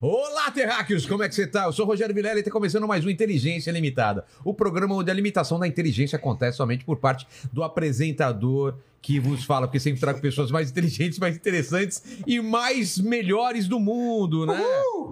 Olá, terráqueos! Como é que você tá? Eu sou o Rogério Vilela e está começando mais um Inteligência Limitada, o programa onde a limitação da inteligência acontece somente por parte do apresentador que vos fala, porque sempre trago pessoas mais inteligentes, mais interessantes e mais melhores do mundo, né?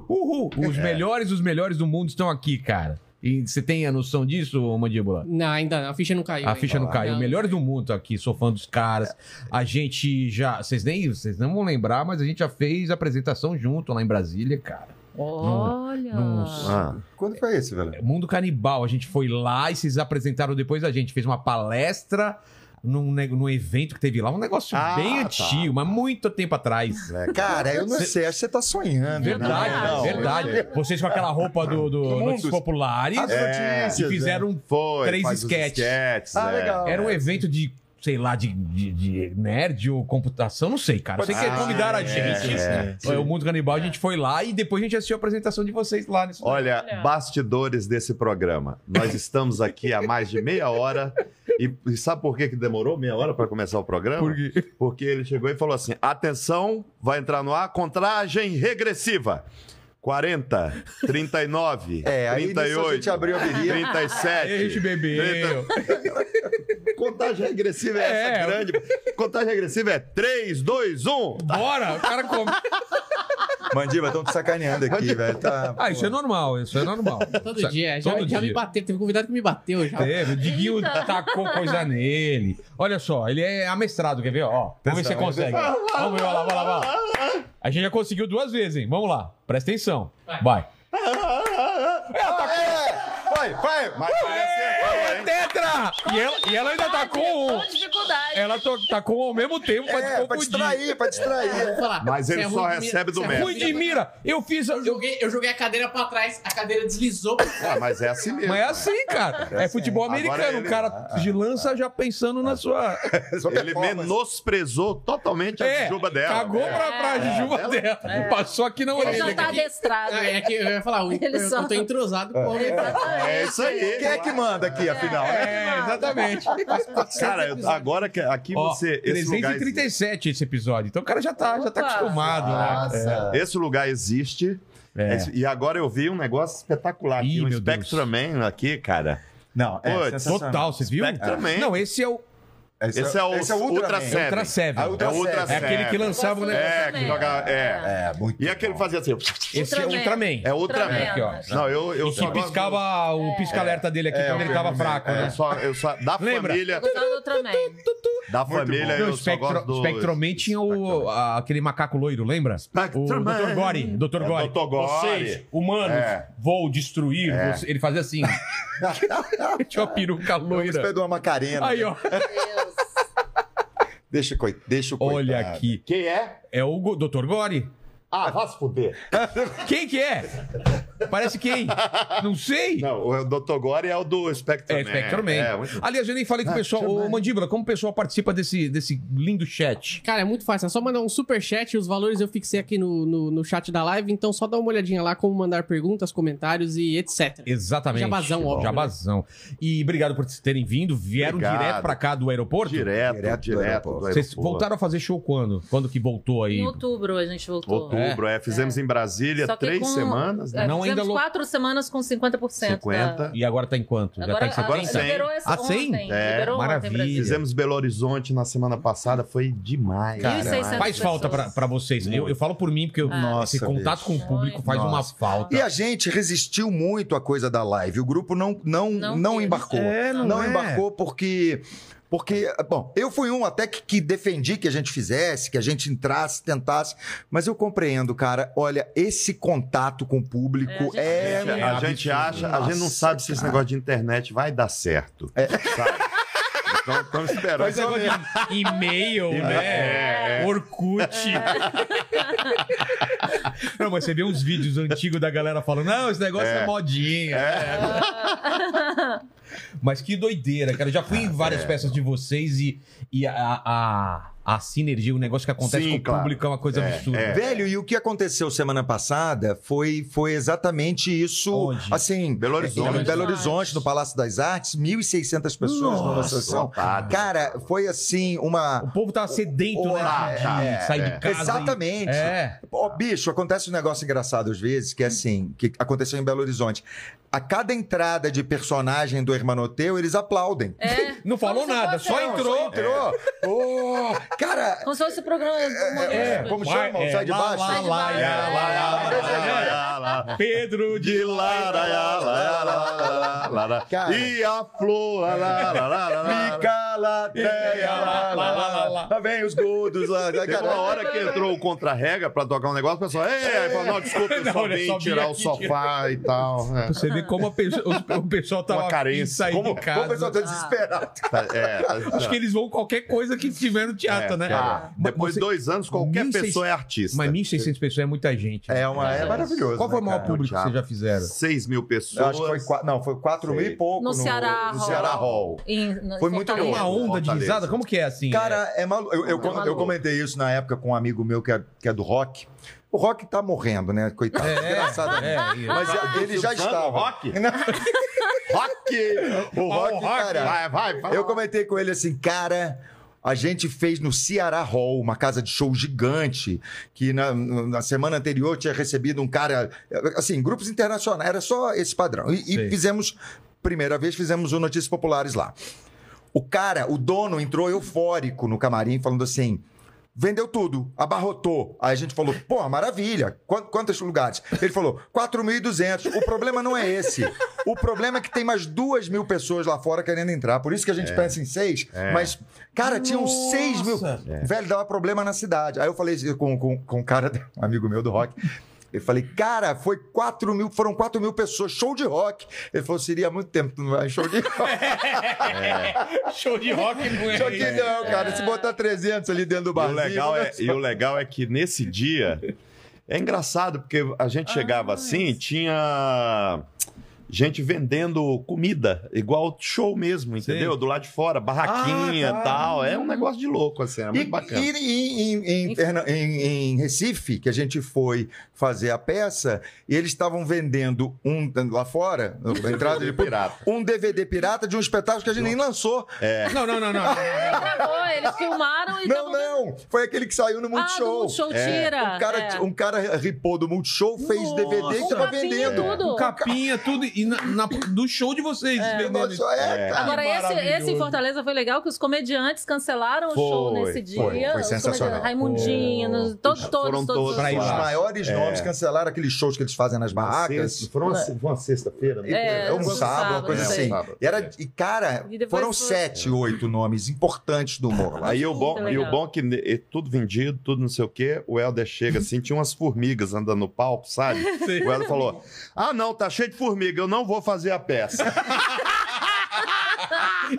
Uhul! É. Os melhores dos melhores do mundo estão aqui, cara. E você tem a noção disso, ô mandíbula? Não, ainda não. A ficha não caiu. A ainda. ficha não caiu. Melhores do mundo tá aqui, sou fã dos caras. A gente já. Vocês nem. Vocês não vão lembrar, mas a gente já fez apresentação junto lá em Brasília, cara. Olha! Num- Ah, quando foi esse, Né, velho? Mundo Canibal. A gente foi lá e vocês apresentaram depois da gente. Fez uma palestra num, ne- num evento que teve lá. Um negócio Ah, bem tá. antigo, mas muito tempo atrás. É, cara, eu não sei, acho que você tá sonhando. Verdade, né? Não, verdade. eu- É. Vocês com aquela roupa do, do Mundo. Notícias Populares. As notícias, né? e fizeram um Foi, Três faz os esquetes. esquetes, Ah, é. legal. Era um evento de, sei lá, de, de- de nerd ou computação, não sei, cara. Eu sei que Ah, convidaram a é, gente. é. Olha, O Mundo Canibal, a gente foi lá e depois a gente assistiu a apresentação de vocês lá. Nesse... Olha, Olha. bastidores desse programa. Nós estamos aqui há mais de meia hora. E, e sabe por que, que demorou meia hora para começar o programa? quê? Porque ele chegou e falou assim: atenção, vai entrar no ar contagem regressiva. 40, 39, É, aí nisso a 38, gente abriu a bebida. 37. E a É, gente bebeu. Contagem regressiva é, É. essa grande. Contagem regressiva é um. 3, 2, 1. Bora! O cara come. Mandiba, estão te sacaneando aqui, velho. Tá, Ah, isso é normal, isso é normal. Todo Isso é- dia. Já, todo já dia. me bateu. Teve um convidado que me bateu já. Teve, o Diguinho tacou coisa nele. Olha só, ele é amestrado, quer ver? Ó, vamos ver se você consegue. Vamos ver, vai lá, vai lá, vai lá. A gente já conseguiu duas vezes, hein? Vamos lá, presta atenção. Vai. Vai, vai. Mas foi acertou, hein? Tetra! E ela, e ela ainda tacou um. Com dificuldade. Ela to- tacou um ao mesmo tempo pra É, te pra confundir. distrair, pra distrair. Vou falar, Mas você ele é só ruim de mira, recebe do você é mestre. Fui de mira, eu fiz. Eu joguei, eu joguei a cadeira pra trás, a cadeira deslizou. Ah, mas é assim mesmo. Mas é assim, cara. É futebol Agora americano. O ele- cara de lança já pensando na sua. Ele menosprezou totalmente a juba É, dela. É. Cagou pra, pra jujuba dela. Passou aqui é na É. Ele orelha. já tá adestrado. Ah, é que eu ia falar, eu, Ele eu, só- tô entrosado com o homem. É isso aí. Quem é que manda aqui, afinal? É, exatamente. Cara, eu- agora que aqui Ó, você. Esse lugar, é existe. 337 esse episódio. Então o cara já tá, já tá Opa. acostumado, né? Nossa. Esse lugar existe. É. Esse- E agora eu vi um negócio espetacular aqui. Ih, um meu Deus. Spectrum Man aqui, cara. Não, é Putz, sensacional. Total, você viu? Spectrum Não, esse é o Esse é o Ultra Man. Seven. Ultra Seven. Ah, Ultra É o Ultra Seven. É aquele que lançava o negócio. É, que joga. É. É, muito E aquele bom. fazia assim. Esse é o Ultraman. É Ultraman. Ultraman. Aqui, ó. Não, eu, eu só Que gosto- piscava É. o pisca-alerta dele aqui quando ele tava fraco, É, eu né? só, eu só, da Lembra? família, Gostava do Ultraman. da família, Não, eu o só Spectro, gosto do... Spectrum Man tinha o, a- aquele macaco loiro, lembra? Spectrum o Dr. Man. Gore. Dr. É, Gore. Dr. Gore. Vocês, humanos, É. vou destruir. É. você- Ele fazia assim. tinha uma peruca Vamos é loira. pegar uma Macarena. né? Aí, ó. Meu Deus. Deixa, o coi- deixa o coitado. Olha aqui. Quem é? É o go- Dr. Gore. Ah, vá se fuder. Quem que é? Parece quem? Não sei. Não, o Dr. Gore é o do Spectrum É, Man. Spectrum Man. É, muito... é. Aliás, eu nem falei com o pessoal. Ô, Mandíbula, como o pessoal participa desse, desse lindo chat? Cara, é muito fácil. É só mandar um superchat. Os valores eu fixei aqui no, no, no chat da live. Então só dá uma olhadinha lá como mandar perguntas, comentários e etc. Exatamente. Jabazão, óbvio, né? Jabazão. E obrigado por terem vindo. Vieram Obrigado. direto pra cá do aeroporto? Direto, Direto direto. do aeroporto. do Vocês aeroporto. voltaram a fazer show quando? Quando que voltou aí? Em outubro a gente voltou. Outubro, é. Fizemos em Brasília Só que três com- semanas, né? É, Não fizemos ainda lo- quatro semanas com 50%. 50. Da... E agora tá em quanto? Agora, Já tá agora em 70? cem. liberou essa Ah, cem? ontem. É, liberou maravilha. ontem Brasil. Fizemos Belo Horizonte na semana passada, foi demais. Cara, demais. 1.600. Faz falta pra, pra vocês. Eu, eu falo por mim, porque eu, Nossa, esse contato bicho. com o público faz uma Nossa. falta. E a gente resistiu muito à coisa da live. O grupo não, não, não, Não quis. embarcou. É, não é. embarcou porque. Porque, bom, eu fui um até que, que defendi que a gente fizesse, que a gente entrasse, tentasse. Mas eu compreendo, cara. Olha, esse contato com o público É, é. A gente- É, a gente absurdo. acha, a gente não Nossa, sabe se esse negócio de internet vai dar certo. Sabe? É. Então, estamos esperando. Esse negócio de E-mail, É, né? Orkut. É. Não, mas você vê uns vídeos antigos da galera falando, não, esse negócio é, É. modinha. Mas que doideira, cara. Eu já fui em várias peças de vocês e, e a, a- a sinergia, o negócio que acontece Sim, com o claro. público é uma coisa É, absurda. é. Velho, e o que aconteceu semana passada foi, foi exatamente isso. Onde? Assim, Belo Horizonte. Em Belo Horizonte, no Palácio das Artes, 1.600 pessoas numa Nossa, associação. lotado. Cara, foi assim uma. O povo tá sedento, Olá, né? De, tá, de é, sair é. de casa. e- Exatamente. É. Ó, bicho, acontece um negócio engraçado às vezes, que é assim, que aconteceu em Belo Horizonte. A cada entrada de personagem do Hermanoteu, eles aplaudem. É. Não falou Como se nada, fosse- só entrou. Entrou! Ô, cara, Como se fosse o programa. é, como Vai- chama? é, Sai de lá, baixo? lá, Sai de lá, É, baixo. lá, lá, lá, lá, lá, lá. Pedro De de lá, lá, lá, lá, lá, lá, lá, lá. Cara. E a flor, lá, lá, lá, lá, lá, lá. Fica lá, É, Fica lá, lá, lá, lá, lá. Lá vem os gordos lá. Teve Cara, uma hora que entrou o contra-rega pra tocar um negócio, o pessoal, "Ei", aí falou, não, desculpa, eu Não, só eu só vim vim tirar o aqui, sofá e tal. É. Você vê como a pessoa- o, o pessoal tava Uma carência. afim de sair Como- de como o pessoal casa. tá desesperado. Tá- é, tá- Acho que eles vão qualquer coisa que tiver no teatro, é, né? cara. Ah, Mas Depois de você- dois anos, qualquer 1600 pessoa é artista. Mas 1.600 pessoas é muita gente. né? É, uma, é maravilhoso. Qual foi o né, maior cara? público que vocês já fizeram? 6 mil Eu pessoas. acho que foi quatro, não, foi quatro mil Sei. e pouco. No Ceará no Hall. Ceará Hall. Hall. Em- no- em Foi muito É Fortaleza. uma onda de Fortaleza. risada? Como que é assim? Cara, é maluco. Eu, eu, Maluco. eu comentei isso na época com um amigo meu que é, que é do rock. O rock tá morrendo, né? Coitado. é, Engraçado. é, é, Mas ele já Silvio estava. Santos, rock? Não, Rock! O rock, rock, cara. Vai, vai, vai. Eu comentei com ele assim, cara. A gente fez no Ceará Hall, uma casa de show gigante, que na, na semana anterior tinha recebido um cara. Assim, grupos internacionais, era só esse padrão. E, e Sei. fizemos, primeira vez, fizemos o Notícias Populares lá. O cara, o dono, entrou eufórico no camarim, falando assim. Vendeu tudo, abarrotou. Aí a gente falou, pô, maravilha, quan- quantos lugares? Ele falou, 4.200. O problema não é esse. O problema é que tem mais duas mil pessoas lá fora querendo entrar. Por isso que a É. gente pensa em seis. Mas, cara, tinham seis mil. Velho, dava problema na cidade. Aí eu falei isso com, com, com um cara, um amigo meu do rock. Eu falei, cara, foi 4 mil, foram 4 mil pessoas, show de rock. Ele falou, seria há muito tempo que tu não vai em show de rock. Show de rock não Show de não, cara. Se botar 300 ali dentro do É. E barzinho... o legal né? é, e o legal é que nesse dia é engraçado porque a gente chegava assim, tinha gente vendendo comida, igual show mesmo, entendeu? Do lado de fora, barraquinha e Ah, tá. tal. É um negócio de louco, assim, era muito E, bacana. e- e- em, em Ferna- em- em Recife, que a gente foi fazer a peça, e eles estavam vendendo um lá fora, na entrada de pirata. um DVD pirata de um espetáculo que a gente nem lançou. Não, não, não, não. Gravou, eles filmaram e Não, tavam- não! Foi aquele que saiu no Ah, do Multishow. Multishow, É. tira. um, cara, é. um um cara ripou do Multishow, fez Nossa. DVD e Com tava capinha e tá vendendo. tudo. Com capinha, tudo. E na, na- do show de vocês. vendendo isso. Nossa, é, Ah, cara. Agora, Que esse, maravilhoso. esse em Fortaleza foi legal que os comediantes cancelaram o Foi, show nesse foi, dia. foi Os sensacional. comediantes, Raimundinho, Foi. todos, todos, Foram todos. todos Os Pra ir lá. maiores nomes É. cancelaram aqueles shows que eles fazem nas barracas. Foi uma, foi uma sexta-feira, né? É, um sábado, uma coisa não sei. assim. E, é. era, e cara, E depois foram foi- sete, oito nomes importantes do humor lá. Aí o bom, Muito e o legal. bom é que ne- é tudo vendido, tudo não sei o quê. O Helder chega assim, tinha umas formigas andando no palco, sabe? Sim. O Helder falou: Ah, não, tá cheio de formiga, eu não vou fazer a peça.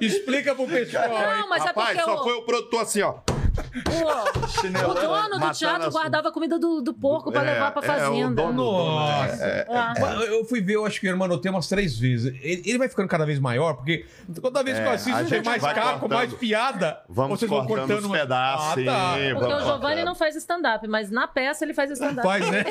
Explica pro pessoal. aí. Não, mas é Rapaz, porque só o, foi o produtor assim, ó. o, o dono do matando teatro as- guardava a comida do, do porco pra É, levar pra é, fazenda. o dono- É, Nossa. Ah. Mas Eu fui ver, eu acho que o Hermanoteu umas três vezes. Ele, ele vai ficando cada vez maior, porque toda vez que eu É, assisto, a ele tem gente mais vai caco, cortando. mais piada. Vamos Vocês vão cortando cortando uns uma- pedaços, Ah, tá. sim, Porque o vamos é. Giovanni cortando. não faz stand-up, mas na peça ele faz stand-up. Faz, né?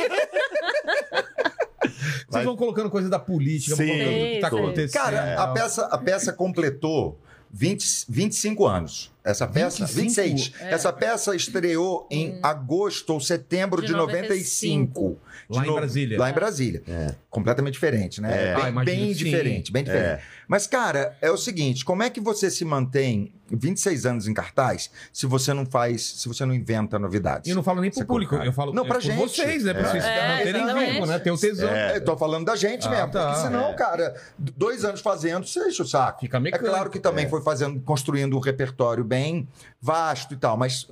Vocês vão colocando coisa da política, vão Sim, colocando o que tá sim. acontecendo. Cara, a peça, a peça completou 20, 25 anos. Essa peça, 25? 26. É. Essa peça estreou em agosto ou setembro de, Hum. De 95. Lá De em Brasília. É. Lá em Brasília. Completamente diferente, né? É. Bem, Ah, imagino bem que sim. É. diferente, bem diferente. Mas, cara, é o seguinte, como é que você se mantém 26 anos em cartaz se você não faz, se você não inventa novidades? Eu não falo nem pro Você público, colocava. eu falo Não, é, pra por gente. vocês, né? Pra vocês É, manterem exatamente. vivo, né? Ter o tesão. É. Eu tô falando da gente Ah, mesmo, tá. porque senão, É. cara, d- dois anos fazendo, você enche o saco. Fica É mecânico. claro que também foi fazendo, construindo um repertório bem vasto e tal, mas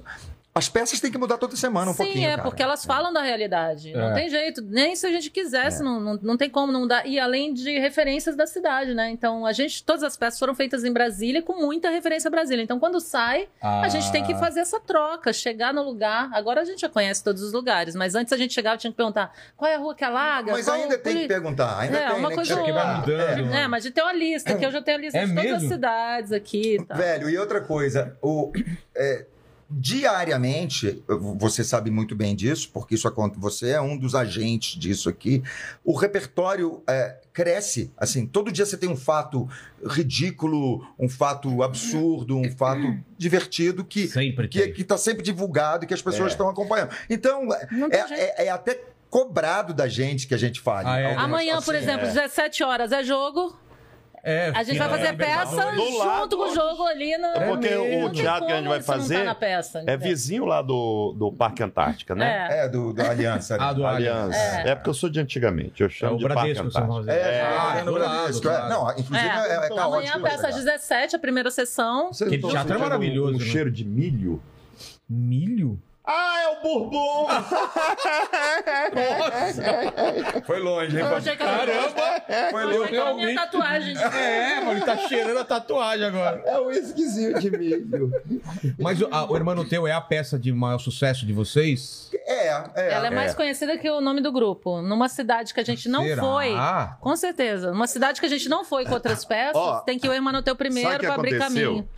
as peças têm que mudar toda semana um Sim, pouquinho. é, cara. porque elas falam da realidade. Não É. tem jeito. Nem se a gente É. quisesse, não, não, não tem como não dar. E além de referências da cidade, né? Então, a gente, todas as peças foram feitas em Brasília com muita referência a Brasília. Então, quando sai, Ah, a gente tem que fazer essa troca, chegar no lugar. Agora a gente já conhece todos os lugares, mas antes a gente chegava, tinha que perguntar qual é a rua que alaga. Mas qual ainda o tem que poli- perguntar, ainda É, tem, uma né, coisa que ou chegar. vai mudando. né? É, mas já tem uma lista, que eu já tenho a lista É de todas mesmo? Tá. as cidades aqui e tal. Velho, e outra coisa, o, é, diariamente, você sabe muito bem disso, porque isso acontece, você é um dos agentes disso aqui. O repertório é, cresce, assim, todo dia você tem um fato ridículo, um fato absurdo, um fato divertido que Sempre É. que tem. que está sempre divulgado e que as pessoas estão acompanhando. Então, Não é, tem jeito. é- é até cobrado da gente que a gente fale. Ah, é? algumas- Amanhã, por assim, exemplo, 17 horas é jogo. É, A gente fica- vai é, fazer peça Do junto lado. com o jogo ali na. É porque o Não tem teatro que a gente como vai isso não tá fazer na peça, É entendeu? vizinho lá do, do Parque Antártica, né? É. É, do, da Aliança. né? Ah, do Allianz. Aliança. É. É. porque eu sou de antigamente. Eu chamo o de Parque Bradesco, São Antártica. Paulo. É, Ah, é, do lado, Bradesco, do é. lado. Não, inclusive é, é, caótico. então, Amanhã a peça às legal. 17, a primeira sessão. Vocês Aquele estão teatro é sentindo maravilhoso, Um, um né? cheiro de milho. Milho? Ah, é o Bourbon! Foi longe, hein? Eu achei que era- É, Foi eu longe. achei é que era a minha tatuagem. É, mano, ele tá cheirando a tatuagem agora. é um o esquisinho de milho. Mas o, a, o Hermano Teu é a peça de maior sucesso de vocês? É, é. Ela é mais conhecida que o nome do grupo. Numa cidade que a gente não Será? foi. Ah, Com certeza. Numa cidade que a gente não foi com outras peças, Ó, tem que o irmão teu primeiro sabe o que pra abrir aconteceu? caminho.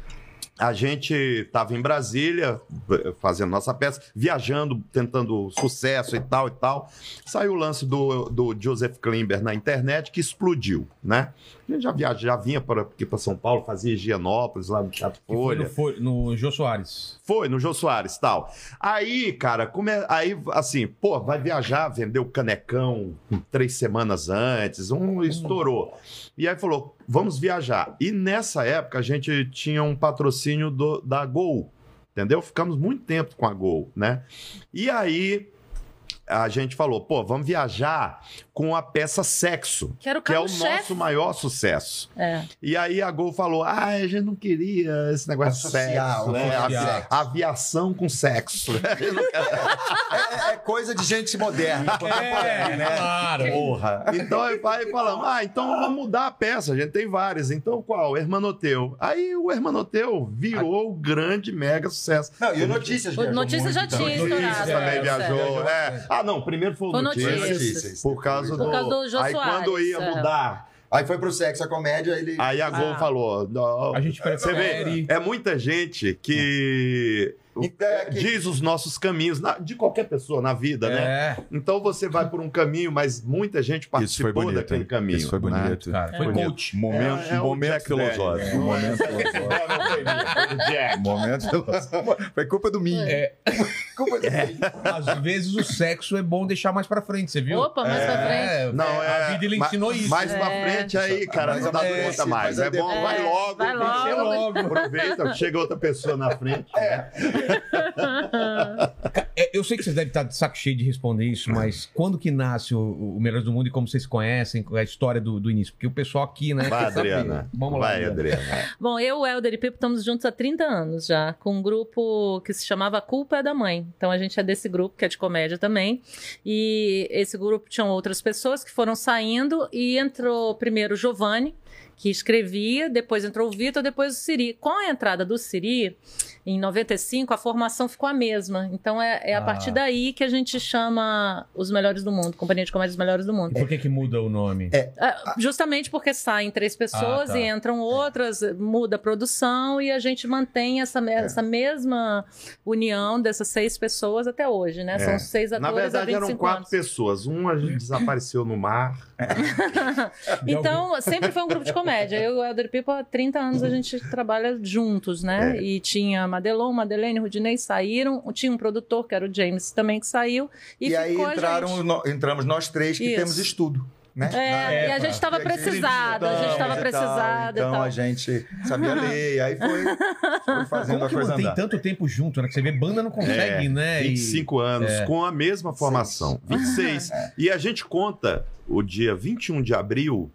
A gente tava em Brasília eh, fazendo nossa peça, viajando, tentando sucesso e tal e tal. Saiu o lance do, do Joseph Klimber na internet que explodiu, né? A gente já, viaja, já vinha para aqui para São Paulo, fazia Higienópolis lá no Teatro que foi no Folha. Folha- no Jô Soares. Foi, no Jô Soares tal. Aí, cara, como é- aí, assim, pô, vai viajar, vendeu canecão três semanas antes, um estourou. E aí falou, vamos viajar. E nessa época a gente tinha um patrocínio do- da Gol, entendeu? Ficamos muito tempo com a Gol, né? E aí a gente falou, pô, vamos viajar com a peça Sexo, Que era o que é o carro-chefe. nosso maior sucesso. É. E aí a Gol falou: ah, a gente não queria esse negócio de Associar, sexo, né? associar. Avi- Aviação com sexo. É, é coisa de gente moderna, contemporânea, né? É, claro. Porra. Então aí vai e falamos: ah, então vamos mudar a peça, a gente tem várias. Então qual? Hermanoteu. Aí o Hermanoteu virou o grande mega sucesso. Não, e o Notícias O viajou Notícias muito Então, já tinha também. estourado. Notícias também é, viajou. certo. é. Ah, não, primeiro foi o Foi Notícias. então. Notícias. Por causa do. Por causa do Jô aí quando Soares, ia é. mudar, Aí foi pro sexo, a comédia, ele... aí a Gol Ah. falou: não, A gente Você prefere... vê, é muita gente que Então, é que- diz os nossos caminhos, na- de qualquer pessoa na vida, né? É, Então você vai por um caminho, mas muita gente participou daquele caminho. Isso foi né? bonito. É cara, foi Bonito. coach. Momento, É, é o momento Jack é filosófico. Daniel. Momento filosófico. é É. Momento filosófico. Foi culpa do mim. Culpa dele. Às vezes o sexo é bom deixar mais pra frente, você viu? Opa, mais pra frente. Não, é, a vida ele ma- ensinou isso. Mais pra É. frente aí, cara, Mas não dá é, conta sim, mais. mas aí É bom, depois- vai logo. Vai porque logo. Aproveita, chega outra pessoa na frente. né? É, eu sei que vocês devem estar de saco cheio de responder isso, mas quando que nasce o, o Melhores do Mundo e como vocês conhecem, qual é a história do, do início? Porque o pessoal aqui, né? Vai, quer saber. Adriana. Vamos lá. Vai, Adriana. Bom, eu, o Helder e Pipo estamos juntos há 30 anos já, com um grupo que se chamava A Culpa é da Mãe. Então a gente é desse grupo, que é de comédia também. E esse grupo tinham outras pessoas que foram saindo e entrou primeiro o Giovanni, que escrevia, depois entrou o Vitor, depois o Siri. Com a entrada do Siri, em 95, a formação ficou a mesma. Então é, é a Ah. partir daí que a gente chama Os Melhores do Mundo, Companhia de Comédia dos Melhores do Mundo. E por que que muda o nome? É, Ah, Justamente porque saem três pessoas Ah, tá. e entram outras, muda a produção e a gente mantém essa, É. me- essa mesma união dessas seis pessoas até hoje, né? É. São seis Na atores verdade, há eram 25 quatro anos. pessoas. Um a gente desapareceu no mar. Então, sempre foi um grupo de comédia. Eu e o Elder Pipo, há 30 anos a Uhum. gente trabalha juntos, né? É. E tinha Madelon, Madeleine, Rudinei saíram. Tinha um produtor, que era o James também, que saiu. E, E, aí ficou entraram, a gente. no- entramos nós três que Isso. temos estudo, né? É, É, e a pá. gente estava Aquele precisada, a gente ditão estava e tal, precisada Então e tal. a gente sabia ler, e aí foi, foi fazendo Como a que coisa mantém andar. tanto tempo junto, né? Que você vê, banda não consegue, É, né? E- 25 anos, com a mesma formação. 26. E a gente conta o dia 21 de abril,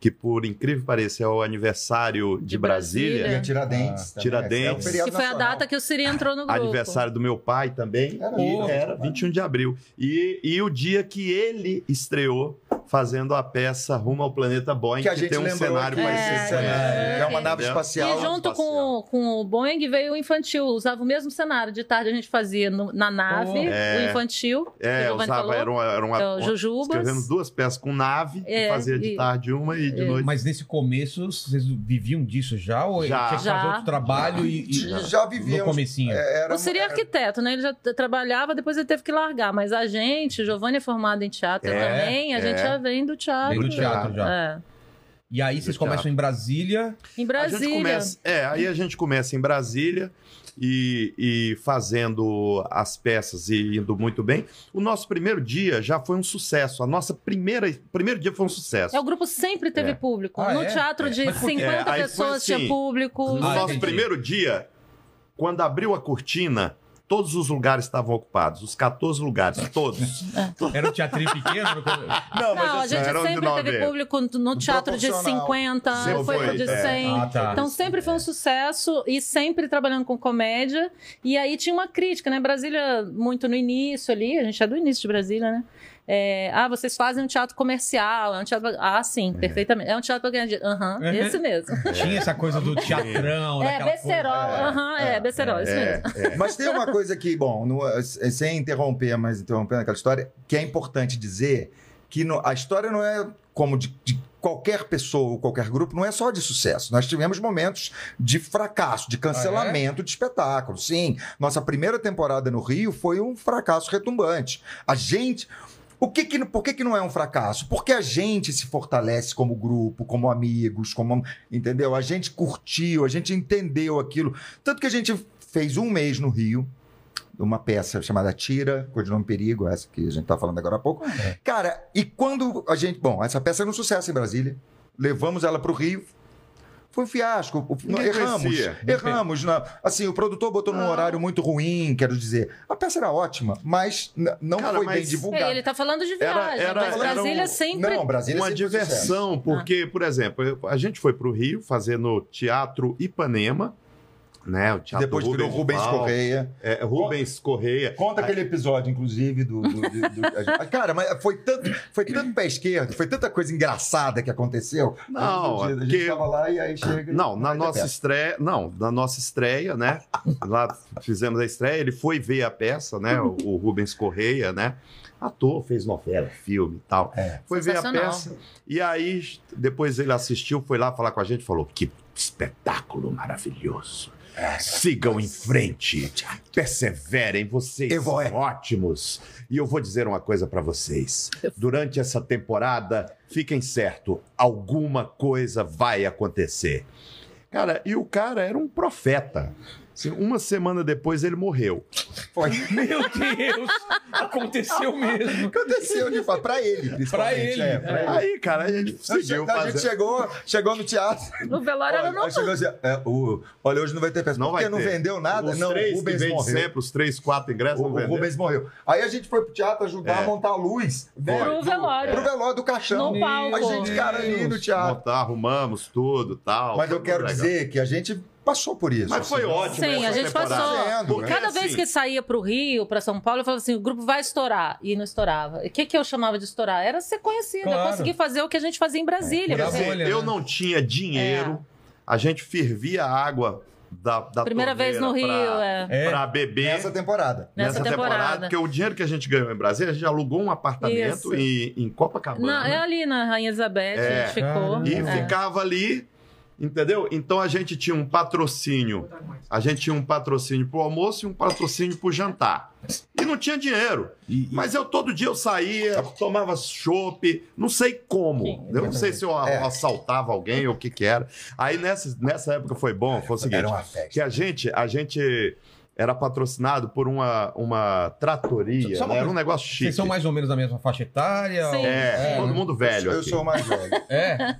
que por incrível que pareça é o aniversário de, De Brasília. E Brasília. a Tiradentes. também, né? Tiradentes. é o feriado Que foi a nacional. data que o Siri entrou no grupo. Aniversário do meu pai É. também. Era E um isso. era 21 de abril. E, e o dia que ele estreou fazendo a peça Rumo ao Planeta Boeing, Que que, a gente tem um lembrou cenário aqui. parecido. com É, esse. É uma nave Entendeu? espacial. E junto com, espacial. com o Boeing veio o infantil, usava o mesmo cenário. De tarde a gente fazia no- na nave Oh. É. o infantil. É, que o Giovanni usava, falou. era uma, era uma, Então, Jujubas. escrevemos duas peças com nave, É, e fazia de e- é. tarde uma e de noite. Mas nesse começo, vocês viviam disso já? Ou Já. tinha que fazer Já. outro trabalho e, e- Já no vivíamos. comecinho? É, era- O Siri é arquiteto, né? Ele já t- trabalhava, depois ele teve que largar. Mas a gente, Giovanni é formado em teatro É, também, a é. gente já vem do Vem teatro. do teatro já. É. E aí vocês Do começam teatro. em Brasília. Em A gente Brasília. começa, é, aí a gente começa em Brasília e, e fazendo as peças e indo muito bem. O nosso primeiro dia já foi um sucesso. A nossa primeira primeiro dia foi um sucesso. É, o grupo sempre teve É. público. Ah, no é? teatro É. de Mas por quê? 50 É, aí foi pessoas tinha assim, público. No Ah, nosso entendi. primeiro dia, quando abriu a cortina, todos os lugares estavam ocupados, os 14 lugares, todos. Era um teatrinho pequeno? Ah, no come- Não, Não, assim, a gente assim, era de sempre nove teve anos. público no teatro de proporcional. 50, Sempre foi pro foi, de é. 100. Ah, tá. Então sempre foi um sucesso e sempre trabalhando com comédia. E aí tinha uma crítica, né? Brasília, muito no início ali, a gente é do início de Brasília, né? É, ah, vocês fazem um teatro comercial, é um teatro. Ah, sim, perfeitamente. É um teatro pra ganhar dinheiro. Aham, É. esse mesmo. Tinha essa coisa do teatrão, É, daquela coisa. Becerol, aham, é, Becerol, assim. isso mesmo. Mas tem uma coisa que, bom, no- eh, sem interromper, mas interrompendo aquela história, que é importante dizer que no- a história não é como de, de qualquer pessoa ou qualquer grupo, não é só de sucesso. Nós tivemos momentos de fracasso, de cancelamento de espetáculo. Sim, nossa primeira temporada no Rio foi um fracasso retumbante. A gente. O que que, por que, que não é um fracasso? Porque a gente se fortalece como grupo, como amigos, como. Entendeu? A gente curtiu, a gente entendeu aquilo. Tanto que a gente fez um mês no Rio, uma peça chamada Tira, Codinome Perigo, essa que a gente tá falando agora há pouco. Ah, é. Cara, e quando a gente. Bom, essa peça era um sucesso em Brasília. Levamos ela pro Rio. Foi um fiasco. O- Ninguém Ah. erramos. conhecia. Erramos. na- assim, o produtor botou num horário muito ruim, quero dizer. A peça era ótima, mas n- não Cara, foi bem mas- É, divulgada. ele tá falando de Era- viagem, era- mas era Brasília um- sempre. Não, Brasília é uma sempre foi sucesso. diversão, porque, por exemplo, eu- a gente foi para o Rio fazer no Teatro Ipanema, né? O teatro Depois virou Rubens Val, Correia. é, Rubens Correia. Conta aquele episódio, inclusive, do. do- do- do- a gente- Cara, mas foi tanto, foi tanto pé esquerdo, foi tanta coisa engraçada que aconteceu. Não, a gente, a gente porque- tava lá e aí chega. Não, na Aí dá nossa pé. estreia, não, na nossa estreia, né? Lá fizemos a estreia, ele foi ver a peça, né? O, o Rubens Correia, né? Ator, fez novela, filme e tal. Foi ver a Sensacional. peça. E aí, depois ele assistiu, foi lá falar com a gente, falou: que espetáculo maravilhoso. Sigam em frente, perseverem, vocês Eu são vou, é. ótimos. E eu vou dizer uma coisa pra vocês. Durante essa temporada, fiquem certo, alguma coisa vai acontecer. Cara, e o cara era um profeta. Assim, uma semana depois ele morreu. Meu Deus! Aconteceu mesmo. Aconteceu, de fato, pra ele, principalmente. ele, É, pra ele. Aí, cara, a gente A conseguiu gente, tá a gente fazer. chegou, chegou no teatro. No velório era olha, no aí chegou assim, é, o- olha, hoje não vai ter peça. Não porque vai não ter. vendeu nada? Os não, três o Rubens que vende morreu. sempre, os três, quatro ingressos O, não o venderam. Rubens morreu. Aí a gente foi pro teatro ajudar É. a montar a luz. né? Pro Do- velório. Pro velório do caixão. No palco. A gente, cara, ali no teatro. montar, arrumamos tudo tal. Mas eu Foi quero legal. dizer que a gente passou por isso. Mas foi assim. ótimo. Sim, essa a gente temporada. passou. Porque, Cada assim, vez que saía pro Rio, pra São Paulo, eu falava assim: o grupo vai estourar. E não estourava. E O que, que eu chamava de estourar? Era ser conhecida, Claro. conseguir fazer o que a gente fazia em Brasília. Quer Da Você- É. dizer, bolha, eu né? não tinha dinheiro, a gente fervia a água da, da Primeira vez no Rio, torneira pra, é. É. pra beber. Nessa temporada. Nessa temporada. porque o dinheiro que a gente ganhou em Brasília, a gente alugou um apartamento Isso. em, em Não, é Copacabana ali na Rainha né? Elizabeth, É. a gente ficou. e É. ficava ali, entendeu? Então a gente tinha um patrocínio. A gente tinha um patrocínio pro almoço e um patrocínio pro jantar. E não tinha dinheiro. E- e- Mas eu todo dia eu saía, tomava chopp, não sei como. Sim. eu não sei se eu a- assaltava alguém ou o que que era. Aí nessa, nessa época foi bom, foi o seguinte, Era um uma festa. que a gente, a gente era patrocinado por uma, uma tratoria, Só uma né? era um coisa. negócio chique. Vocês são mais ou menos da mesma faixa etária? Sim. ou- É, É, todo né? mundo velho Eu aqui. sou o mais velho. É?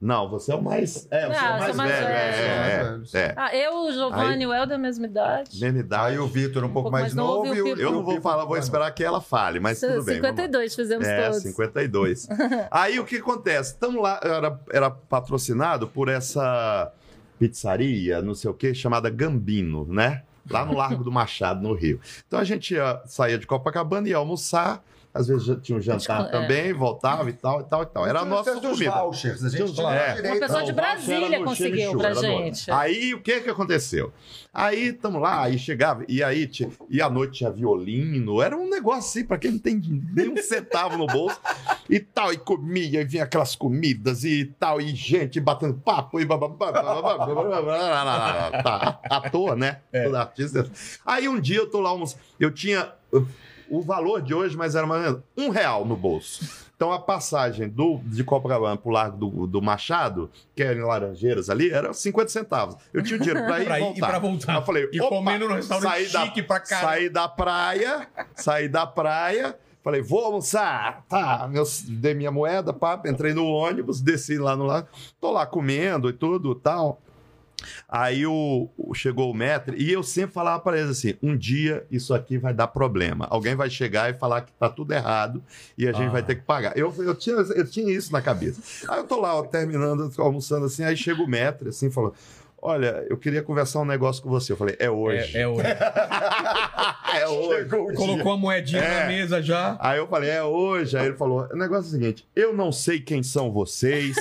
Não, você é o mais... É, você é Ah, o eu mais sou mais velho. é, velho. é, é, é. Ah, eu, o Giovanni e o Helder, mesma idade. Mesma idade. Aí o Vitor um pouco pouco mais mais novo novo e o e o Eu não vou falar, vou esperar que ela fale, mas tudo bem. vamos lá. 52 fizemos É, todos. 52. Aí o que acontece? Estamos lá, era, era patrocinado por essa pizzaria, não sei o quê, chamada Gambino, ah, né? Lá no Largo do Machado, no Rio. Então a gente ia, saía de Copacabana e ia almoçar Às vezes já tinha um jantar Acho que- é. também, voltava e tal, e tal, e tal. Era a nossa dos comida. vouchers, a gente Tinha uns- tinha é. Uma direito. pessoa Não, de o voucher era Brasília no conseguiu Chimichurri, pra era no- gente. Aí o que que aconteceu? Aí tamo lá, aí chegava, e aí ti- e à noite tinha violino, era um negócio assim, pra quem não tem nenhum centavo no bolso, e tal, e comia, e vinha aquelas comidas e tal, e gente batendo papo, e bababá, bababá, bababá, bababá, tá, à toa, né? Todo artista. Aí um dia eu tô lá, almoçando, eu tinha uh, o valor de hoje, mas era mais ou menos um real no bolso. Então a passagem do, de Copacabana pro Largo do, do Machado, que era em Laranjeiras ali, era 50 centavos. Eu tinha o dinheiro pra ir Pra e ir voltar. e pra voltar. Eu falei, E opa, comendo no restaurante saí da- chique pra né? caralho. Saí da praia, saí da praia, falei, vou almoçar. Tá, meu, dei minha moeda, pá, entrei no ônibus, desci lá no lago, tô lá comendo e tudo tal. Aí o, o- chegou o metro e eu sempre falava pra eles assim: um dia isso aqui vai dar problema. Alguém vai chegar e falar que tá tudo errado e a gente Ah. vai ter que pagar. Eu, eu, tinha, eu tinha isso na cabeça. Aí eu tô lá, ó, terminando, almoçando assim, aí chega o metro assim, falando: Olha, eu queria conversar um negócio com você. Eu falei, é hoje. É, é hoje. É hoje. Colocou a moedinha na É. mesa já. Aí eu falei, é hoje. Aí ele falou: o negócio é o seguinte: eu não sei quem são vocês,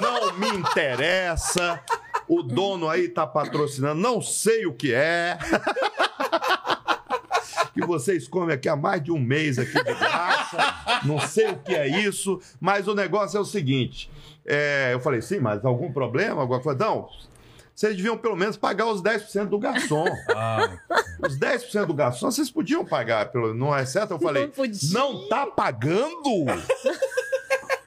não me interessa. O dono aí tá patrocinando, não sei o que é. Que vocês comem aqui há mais de um mês aqui de graça. Não sei o que é isso, mas o negócio é o seguinte. é, eu falei, sim, mas algum problema? Alguma coisa? Não. Vocês deviam pelo menos pagar os 10% do garçom. Ah, Os 10% do garçom, vocês podiam pagar, pelo não é certo? Eu falei, Não podia. não tá pagando?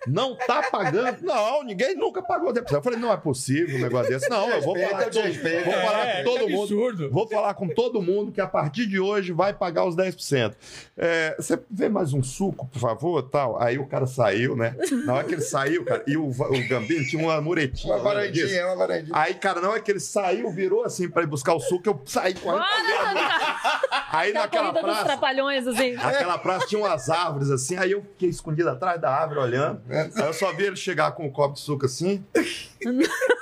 Não tá pagando? Não, ninguém nunca pagou 10%. Eu falei, não é possível um negócio desse. Não, eu vou falar com todo, vou falar com todo mundo. É, absurdo. Vou falar com todo mundo que a partir de hoje vai pagar os 10%. É, você vê mais um suco, por favor, tal. Aí o cara saiu, né? Na hora que ele saiu, cara, e o, va- o Gambino tinha uma muretinha. Uma lembra disso? varandinha, uma varandinha. Aí, cara, não é que ele saiu, virou assim pra ir buscar o suco, eu saí com a Bora! Aí Aquela naquela corrida dos praça, trapalhões, assim. aquela praça tinha umas árvores assim, aí eu fiquei escondido atrás da árvore olhando. Aí eu só vi ele chegar com um copo de suco assim.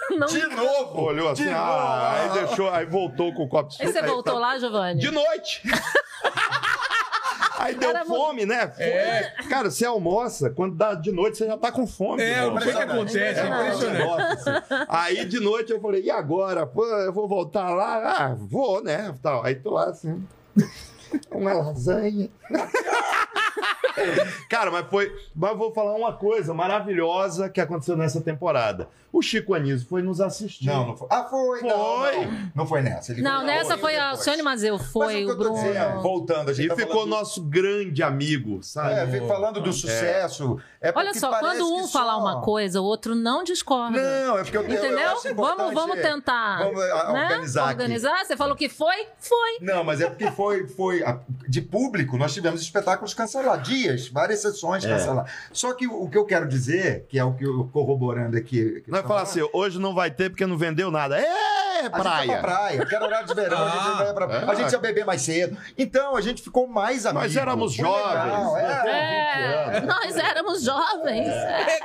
Não. De novo! Olhou assim, ah, aí deixou, aí voltou com o copo de suco. Aí você voltou tá- lá, Giovanni? De noite! Aí deu Cara, fome, né? Fome. É. Cara, você almoça, quando dá de noite, você já tá com fome. É, irmão. o que que acontece? É, né? Impressionante. nossa, assim. Aí de noite eu falei, e agora? Pô, eu vou voltar lá? Ah, vou, né? Tal. Aí tô lá assim. Uma lasanha. Cara, mas foi. Mas vou falar uma coisa maravilhosa que aconteceu nessa temporada. O Chico Anísio foi nos assistir. Não, não foi. Ah, foi. não, Foi. Não, não foi nessa. ele Não, foi nessa outra foi a depois. Alcione Mazeu, Mas foi que o eu tô Bruno. dizendo, Voltando, a gente E tá ficou falando- nosso grande amigo, sabe? É, fico falando do sucesso. É Olha porque só, parece quando que um só- falar uma coisa, o outro não discorda. Não, é porque eu eu- eu Entendeu? acho Vamos, importante- é. vamos tentar. Vamos ah, né? organizar aqui. Organizar? Você falou que foi? Foi. Não, mas é porque foi, foi a- de público, nós tivemos espetáculos cancelados, dias, várias sessões canceladas. Só que o, o que eu quero dizer, que é o que eu corroborando aqui. que Não é eu falar tava- assim, hoje não vai ter porque não vendeu nada. É, A gente vai pra praia! Ah. praia, porque era horário de verão, a gente vai pra praia. A gente ia beber mais cedo. Então, a gente ficou mais amigo. Nós éramos Foi legal, jovens, é. É, nós éramos jovens. É.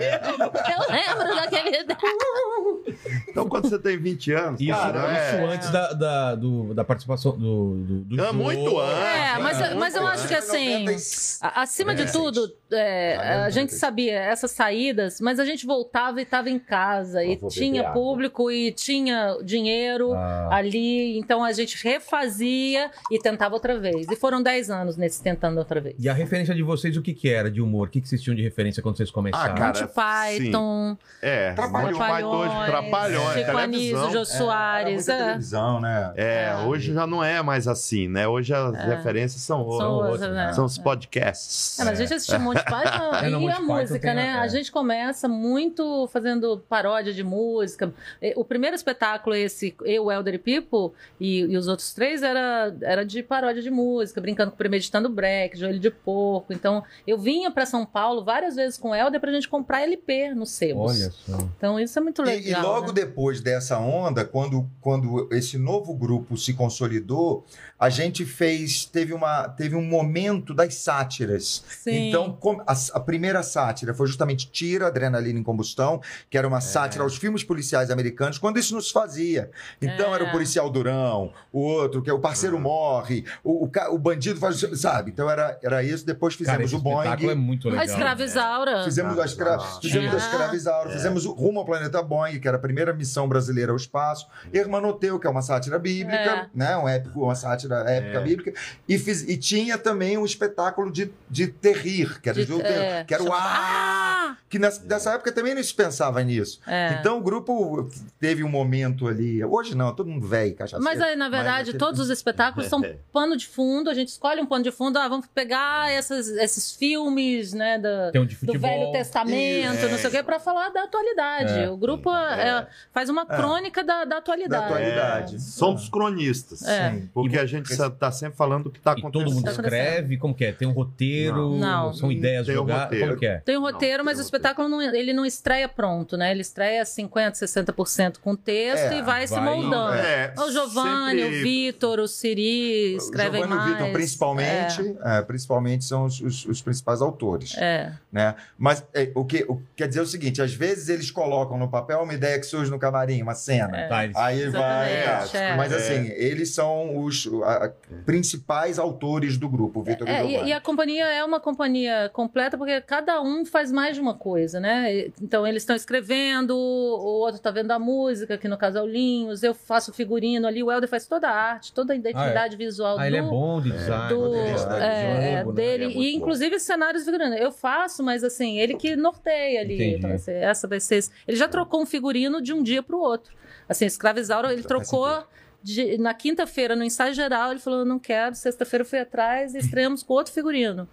É. Eu lembro daquele Então quando você tem 20 anos, Isso, cara, isso né? é- antes da, da, do- da participação do. do, do Ah, muito antes. É, mas, né? mas eu Muito acho que Foi em assim. 96. a- Acima de tudo, é, a gente sabia essas saídas, mas a gente voltava e estava em casa, Eu e vou beber tinha água. Ah. público, e tinha dinheiro ali, então a gente refazia e tentava outra vez. E foram 10 anos nesse tentando outra vez. E a referência de vocês, o que que era de humor? O que que vocês tinham de referência quando vocês começaram? Ah, cara, Monty sim. Python, É, Trapalhões. Monty Python, Trapalhões, Chico Anísio, É, Era televisão. Jô Soares. muita é. televisão, né? É, hoje já não é mais assim, né? Hoje as referências são É. São outras. outras, né? São os podcasts. É, mas a gente assistia Monty Python É, não, e Monty a Python música, tem- né? é. A gente começa muito fazendo paródia de música. Eh, O primeiro espetáculo, esse, eu, Elder e Pipo, e, e os outros três, era, era de paródia de música, brincando com Premeditando Break, Joelho de Porco. Então, eu vinha pra São Paulo várias vezes com o Elder pra gente comprar LP no Sebos. Olha só. Então, isso é muito E, e legal. logo logo depois dessa onda, quando, quando esse novo grupo se consolidou, a gente fez. Teve, uma, teve um momento das sátiras. Sim. Então, com- a, a primeira sátira foi justamente Tira Adrenalina em Combustão, que era É. uma sátira aos filmes policiais americanos, quando isso nos fazia. Então, É. era o policial Durão, o outro, que é o parceiro Ah. morre, o, o, ca- o bandido faz. Sabe? Então, era, era isso. Depois Cara, fizemos esse o Boeing. espetáculo é muito legal. A escrava Isaura. Fizemos a escra... Ah, fizemos é. a escravizaura, fizemos o Rumo ao Planeta Boeing, que era a primeira missão brasileira ao espaço, Hermanoteu, que é uma sátira É. bíblica, né? Um épico, uma sátira É. épica bíblica, e, fiz... e tinha também um espetáculo de, de terrir, que era, De- de, um é, que era o chamava- Ah! Que nessa, nessa época também não se pensava nisso. É. Então o grupo teve um momento ali. Hoje não, é todo mundo velho, cachaceiro. Mas aí, na Mas verdade, aquele- todos os espetáculos são pano de fundo, a gente escolhe um pano de fundo, ah, vamos pegar essas- esses filmes, né, da- Tem um de do futebol. Velho Testamento, não sei o quê, pra falar da atualidade. o grupo é, faz uma crônica da, da Da atualidade. atualidade. Somos É, cronistas. É. Sim. Porque a gente está sempre falando o que está E acontecendo. todo mundo Tá acontecendo. escreve, como que é? Tem um roteiro, Não. são ideias Tem um jogadas, roteiro. como que é? Tem o roteiro, Não, mas tem o roteiro. espetáculo não, é, ele não estreia pronto, né? Ele estreia 50%, 60% com texto É, e vai, se vai- moldando. É, O Giovanni, sempre- o Vitor, o Siri escrevem Giovanni mais. Vitor, principalmente, é, principalmente são os, os- os principais autores. É. né? Mas é, o que o- quer dizer é o seguinte: às vezes eles colocam no papel uma ideia que surge no camarim, uma cena. Tá, eles- Aí vai. É. Exatamente, tá. é. Mas É. assim, eles são os a- a- principais autores do grupo, Vitor É, e e, Giovanni. e a companhia é uma companhia completa, porque cada um faz mais de uma coisa, né? E- Então, eles estão escrevendo, o outro está vendo a música, que no caso é o Linhos, eu faço figurino ali, o Helder faz toda a arte, toda a identidade visual do... é. Ah, ele é bom de design. do- né? é, jogo, né? dele, Ele é muito e bom. inclusive os cenários figurino. Eu faço, mas assim, ele que norteia ali. Entendi. Então, assim, essa vai ser. Ele já trocou um figurino de um dia para o outro. Assim, Escravizauro, ele trocou. de- na quinta-feira, no ensaio geral, ele falou: não quero. Sexta-feira eu fui atrás e estreamos com outro figurino.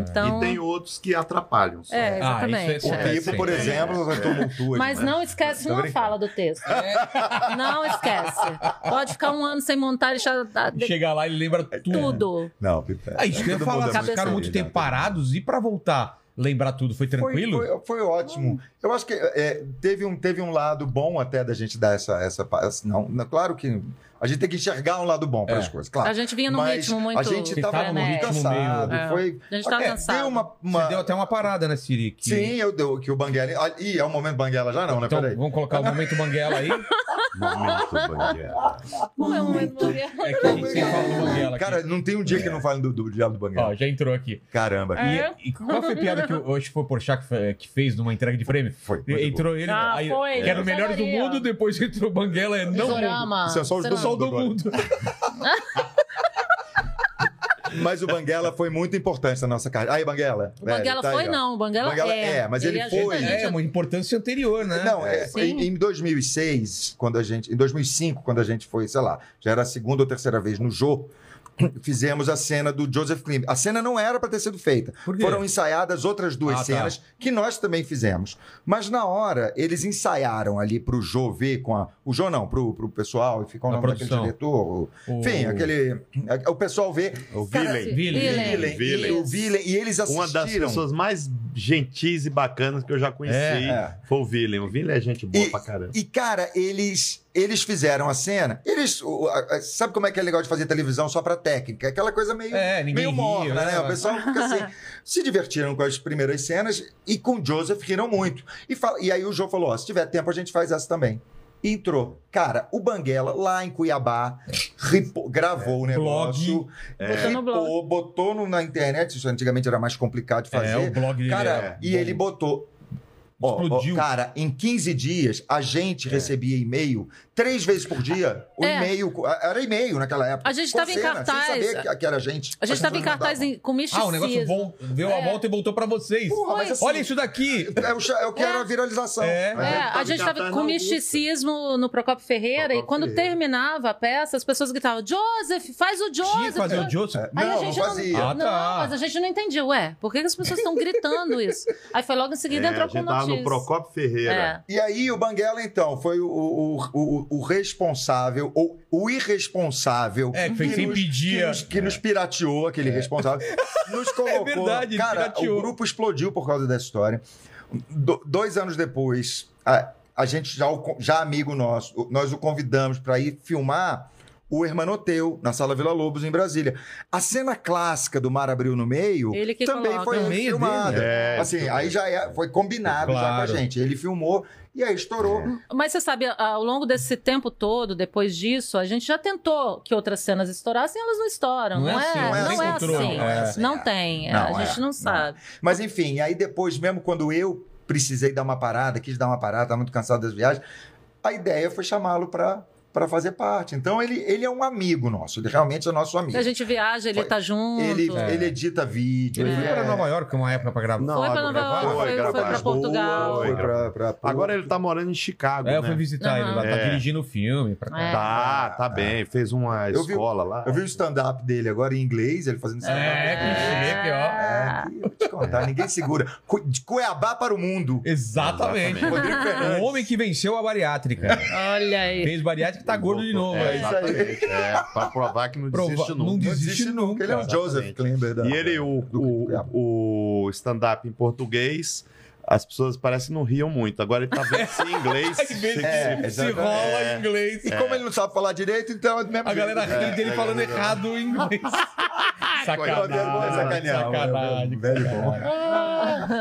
Então, E tem outros que atrapalham. só. Ah, é, isso exatamente. é O é. acontece, Pipo, por é. exemplo, é. tumultua. Mas não esquece né? Tô uma brincando. fala do texto. Não esquece. Pode ficar um ano sem montar e já dá- de- Chega lá, ele lembra tudo. tudo. Não, Pipo. é. Ah, isso que eu ia Todo falar, mundo vocês ficaram cabeça muito dele, tempo né? parados e pra voltar, lembrar tudo, foi tranquilo? Foi, foi- foi ótimo. Eu acho que é, teve, um, teve um lado bom até da gente dar essa. essa pa- assim, não, não, claro que a gente tem que enxergar um lado bom para as É. coisas, claro. A gente vinha num Mas Tá ritmo muito. A gente Vocês estava tavam num muito frenético. ritmo meio- cansado. É. Foi, A gente tava É, cansado. Deu uma, uma- Você deu até uma parada, né, Siri? Que- Sim, eu deu que o Banguela. Ah, Ih, é o momento Banguela já não, né? Então, Peraí. vamos colocar o momento Banguela aí. Momento Banguela. Não é um mulher. É que a gente sempre fala do Banguela aqui. É. Cara, não tem um dia que não fale do, do diabo do Banguela. Ó, já entrou aqui. Caramba. E- É? E, qual foi a piada que o- hoje foi o Porchat que fe- que fez numa entrega de prêmio? Foi. muito Entrou ele, Ah, aí, foi, que era o melhor do Zé Maria. mundo, depois entrou o Banguela, é não mundo. Zorama. Isso é só os Zorama. Só o do Agora. mundo. bom. Mas o Banguela foi muito importante na nossa carreira. Aí, Banguela. O velho, Banguela tá aí, foi, ó. não. O Banguela, Banguela é. é, mas ele ajuda foi. a gente É, uma importância anterior, né? Não, é, Sim. em em 2006, quando a gente, em 2005, quando a gente foi, sei lá, já era a segunda ou terceira vez no Jô, fizemos a cena do Joseph Klim. A cena não era para ter sido feita. Por quê? Foram ensaiadas outras duas Ah, tá. cenas que nós também fizemos. Mas na hora, eles ensaiaram ali pro Jô ver com a. O Jô não, pro, pro pessoal, e ficou o Na nome produção. daquele diretor. o- O- Enfim, aquele. é, O pessoal vê. O Cara, Villain. Villain. Villain. O Villain, e eles assistiram. Uma das pessoas mais gentis e bacanas que eu já conheci É, foi o Villain. O Villain é gente boa E- pra caramba. E, cara, eles eles fizeram a cena. Eles. o- a- a- sabe como é que é legal de fazer televisão só pra técnica? Aquela coisa meio. É, ninguém Meio riu, morna, né? O Mas- pessoal fica assim. se divertiram com as primeiras cenas e com o Joseph riram muito. E, fala- e aí o João falou: ó, se tiver tempo, a gente faz essa também. E Entrou. Cara, o Banguela, lá em Cuiabá, ripou- gravou o É, Blog. negócio, é, Botou no blog. ripou, botou no- na internet. Isso antigamente era mais complicado de fazer. É, o blog dele Cara, é e bom. ele botou. Ó, ó, Explodiu. É. cara, em 15 dias a gente recebia e-mail três vezes por dia. O É. e-mail. co- Era e-mail naquela época. A gente com tava em cena, cartaz. Sem saber que, que era a gente. A gente tava em mandava. cartaz em- com misticismo. Ah, o negócio vol- deu É. a volta e voltou pra vocês. Porra, mas assim- Olha isso daqui! É o, cha- é o que era a viralização. Tá É. É, a gente tava tava na com Augusta. misticismo no Procopio Ferreira Procopio e quando Ferreira. terminava a peça, as pessoas gritavam: Joseph, faz o Tinha que Joseph! fazer o Joseph. É. Aí Não, a gente não não, fazia. Ah, tá. não, mas a gente não entendia, ué, por que, que as pessoas estão gritando isso? Aí foi logo em É, seguida a entrou com gente tava notícia. no Procopio né? Ferreira. É. E aí o Banguela, então, foi o, o, o, o responsável, ou o irresponsável. É, que fez que sem nos- pedir. Que, nos, que nos pirateou, aquele responsável. Nos colocou. É. verdade, ele cara, pirateou. o grupo explodiu por causa dessa história. Do- dois anos depois, a- a gente já, o con- já amigo nosso, o- nós o convidamos para ir filmar o Hermanoteu na Sala Vila Lobos, em Brasília. A cena clássica do Mar Abril no meio Ele que também coloca. foi Também é filmada. dele, né? É, assim, aí já é- foi combinado já Claro. É. com a gente. Ele filmou e aí estourou. Mas você sabe, a- ao longo desse tempo todo, depois disso, a gente já tentou que outras cenas estourassem, elas não estouram. Não, não é, não é é, assim, controle, assim. não é assim, Não é. tem, Não, a é, gente não sabe. Mas enfim, aí depois, mesmo quando eu precisei dar uma parada, quis dar uma parada, estava muito cansado das viagens, a ideia foi chamá-lo para fazer parte. Então ele, ele é um amigo nosso, ele realmente é nosso amigo. A gente viaja, ele Foi- tá junto. Ele, ele edita vídeo, É. Ele ele foi é- pra Nova York uma época pra gravar. Não, Foi pra agora- Nova York, foi, foi- foi pra gravar. Portugal. Foi, Foi gravar. pra, pra, pra- Agora ele tá morando em Chicago, É, eu né? fui visitar ele lá, tá É. dirigindo o filme. Pra cá. É. Tá, tá bem. Fez uma Eu vi- escola lá. Eu vi o stand-up dele agora em inglês, ele fazendo stand-up. É, que chique, ó. É, que eu vou te contar, ninguém segura. Cu- De Cuiabá para o mundo. Exatamente. Rodrigo Fernandes. O homem que venceu a bariátrica. É. Olha aí. Fez bariátrica e tá gordo de novo. É, aí. exatamente. É, pra provar que não Prova- desiste não nunca. Não existe Existe nunca. Ele é o nunca. Joseph Klimber. da- E ele, o, do Cuiabá. o, o stand-up em português, as pessoas parecem que não riam muito. Agora ele tá vendo se em inglês. Às vezes se- se, se- se rola é. em inglês. E como ele não sabe falar direito, então é do mesmo A galera jeito. ri dele falando errado em inglês. é Sacanagem, Sacanagem. sacanagem. Velho bom.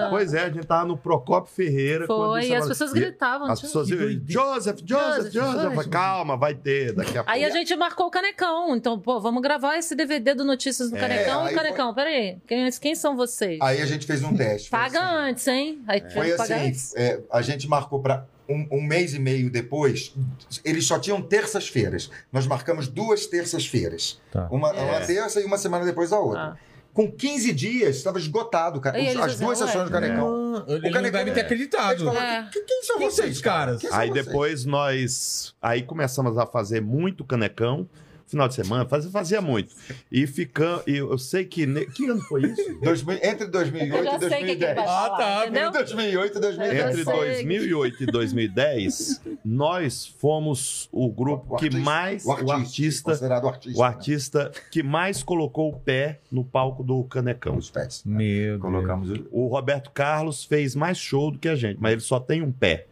Pois é, a gente tava no Procopio Ferreira. quando Foi, isso e as agora- pessoas E gritavam. tipo, As tchau. pessoas Que iam, Joseph, Joseph, Joseph, Joseph. Joseph. Calma, vai ter daqui a pouco. Aí a gente marcou o Canecão. Então, pô, vamos gravar esse DVD do Notícias do Canecão. aí Canecão, peraí. Quem, quem são vocês? Aí a gente fez um teste. foi Paga assim. antes, hein? Aí tinha Foi que pagar assim, antes. é, a gente marcou para um, um mês e meio depois, eles só tinham terças-feiras. Nós marcamos duas terças-feiras. Tá. Uma, É. Ah. uma terça e uma semana depois a outra. Com 15 dias, estava esgotado, cara. E Os- eles As duas disseram, sessões do Canecão. Ah, Ele não Canecão deve é- ter Eles acreditado. falaram, É. "Quem- quem são Quem são vocês, esses caras? Quem são Aí vocês?" depois nós. Aí começamos a fazer muito canecão. Final de semana, fazia, fazia muito. E ficamos. Eu sei que. ne- Que ano foi isso? 2000 entre 2008 Eu e já sei o que, que 2010. vai falar, Ah, tá, entre entendeu? 2008 e 2010. Entre sei. 2008 e 2010, nós fomos o grupo O que artista- mais. O artista. Considerado o artista. né? O artista que mais colocou o pé no palco do Né? Canecão. Os pés. É, Meu Deus. Colocamos o. O Roberto Carlos fez mais show do que a gente, mas ele só tem um pé.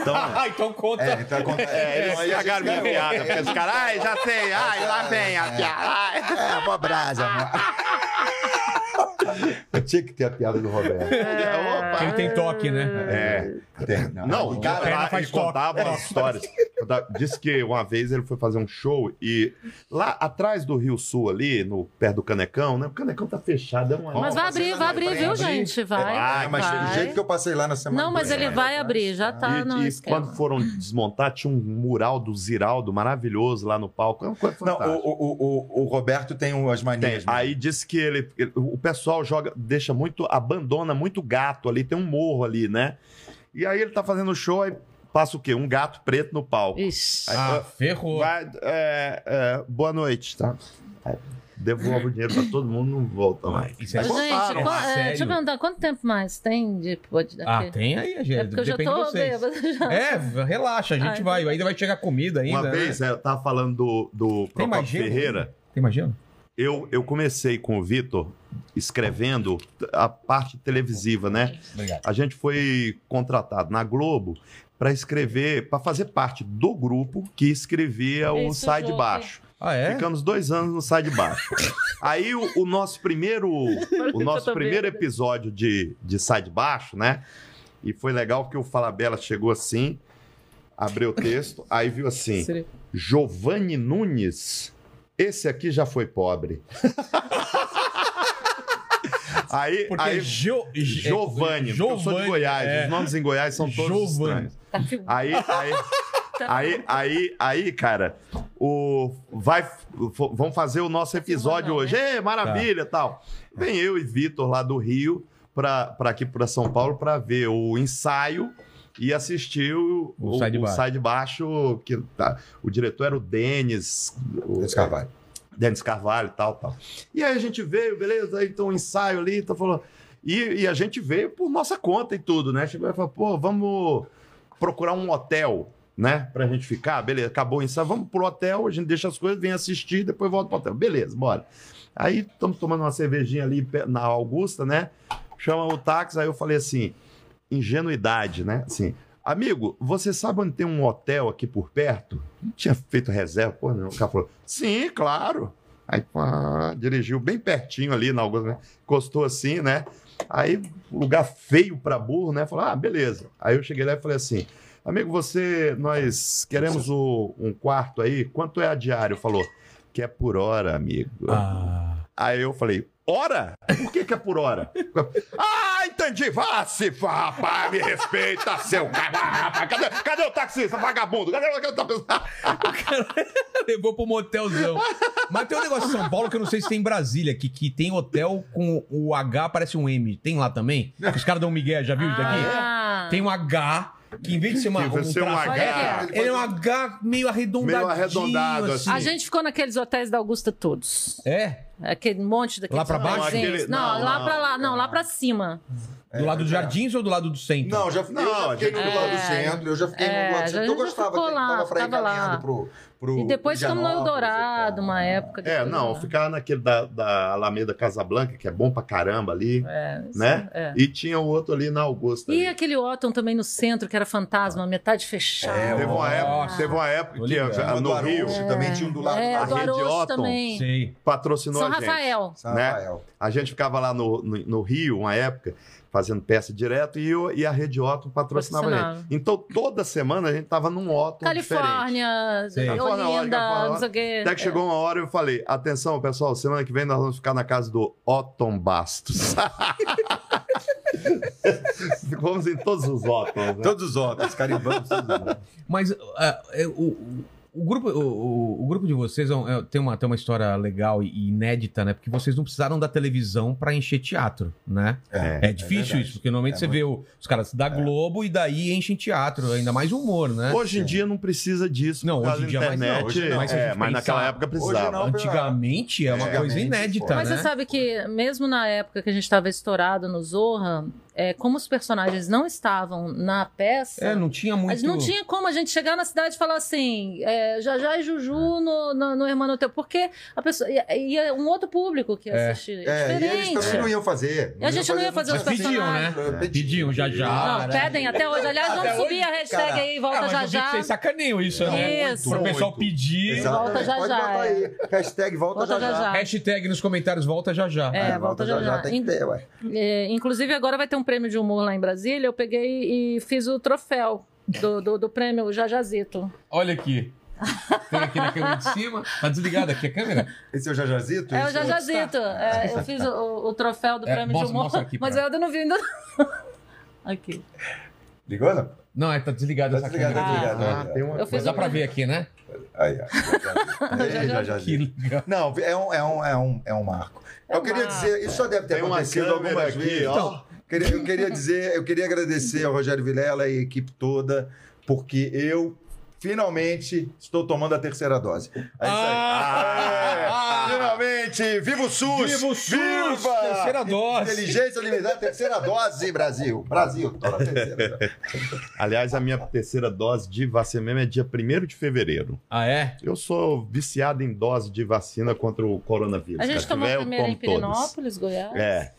Então. Ah, então conta. É, então conta. É, eles aí a gente cagaram minha ganhou. piada, porque os caras, ai, já sei, ai, lá vem a piada. É, ai. uma brasa. Eu tinha que ter a piada do Roberto. Opa. Quem tem toque, né? É. Tem, Não, e cara, perna ele faz contava toque. umas histórias. Contava- Disse que uma vez ele foi fazer um show e lá atrás do Rio Sul, ali, no pé do Canecão, né? O Canecão tá fechado, é uma. Mas vai abrir, vai abrir, viu, Abrir. gente? Vai. Vai, Ah, mas do jeito vai. que eu passei lá na semana. Não, mas ele vai abrir, já tá no E, e esquema. quando foram desmontar, tinha um mural do Ziraldo maravilhoso lá no palco. É uma coisa Não, fantástica. o, o, o, o Roberto tem umas Tem. manias. né? Aí disse que ele, ele- O pessoal joga, deixa muito. abandona muito gato ali, tem um morro ali, né? E aí ele tá fazendo show, aí passa o quê? Um gato preto no palco. Ixi. Ah, ferrou. Vai, é, é, boa noite, tá? Aí Devolvo o dinheiro pra todo mundo, não volta mais. Isso é Gente, voltaram, qual- sério? é, deixa eu perguntar, quanto tempo mais tem de pode Ah, daqui? tem aí, é gente. porque eu já Depende de tô vocês. bêbada. já. É, v- relaxa, a gente Ai, vai. Ainda vai chegar comida ainda. Uma né? vez, é, eu tava falando do, do Tem mais Procopio gelo? Ferreira. Tem mais gelo? Eu, eu comecei com o Vitor escrevendo a parte televisiva, né? Obrigado. A gente foi contratado na Globo para escrever, para fazer parte do grupo que escrevia o Isso, Sai de João. Baixo. Ah, é? Ficamos dois anos no Sai de Baixo. Aí o, o nosso primeiro, o nosso tô primeiro vendo. episódio de, de Sai de Baixo, né? E foi legal porque o Falabella chegou assim, abriu o texto, aí viu assim: Seria- Giovanni Nunes, esse aqui já foi pobre. aí, Porque aí é Jo- Jo- Giovanni, porque eu sou de Giovanni, Goiás, é. os nomes em Goiás são todos Giovanni. estranhos. Tá filmando. Aí, aí, aí, aí, aí, cara, o vai, f- vão fazer o nosso episódio hoje, filmando, Ê, maravilha, Tá. tal. Vem eu e Vitor lá do Rio para aqui para São Paulo para ver o ensaio e assistir o, O Sai de Baixo. Sai de Baixo, que tá- o diretor era o Denis, o- Esse Carvalho. Denis Carvalho e tal, tal. E aí a gente veio, beleza? Aí então um ensaio ali, tá falando. E, e a gente veio por nossa conta e tudo, né? Chegou e falou, pô, vamos procurar um hotel, né? Pra gente ficar, beleza, acabou o ensaio, vamos pro hotel, a gente deixa as coisas, vem assistir, depois volta pro hotel. Beleza, bora. Aí estamos tomando uma cervejinha ali pe- na Augusta, né? Chama o táxi, aí eu falei assim, ingenuidade, né? Assim, Amigo, você sabe onde tem um hotel aqui por perto? Não tinha feito reserva, pô, não. O cara falou, sim, claro. Aí pá, dirigiu bem pertinho ali na Augusta, né? encostou assim, né? Aí, lugar feio pra burro, né? Falou, ah, beleza. Aí eu cheguei lá e falei assim, amigo, você, nós queremos o- um quarto aí, quanto é a diário? Falou, que é por hora, amigo. Ah. Aí eu falei, hora? Por que que é por hora? ah, entendi. Vá se vá, rapaz, me respeita, seu cara. Rapaz. Cadê, cadê o taxista, vagabundo? Cadê, cadê o taxista? Levou pro motelzão. Mas tem um negócio em São Paulo que eu não sei se tem em Brasília, que, que tem hotel com o H parece um M. Tem lá também? Os caras dão Miguel, já viu isso daqui? Ah, Tem um H que em vez de ser uma, Que vai um ser um traço- H. Ele é um H meio arredondadinho. Meio arredondado, assim. A gente ficou naqueles hotéis da Augusta todos. É? Aquele monte daqueles Lá pra baixo? hotelzinhos. Aquele- Não, não, lá não. pra lá, não, lá pra cima. Do lado dos jardins ou do lado do centro? Então, Não, já, É, Não, eu já fiquei gente, no lado do é. centro, eu já fiquei É, no lado do já- centro. Eu já gostava que ficou lá, tava pra ir tava lá. caminhando pro, pro. E depois ficamos no Higienópolis e tal. Eldorado, uma época. É, depois, não, né? ficar naquele da, da Alameda Casablanca, que é bom pra caramba ali, É, né? é. E tinha o outro ali na Augusta. E ali. aquele Otton também no centro, que era fantasma, metade fechada. Teve uma época, Nossa. teve uma época Tô que ligado. ah, Uma no do Rio Aroche também tinha um do lado É, a do rede Arocho Otton. também. Sei. patrocinou São a gente. Rafael. São Rafael. Né? A gente ficava lá no, no, no Rio, uma época, fazendo peça direto, e, eu- e a Rede Otton patrocinava a gente. Patrocinava. Então, toda semana a gente tava num Otton diferente. Califórnia, é Sim. Califórnia, Olinda, Califórnia, não sei o quê. Até que chegou uma hora e eu falei: atenção, pessoal, semana que vem nós vamos ficar na casa do Otton Bastos. Ficamos em todos os Ottons, né? Todos os óculos, é carimbamos. todos os né? óculos. Mas ah, é, o, o- o grupo, o, o- o grupo de vocês é um- é- tem, uma, tem uma história legal e inédita, né? Porque vocês não precisaram da televisão pra encher teatro, né? É, difícil verdade. É isso, porque normalmente você vê o- os caras da Globo e daí enchem teatro, ainda mais humor, né? Hoje em dia não precisa disso. Não, por causa hoje em da dia mais não, internet, hoje não, mas se a é, gente mas naquela pensar- época Hoje precisava. não. Antigamente é uma Antigamente, coisa inédita, pô. Mas né? você sabe que, mesmo na época que a gente estava estourado no Zorra, é, como os personagens não estavam na peça, É, não tinha muito. Mas não tinha como a gente chegar na cidade e falar assim, é, Jajá e Juju no, no, no Hermano Teu, porque a pessoa. E, e é um outro público que É. assiste. É, É, e eles também não diferente. iam fazer. É, E a gente não ia fazer os Mas pediam, né? personagens. Eu pedi. Pediam já já. Não, pedem até hoje. Aliás, né? Até vamos subir hoje, a hashtag cara. aí, Ah, volta mas já eu vi que já. vocês sacaneiam isso, né? Isso. Pro pessoal Muito. pedir. Exatamente. Volta já Pode já, botar é. aí. Hashtag volta, Volta já já já. já. Hashtag nos comentários, volta já já. É, Ah, volta já já. Tem que ter, ué. É, inclusive, agora vai ter um prêmio de humor lá em Brasília. Eu peguei e fiz o troféu do, do, do prêmio Jajazito. Olha aqui. Tem aqui na câmera de cima. Tá desligada aqui a câmera? Esse é o Jajazito? É o Esse Jajazito. É, eu fiz o, o troféu do É, prêmio mostra- de humor. mostra aqui pra mas eu ela. ainda não vi ainda. não. aqui. Ligou, não? Não, é, tá desligada essa Tá desligado, câmera. tá desligado. Ah, olha. tem uma Eu Mas fiz dá o... pra ver aqui, né? Aí, ó. Jajazito. Ei, Que Jajazito. legal. Não, é um, é um, é um, é um marco. É um eu queria marco, dizer, isso só deve ter Tem uma acontecido câmera algumas aqui, vezes. ó. Então, queria- eu queria dizer, eu queria agradecer ao Rogério Vilela e a equipe toda, porque eu finalmente estou tomando a terceira dose. É isso aí. Ah! É, finalmente! Viva o SUS! Viva o SUS! Viva! Terceira dose. Inteligência limitada, terceira dose, Brasil! Brasil, tô na terceira. Aliás, a minha terceira dose de vacina mesmo é dia 1 de fevereiro. Ah, é? Eu sou viciado em dose de vacina contra o coronavírus. A gente cara. tomou Tiver, a eu primeira em tomo todas. Pirinópolis, Goiás. É.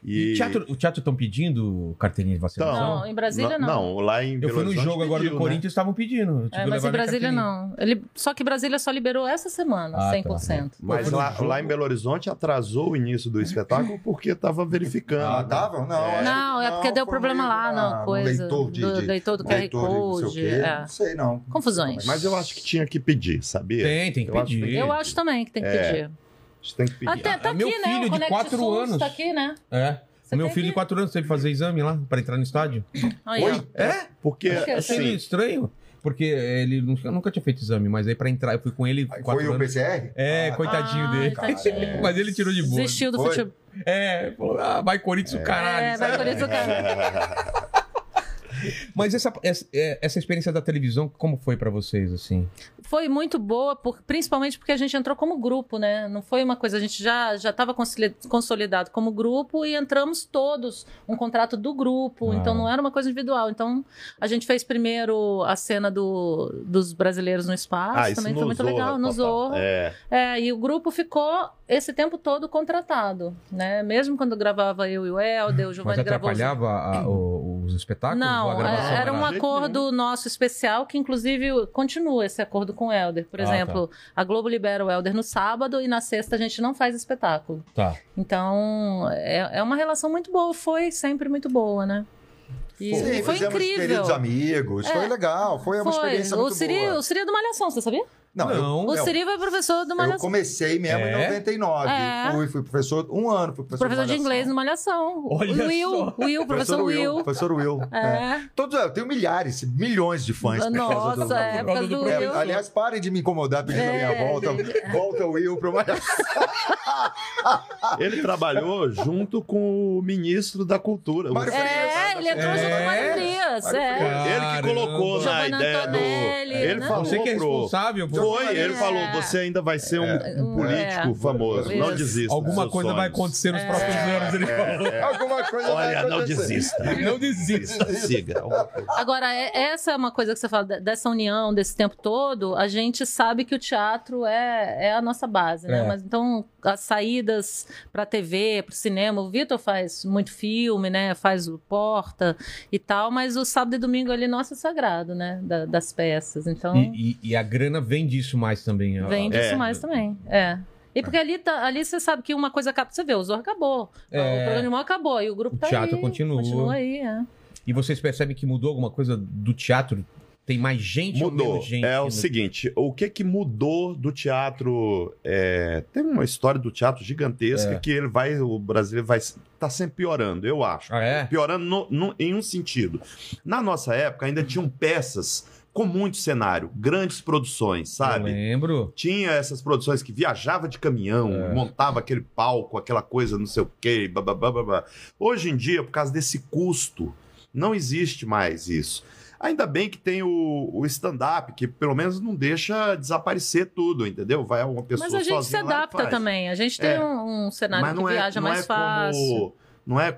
E, E... teatro- o teatro estão pedindo carteirinha de vacinação? Não, em Brasília não. Não, lá em Eu Belo fui no Horizonte jogo agora pediu, do né? Corinthians, estavam pedindo. Eu tive É, que mas levar em minha Brasília carteirinha. não. Ele... Só que Brasília só liberou essa semana, Ah, tá. 100%. Mas Pô, foi no lá, jogo. lá em Belo Horizonte atrasou o início do espetáculo porque estava verificando. né? tá. Ah, estavam? Não, acho que Não, é porque deu foi problema meio um, lá na- ah, na no coisa. Leitor de, do, de- leitor do QR leitor de não sei o Code. quê. é. Não sei, não. Confusões. Mas eu acho que tinha que pedir, sabia? Tem, tem que Eu acho pedir. que- Eu acho também que tem que É. pedir. A gente tem que pedir. Até tá Ah, é meu aqui, né? filho de O Connect quatro SUS anos. tá aqui, né? É. Você o meu tem filho de que- 4 anos teve que fazer exame lá pra entrar no estádio. Aí, ó. É? Porque, Acho que é Achei assim, estranho, porque ele nunca, nunca tinha feito exame, mas aí pra entrar, eu fui com ele Aí 4 Foi anos. o PCR? Ah, Ah, É, coitadinho Ai, dele. tadinho. Mas ele tirou de boa. Desistiu do Foi? futebol. É, falou, ah, vai Corinthians o caralho. É, sabe? vai por isso, cara. Mas essa, essa, é, essa experiência da televisão, como foi pra vocês, assim? Foi muito boa, por- principalmente porque a gente entrou como grupo, né? Não foi uma coisa, a gente já já estava consolidado como grupo e entramos todos, um contrato do grupo, Ah. então não era uma coisa individual. Então a gente fez primeiro a cena do, dos brasileiros no espaço, ah, isso também no foi muito Zorra, legal, no total. Zorro. É. É. e o grupo ficou esse tempo todo contratado, né? Mesmo quando gravava eu e o Helder, o Mas Giovanni gravou. os- atrapalhava a- o, o os espetáculos? ou a Não, gravação né? era era- um uma- jeito acordo nosso especial que, inclusive, continua esse acordo com o Helder. Por Ah, exemplo, a Globo libera o Helder no sábado e na sexta a gente não faz espetáculo. Tá. Então, é, é uma relação muito boa, foi sempre muito boa, né? E Sim, e foi fizemos incrível. Queridos amigos, É. foi legal, foi uma Foi. experiência O muito Siri, boa. o Siri é do Malhação, você sabia? Não, eu- Não. O Siri é foi professor do eu, Malhação. comecei mesmo É? em 99. É. Fui, fui professor um ano, fui professor, Professor de Malhação. inglês no Malhação. O Olha Will, só. Will, professor Will. Professor Will. É. É. Todos, eu tenho milhares, milhões de fãs. por causa do- Nossa, é, por causa época do do É, Will. aliás, parem de me incomodar pedindo a É. minha volta. Volta o Will pro Malhação. Ele trabalhou junto com o ministro da cultura. o- Mário Frias. É, ele entrou junto com o Mário É. Frias. É. Ele que colocou na Giovanna ideia do. Antonelli, Ele né? falou Você que é pro. responsável por... Foi, ele É. falou: você ainda vai ser um, um um- político é. famoso. Não Isso. desista. Alguma dos seus coisa vai sonhos. acontecer É. nos próximos anos, ele É. falou. É, Alguma coisa vai Olha, não acontecer. desista. Não desista. um Siga. Agora, é- essa é uma coisa que você fala, de- dessa união, desse tempo todo, a gente sabe que o teatro é, é a nossa base, né? É. Mas então, as saídas pra TV, pro cinema, o Vitor faz muito filme, né? Faz o Porta e tal, mas o sábado e domingo ali, nosso é sagrado, né? Da- das peças. Então, E, e- e a grana vem disso mais também. ó. vem disso É. mais também. É. E porque ali, tá- ali você sabe que uma coisa acaba, você vê, o Zorro acabou, É. o programa de humor acabou, e o grupo O tá teatro aí. continua. Continua aí, é. E vocês percebem que mudou alguma coisa do teatro? Tem mais gente ou Mudou. menos gente? né? É o no- seguinte, o que que mudou do teatro? é, tem uma história do teatro gigantesca É. que ele vai, o brasileiro vai tá sempre piorando, eu acho. Ah, é? Piorando no- no- em um sentido. Na nossa época ainda tinham peças com muito cenário, grandes produções, Eu sabe? lembro. Tinha essas produções que viajava de caminhão, É. montava aquele palco, aquela coisa, não sei o quê, bababá. babá. Hoje em dia, por causa desse custo, não existe mais isso. Ainda bem que tem o, o stand-up, que pelo menos não deixa desaparecer tudo, entendeu? Vai uma pessoa Mas a gente se sozinha lá e adapta faz. também. A gente tem É. um, um cenário Mas que não é, viaja não mais é fácil. É. Como, não é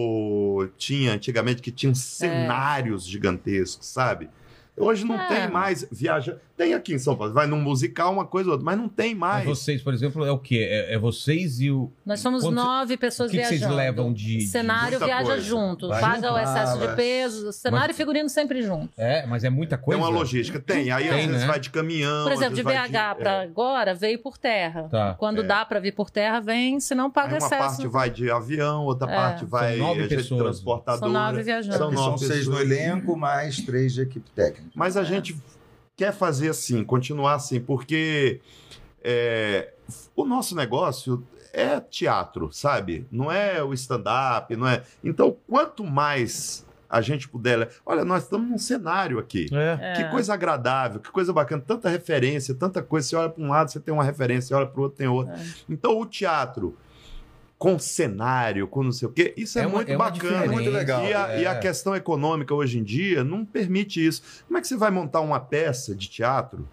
como tinha antigamente, que tinha cenários gigantescos, sabe? Hoje não É. tem mais viaja. Tem aqui em São Paulo, vai num musical, uma coisa ou outra, mas não tem Mas mais. vocês, por exemplo, é o quê? É, é vocês e o. Nós somos Quando cê- nove O pessoas que, que viajando. vocês levam de. de- Cenário muita viaja coisa. Ah, junto, Vai paga o juntar, excesso de vai. peso, cenário e figurino sempre junto. É, mas é muita Tem coisa. uma logística. Tem. Aí às Tem, vezes né? vai de caminhão. Por às exemplo, de vezes BH vai para é. agora, veio por terra. Tá. Quando dá para vir por terra, vem, se não paga Aí uma excesso. parte vai de avião, outra É. parte vai nove de pessoas. transportadora. São nove viajando. São São, nove seis no pessoas. elenco, mais três de equipe técnica. Mas a gente quer fazer assim, continuar assim, porque é, o nosso negócio é teatro, sabe? Não é o stand-up, não é. Então, quanto mais a gente puder. né? Olha, nós estamos num cenário aqui. É. É. Que coisa agradável, que coisa bacana, tanta referência, tanta coisa. Você olha para um lado, você tem uma referência, você olha para o outro, tem outra. É. Então, o teatro com cenário, com não sei o quê, isso é, uma- muito uma bacana. diferença, muito legal. E a, é. e a questão econômica hoje em dia não permite isso. Como é que você vai montar uma peça de teatro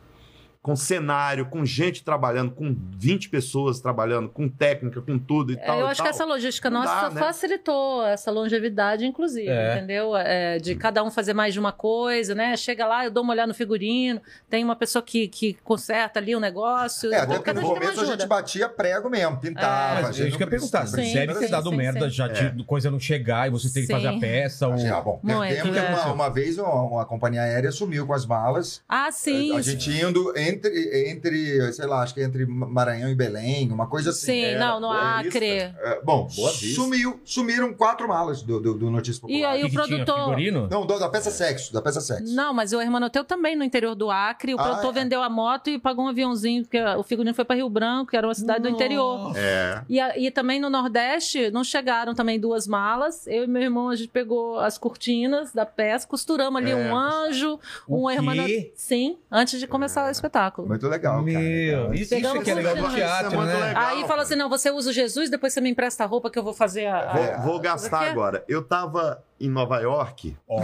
com cenário, com gente trabalhando, com 20 pessoas trabalhando, com técnica, com tudo e É, tal? eu e acho que tal? essa logística Não nossa dá, né? facilitou essa longevidade, inclusive, É. entendeu? É, Hum. de cada um fazer mais de uma coisa, né? Chega lá, eu dou uma olhada no figurino, tem uma pessoa que, que conserta ali o negócio. É, até Cada porque no um tem uma começo a ajuda. gente batia prego mesmo, pintava. Mas a eu gente É, isso que eu ia perguntar. precisa- Sim, deve ter sim, dado sim, merda, sim. já de coisa não chegar e você tem que fazer a Sim. peça. Ou... Ah, bom, Muito, perdemos é. uma, uma vez uma, uma companhia aérea sumiu com as malas. Ah, sim. A gente indo entre, entre, sei lá, acho que entre Maranhão e Belém, uma coisa assim. Sim, Era. não, no boa Acre. É, bom, Boa vista. sumiu, sumiram quatro malas do, do, do Notícia Popular. E aí O o que que tinha? produtor. Figurino? Não, do- da peça sexo, da peça sexo. Não, mas o Hermanoteu também no interior do Acre. O Ah, produtor é. vendeu a moto e pagou um aviãozinho, porque o figurino foi para Rio Branco, que era uma cidade do interior. É. E, a- e também no Nordeste não chegaram também duas malas. Eu e meu irmão, a gente pegou as cortinas da peça, costuramos ali É, um anjo, O um quê? É. hermano. Sim, antes de começar o espetáculo. Muito legal, cara. Meu, isso, isso é que é legal do Pegamos teatro, um né? legal, Aí cara. falou assim: não, você usa o Jesus, depois você me empresta a roupa que eu vou fazer a. a- É, Vou, vou gastar Ah, Porque- agora. Eu tava em Nova York, Ó,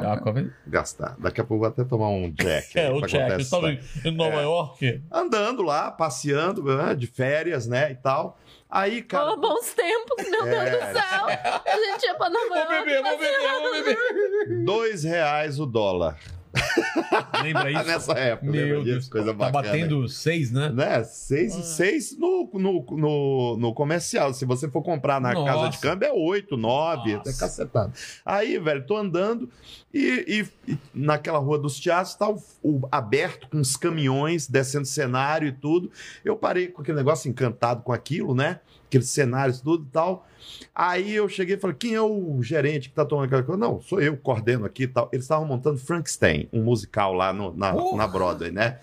dá pra ver. gastar. Daqui a pouco eu vou até tomar um Jack. É, aí pra contar essa história. em Nova York. andando lá, passeando, né, de férias, né, e tal. Aí, cara, Oh, bons tempos, meu É. Deus do céu! A gente ia pra Nova York. vou beber, vou beber. dois reais o dólar. Lembra É isso? Nessa época, Meu lembra Deus. disso? Coisa tá bacana. batendo seis, né? Né? Seis, seis no, no, no, no comercial. Se você for comprar na Nossa. casa de câmbio, é oito, nove, Nossa. é cacetado. Aí, velho, tô andando e, e- e naquela rua dos teatros tá o, o- aberto com os caminhões descendo cenário e tudo. Eu parei com aquele negócio encantado com aquilo, né? Aqueles cenários tudo e tal. Aí eu cheguei e falei, quem é o gerente que tá tomando aquela coisa? Não, sou eu, que coordeno aqui e tal. Eles estavam montando Frankenstein, um musical lá no- na, Porra! na Broadway, né?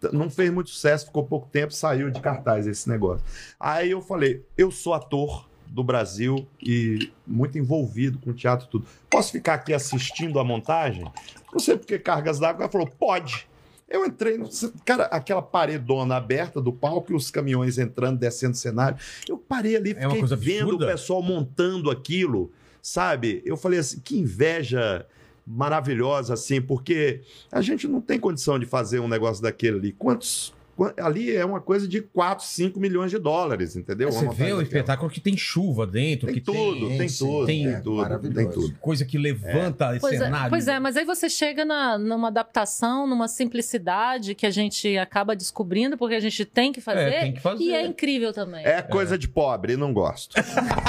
T- Não fez muito sucesso, ficou pouco tempo, saiu de cartaz esse negócio. Aí eu falei, eu sou ator do Brasil e muito envolvido com teatro e tudo. Posso ficar aqui assistindo a montagem? Não sei porque cargas d'água. Ela falou, pode. Eu entrei, no- cara, aquela paredona aberta do palco e os caminhões entrando, descendo cenário. Eu parei ali, É uma fiquei coisa vendo absurda. o pessoal montando aquilo, sabe? Eu falei assim, que inveja maravilhosa, assim, porque a gente não tem condição de fazer um negócio daquele ali. Quantos... qua- Ali é uma coisa de 4, 5 milhões de dólares, entendeu? Você Uma vê o montagem daquela. espetáculo que tem chuva dentro, que Tem tudo, tem, sim, tudo, tem- tem, é, tudo, tem maravilhoso. tudo. coisa que levanta Pois é, cenário. né? pois é, mas aí você chega na, numa adaptação, numa simplicidade que a gente acaba descobrindo porque a gente tem que fazer. tem que fazer. E é incrível também. É coisa de pobre, não gosto.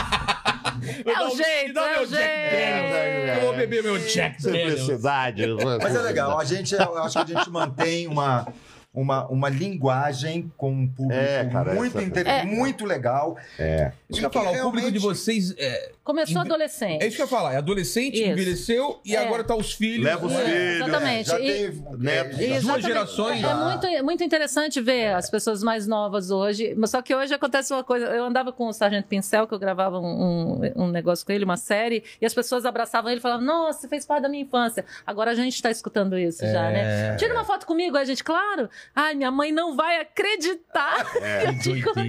É um o jeito, é o Daniels. jeito. Eu vou beber meu Jack Daniels. Simplicidade. Mas é legal, a gente, eu acho que a gente mantém uma, uma, uma linguagem com um público É, cara, muito, essa- inter- É. muito legal. É. Isso que eu ia falar, o público de Realmente- vocês. É, Começou Inve- adolescente. é isso que eu ia falar, é adolescente, Isso. envelheceu e É. agora tá os filhos. Leva os É, filhos. Exatamente. Já E- teve Neto. é, já- Duas Exatamente. gerações. É muito, é muito interessante ver as pessoas mais novas hoje. Mas só que hoje acontece uma coisa. Eu andava com o Sargento Pincel, que eu gravava um, um- um negócio com ele, uma série, e as pessoas abraçavam ele e falavam: Nossa, você fez parte da minha infância. Agora a gente está escutando isso já, né? Tira uma foto comigo, a gente, claro. Ai, minha mãe não vai acreditar É. que eu te contei.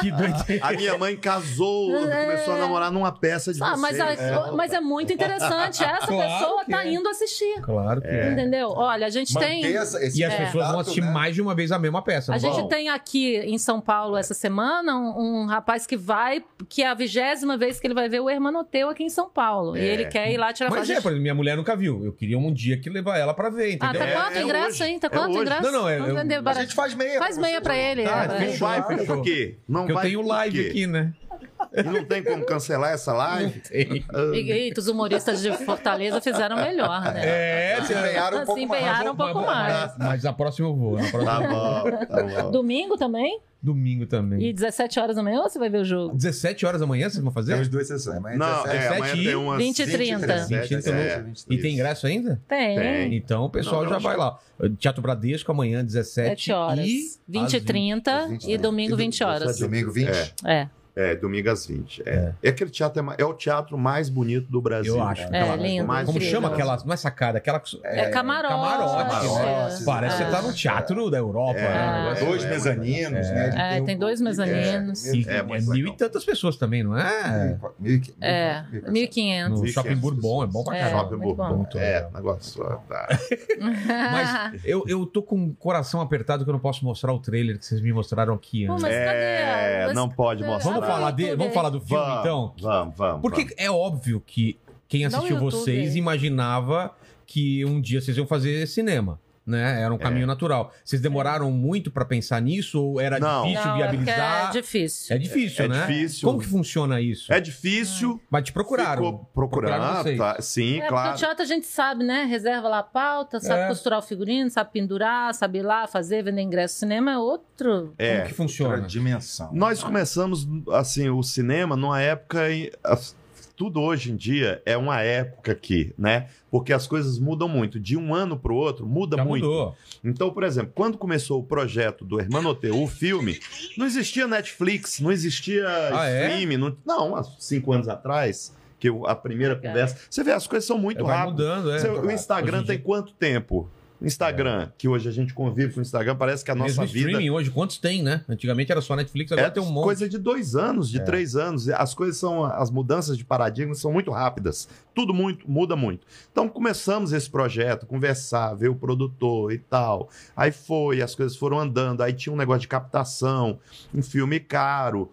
Que doideira. É. A minha mãe casou, é. começou a namorar numa peça de Ah, mas, a- vocês. mas é muito interessante. Essa Claro pessoa que tá é. indo assistir. Claro que é. Entendeu? Olha, a gente manter tem. essa- esse E as contato, pessoas vão assistir né? mais de uma vez a mesma peça. É. A não gente vão? tem aqui em São Paulo essa semana um, um rapaz que vai, que é a vigésima vez que ele vai ver o Hermanoteu aqui em São Paulo. E É. ele quer ir lá tirar Mas foto. é, por exemplo, minha mulher nunca viu. Eu queria um dia que levar ela pra ver, Ah, entendeu? tá É, quanto é ingresso, hoje. hein? Tá É quanto hoje. ingresso? Não, não, é- Vamos eu- vender A barato. gente faz meia. Faz meia pra ele. Tá, né? fechou. Vai, vai por quê? Não Porque eu vai tenho por live quê? aqui, né? E não tem como cancelar essa live? E- Eita, os humoristas de Fortaleza fizeram melhor, né? É, você Se empenharam um pouco Se mais. empenharam um pouco mais. Mas a próxima eu vou. na próxima- Tá bom, tá bom. Domingo também? Domingo também. E 17 horas da manhã ou você vai ver o jogo? 17 horas da manhã vocês vão Tem fazer? as duas sessões, mas Não, é, 17, amanhã 17 tem umas 20 e 30. 17, 20 e 30. E tem ingresso ainda? Tem. Tem. Então o pessoal Não, já não, vai lá. Teatro Bradesco amanhã, 17 7 horas. e... 20 e às 30 às 20, e domingo 20 horas. é. Domingo 20. É. É, É, domingo às 20. É, é. aquele teatro, é, ma- é o teatro mais bonito do Brasil. né? Eu acho. É, lindo, mais Como bonito. incrível. chama aquela? Não é sacada, aquela. é, camarote. Camarote, né? é. Parece que É. você tá no teatro da Europa. É. né? Um negócio- Dois É, mezaninos, é. né? Ele É, tem um- dois mezaninos. É, E- É, é mas mil legal. e tantas pessoas também, não é? mil e qui- É, mil e quatrocentos. 1.500. No Sim, Shopping sim. Bourbon, é bom pra É, caramba. Shopping muito bom. Bourbon. Muito É, legal. negócio. Tá. Mas eu, eu tô com o coração apertado que eu não posso mostrar o trailer que vocês me mostraram aqui Pô, antes. mas cadê? É, Mas não pode cadê? mostrar. Vamos Ah, falar no dele, YouTube vamos aí. falar do filme Vamos, então? Vamos, vamos. Porque é óbvio que quem Dá um assistiu YouTube vocês aí. imaginava que um dia vocês iam fazer cinema. Né? Era um É. caminho natural. Vocês demoraram muito pra pensar nisso ou era Não. difícil Não, é porque viabilizar? é difícil. É difícil, É né? difícil. Como que funciona isso? É difícil. Mas te procuraram. Ficou Procuraram procurando. vocês. tá, sim, É, porque o claro. teatro a gente sabe, né? Reserva lá a pauta, sabe É. costurar o figurino, sabe pendurar, sabe ir lá fazer, vender ingresso. Cinema é outro. É. Como que funciona? Outra dimensão. Nós começamos, assim, o cinema numa época. em- as- Tudo hoje em dia é uma época aqui, né? Porque as coisas mudam muito. De um ano para o outro, muda Já muito. mudou. Então, por exemplo, quando começou o projeto do Hermanoteu, o filme, não existia Netflix, não existia Ah, é? streaming. Não, não, há cinco anos atrás, que eu- a primeira Legal. conversa. Você vê, as coisas são muito Vai rápidas. mudando, é. Você- Muito o Instagram rápido. tem quanto tempo? O Instagram, que hoje a gente convive com o Instagram, parece que a nossa É. Mesmo vida. streaming hoje, quantos tem, né? Antigamente era só Netflix, agora É tem um monte. coisa de dois anos, de É. três anos. As coisas são. As mudanças de paradigma são muito rápidas. Tudo muito, muda muito. Então começamos esse projeto, conversar, ver o produtor e tal. Aí foi, as coisas foram andando. Aí tinha um negócio de captação, um filme caro.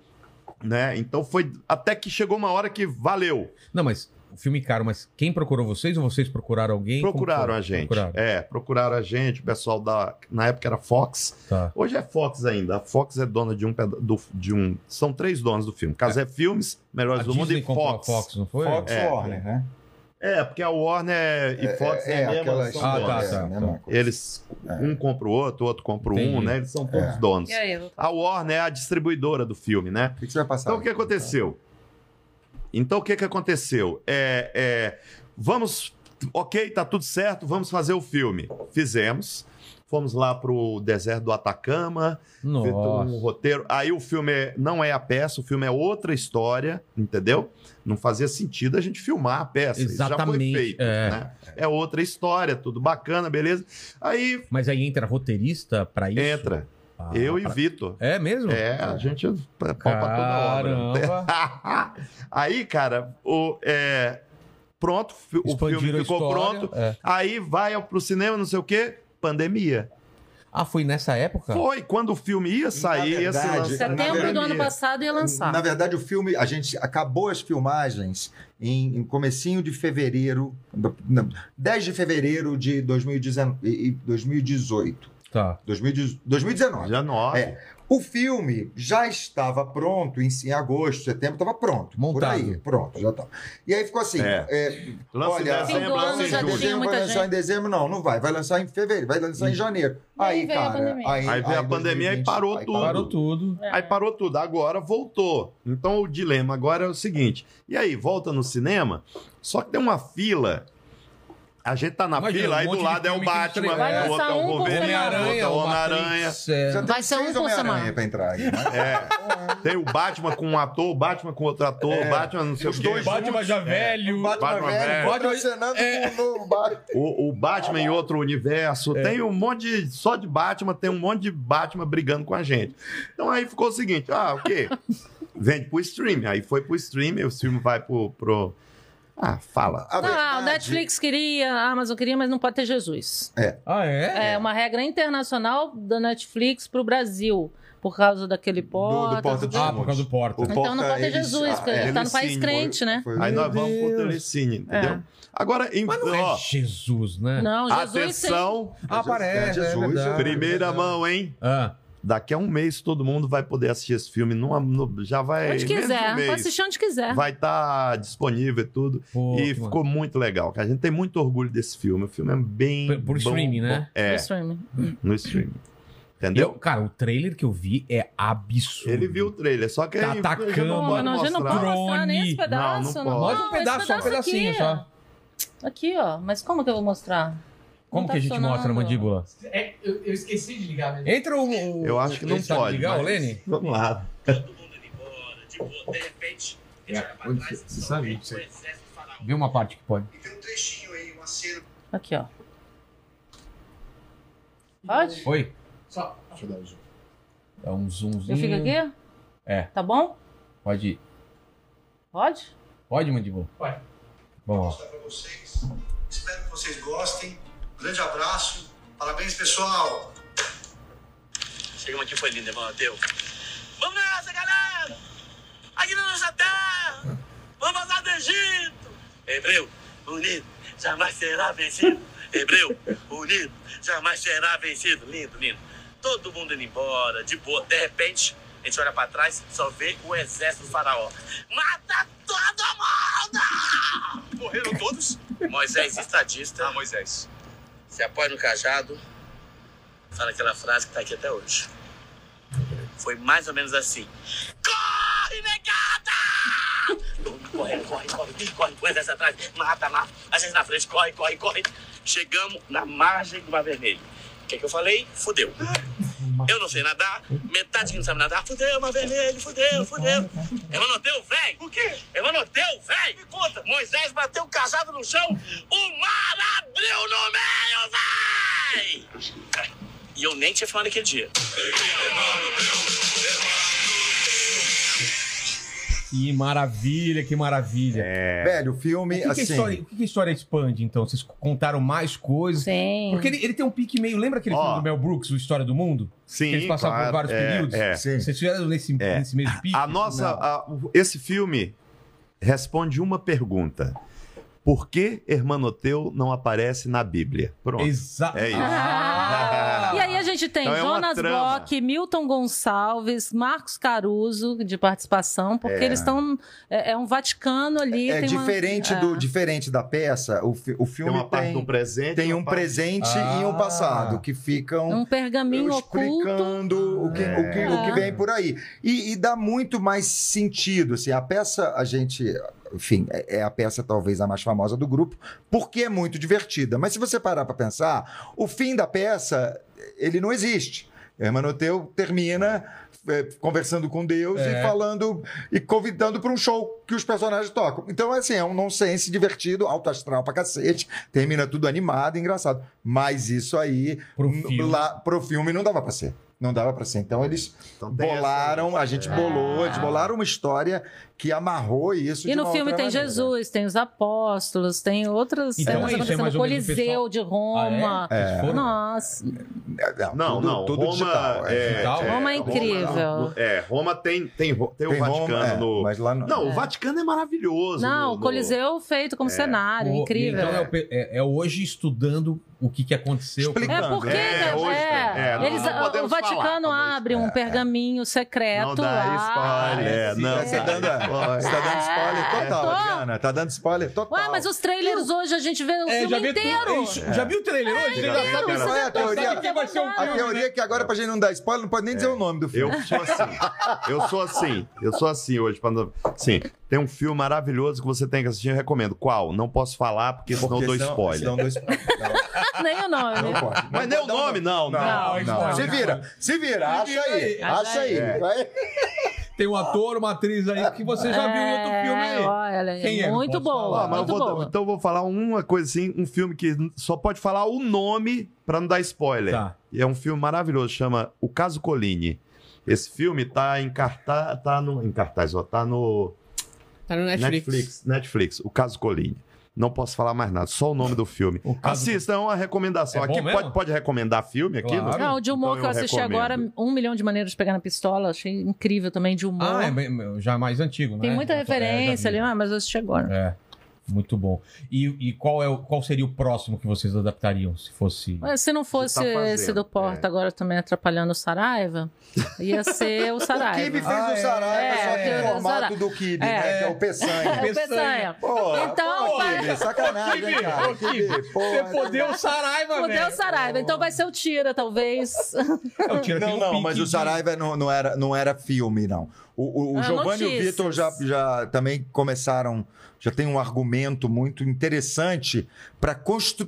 Né? Então foi até que chegou uma hora que valeu. Não, mas um filme caro, mas quem procurou vocês ou vocês procuraram alguém? Como Procuraram foi? a gente. Procuraram. É, procuraram a gente, o pessoal da. Na época era Fox. Tá. Hoje é Fox ainda. A Fox é dona de um. peda- Do, de um são três donos do filme: Casé Filmes, É. A Melhores do Mundo Disney e comprou a Fox. Fox, não foi? Fox É. Warner, né? É, porque a Warner e Fox é, a mesma, aquela são Ah, donos. história, tá, tá. é a mesma coisa. Eles. Um compra o outro, o outro compra um, Entendi. né? Eles são todos donos. E aí, Lu? A Warner é a distribuidora do filme, né? O que que você vai passar? Então o que aconteceu? Então o que, que aconteceu? É, é, vamos, ok, tá tudo certo, vamos fazer o filme. Fizemos. Fomos lá pro deserto do tá Atacama, feito um Nossa. roteiro. Aí o filme é- não é a peça, o filme é outra história, entendeu? Não fazia sentido a gente filmar a peça. Isso já foi Exatamente, feito. é. Né? é outra história, tudo bacana, beleza. Aí Mas aí entra roteirista pra isso? entra. Ah, eu e pra- Vitor. É mesmo? É, a gente p- palpa toda hora. né? Aí, cara, o, é, pronto, fi- o Expandiram filme a ficou história. pronto. É. Aí vai pro cinema, não sei o quê, pandemia. Ah, foi nessa época? Foi, quando o filme ia sair, ia ser verdade, lançado. na Setembro do verdade- ano passado ia lançar. Na verdade, o filme, a gente acabou as filmagens em, em comecinho de fevereiro, não, 10 de fevereiro de 2019, e- e 2018. Tá. 2010 2019. Já nove. É. O filme já estava pronto em, em agosto, setembro, estava pronto. Montado. Por aí, pronto, já estava. E aí ficou assim: É. é, Lança Olha, em fim do dezembro, ano lança em já julho. tinha muita vai lançar gente. em dezembro, não, não vai. Vai lançar em fevereiro, vai lançar em janeiro. Aí Aí, veio a cara, pandemia. Aí veio a pandemia e parou tudo. Parou tudo. Aí parou tudo, agora voltou. Então o dilema agora é o seguinte: e aí, volta no cinema? Só que tem uma fila. A gente tá na Imagina, fila, um aí do monte de lado é o filme que não Batman, estreia. Vai o outro é lançar o um por Wolverine, semana. o outro é o Homem-aranha. é. Vai ser um por semana. para entrar aí, né? É. Tem o Batman com um ator, o Batman com outro ator, o Batman não sei o quê. Batman já velho. Batman, É. Batman velho velho. é. contracenando com o novo Batman. O, o Batman em outro É. universo. Tem um monte de. Só de Batman, tem um monte de Batman brigando com a gente. Então aí ficou o seguinte: ah, o quê? Vende pro stream. Aí foi pro stream, aí o filme vai pro. pro... Ah, fala. A Ah, o verdade- Netflix queria, a Amazon queria, mas não pode ter Jesus. Ah, é? É, uma regra internacional da Netflix pro Brasil, por causa daquele porta. do Porta dos Ah, por causa do Porta. O Então não Porta, pode ter eles- Jesus, porque ah, ele tá no eles país sim, crente, né? Foi- Aí nós vamos pro Deus. telecine, entendeu? É. Agora, em, Mas não ó, é Jesus, né? Não, Jesus atenção, Ah, parece. Jesus, é verdade. primeira mão, hein? Ah, Daqui a um mês todo mundo vai poder assistir esse filme. Numa, no- já vai. sim. Onde menos de um quiser, mês. pode assistir onde quiser. Vai estar disponível e tudo. pô, e que ficou muito legal. cara. A gente tem muito orgulho desse filme. O filme é bem. Por- por bom, streaming, né? bom. É, No streaming. no streaming. Eu, Entendeu? cara, o trailer que eu vi é absurdo. Ele viu o trailer, só que. Tá aí- atacando, eu não Não, posso mano. não, a gente não mostrar. pode mostrar nem esse Drone. pedaço. Não, não pode. Mostra um esse pedaço, só um pedaço pedacinho aqui, só. ó. Aqui, ó. Mas como que eu vou mostrar? Como Não tá que a gente funcionando. mostra a mandíbula? É, eu, eu esqueci de ligar, mesmo. Entra o. o- Eu acho que não ele sabe pode, Ligar, o mas- Lene? Vamos lá. Você sabe. Você... Vê uma parte que pode. Aqui, ó. Pode? Oi? Só. Dá um zoomzinho. Eu fico aqui? É. Tá bom? Pode ir. Pode? Pode, mandíbula? Pode. Bom, ó. mostrar para vocês. Espero que vocês gostem. Grande abraço. Parabéns, pessoal. Chegamos aqui, foi lindo, irmão. Deu. Vamos nessa, galera! Aqui na nossa terra! Vamos vazar do Egito! Hebreu, unido, jamais será vencido. Hebreu, unido, jamais será vencido. Lindo, lindo. Todo mundo indo embora, de boa. De repente, a gente olha pra trás, só vê o exército do faraó. Mata todo mundo! Morreram todos? Moisés, estadista. Ah, Moisés. Se apoia no cajado, fala aquela frase que tá aqui até hoje. Foi mais ou menos assim. Corre, negada! Corre, corre, corre, corre, corre essa atrás, mata, mata, a gente na frente, corre, corre, corre. Chegamos na margem do Mar Vermelho. O que, é que eu falei? Fudeu. Eu não sei nadar, metade que não sabe nadar. Fudeu, Mar Vermelho, fudeu, fudeu. Evanoteu, véi! O quê? Evanoteu, véi! Me conta! Moisés bateu o cajado no chão, o mar abriu no meio, véi! E eu nem tinha filmado aquele dia. Que maravilha, que maravilha. É, Velho, o O filme, que, que a assim. história, o que que a história expande, então? Vocês contaram mais coisas? Sim. Porque ele, ele tem um pique meio. Lembra aquele Ó. filme do Mel Brooks, O História do Mundo? Sim. que eles passavam claro, por vários é, períodos? É. Sim. Vocês fizeram nesse, É. nesse mesmo pique? A nossa. a- o- esse filme responde uma pergunta. Por que Hermanoteu não aparece na Bíblia? Pronto. Exato. É isso. Ah. E aí a gente tem Então é uma Jonas trama. Bloch, Milton Gonçalves, Marcos Caruso de participação, porque eles estão. É, é um Vaticano ali. É tem uma- diferente, é. do, diferente da peça, o, fi- o Tem filme uma parte de um presente. tem uma um parte- presente Ah. e um passado que ficam Um pergaminho oculto. explicando o que, o, que, o que vem por aí. E, e dá muito mais sentido. Assim, a peça, a gente. Enfim, é é a peça talvez a mais famosa do grupo, porque é muito divertida. Mas se você parar para pensar, o fim da peça, ele não existe. Hermanoteu termina é, conversando com Deus É. e falando e convidando para um show que os personagens tocam. Então, assim, é um nonsense divertido, alto astral pra cacete, termina tudo animado, engraçado. Mas isso aí, Pro n- filme. lá pro filme não dava pra ser. Não dava pra ser. Então eles Então tem essa- É. bolaram, a gente bolou, eles bolaram uma história que amarrou isso. E de no uma filme outra tem né? maneira. Jesus, tem os apóstolos, tem outras Então é cenas isso, é acontecendo. mais ou menos o Coliseu pessoal- de Roma. Ah, é? É. Nossa, Não, É, tudo- não. tudo Roma, digital, é é, digital. Roma é incrível. Roma- é, Roma tem, tem, ro- tem, o Tem Roma, Vaticano é, no. mas lá não. Não, o Vaticano é maravilhoso. Não, no- É. o no- Coliseu feito como cenário, O- incrível. Então é, o pe- é- é hoje estudando o que, que aconteceu. Explica- É porque É, né, hoje tem. é, É, não- eles- não o podemos Vaticano falar, mas- abre um pergaminho secreto Não dá lá. spoiler. É, Sim, não, Você tá. tá dando, você tá dando spoiler total, Tô. Adriana. Tá dando spoiler total. Ué, mas os trailers hoje a gente vê o É, já filme vi inteiro. tudo. Isso, Já viu o trailer hoje? Você já vi, sabe- cara. Qual é tá a teoria? Quem vai ser um- o A filme, né? teoria é que agora, pra gente não dar spoiler, não pode nem dizer o nome do filme. É. Eu sou assim. Eu sou assim. Eu sou assim hoje. pra não- Sim, tem um filme maravilhoso que você tem que assistir. Eu recomendo. Qual? Não posso falar porque, senão eu dou spoiler. Senão dou spoiler. Nem o nome. Não, não pode. Não Mas nem o pode dar nome, não. Não, isso não. Se vira, se vira, acha aí, acha aí. É. Vai. Tem um ator, uma atriz aí que você já viu em outro É, filme aí. olha, é Quem é? Não muito posso boa, Ah, mas eu muito vou- boa. então eu vou falar uma coisa assim, um filme que só pode falar o nome pra não dar spoiler. Tá. E é um filme maravilhoso, chama O Caso Colline. Esse filme tá em cartaz, tá no em cartaz, ó, tá no Tá no Netflix. Netflix, Netflix, O Caso Colline. Não posso falar mais nada, só o nome do filme. O caso Assista, é uma recomendação. É bom aqui mesmo? pode, pode recomendar filme aqui? Claro. não? Ah, o de humor Então que eu eu assisti recomendo. agora, Um Milhão de Maneiras de Pegar na Pistola, achei incrível também, de humor. Ah, é bem- já mais antigo, né? Tem muita É, já referência vi. ali, ah, mas eu assisti agora. É, muito bom. E, e qual, é, o- qual seria o próximo que vocês adaptariam, se fosse... Mas se não fosse tá fazendo, esse do Porta agora também atrapalhando o Saraiva, ia ser o O Kibe Saraiva. fez Ah, o é. Saraiva, É, só que é. no formato do Kibe, né? Que é o É, Peçanha. o Peçanha. Pô, Então, pô, vai- Kibe, sacanagem, hein, cara. Kibe, pô, Você fodeu o Saraiva, Mudeu o velho. Saraiva, então vai ser o Tira, talvez. É, o Tira tem Não, um não, pique mas o de- Saraiva não, não era, não era filme, não. O, o, o Ah, Giovanni e o notícias. Vitor já, já também começaram, já tem um argumento muito interessante para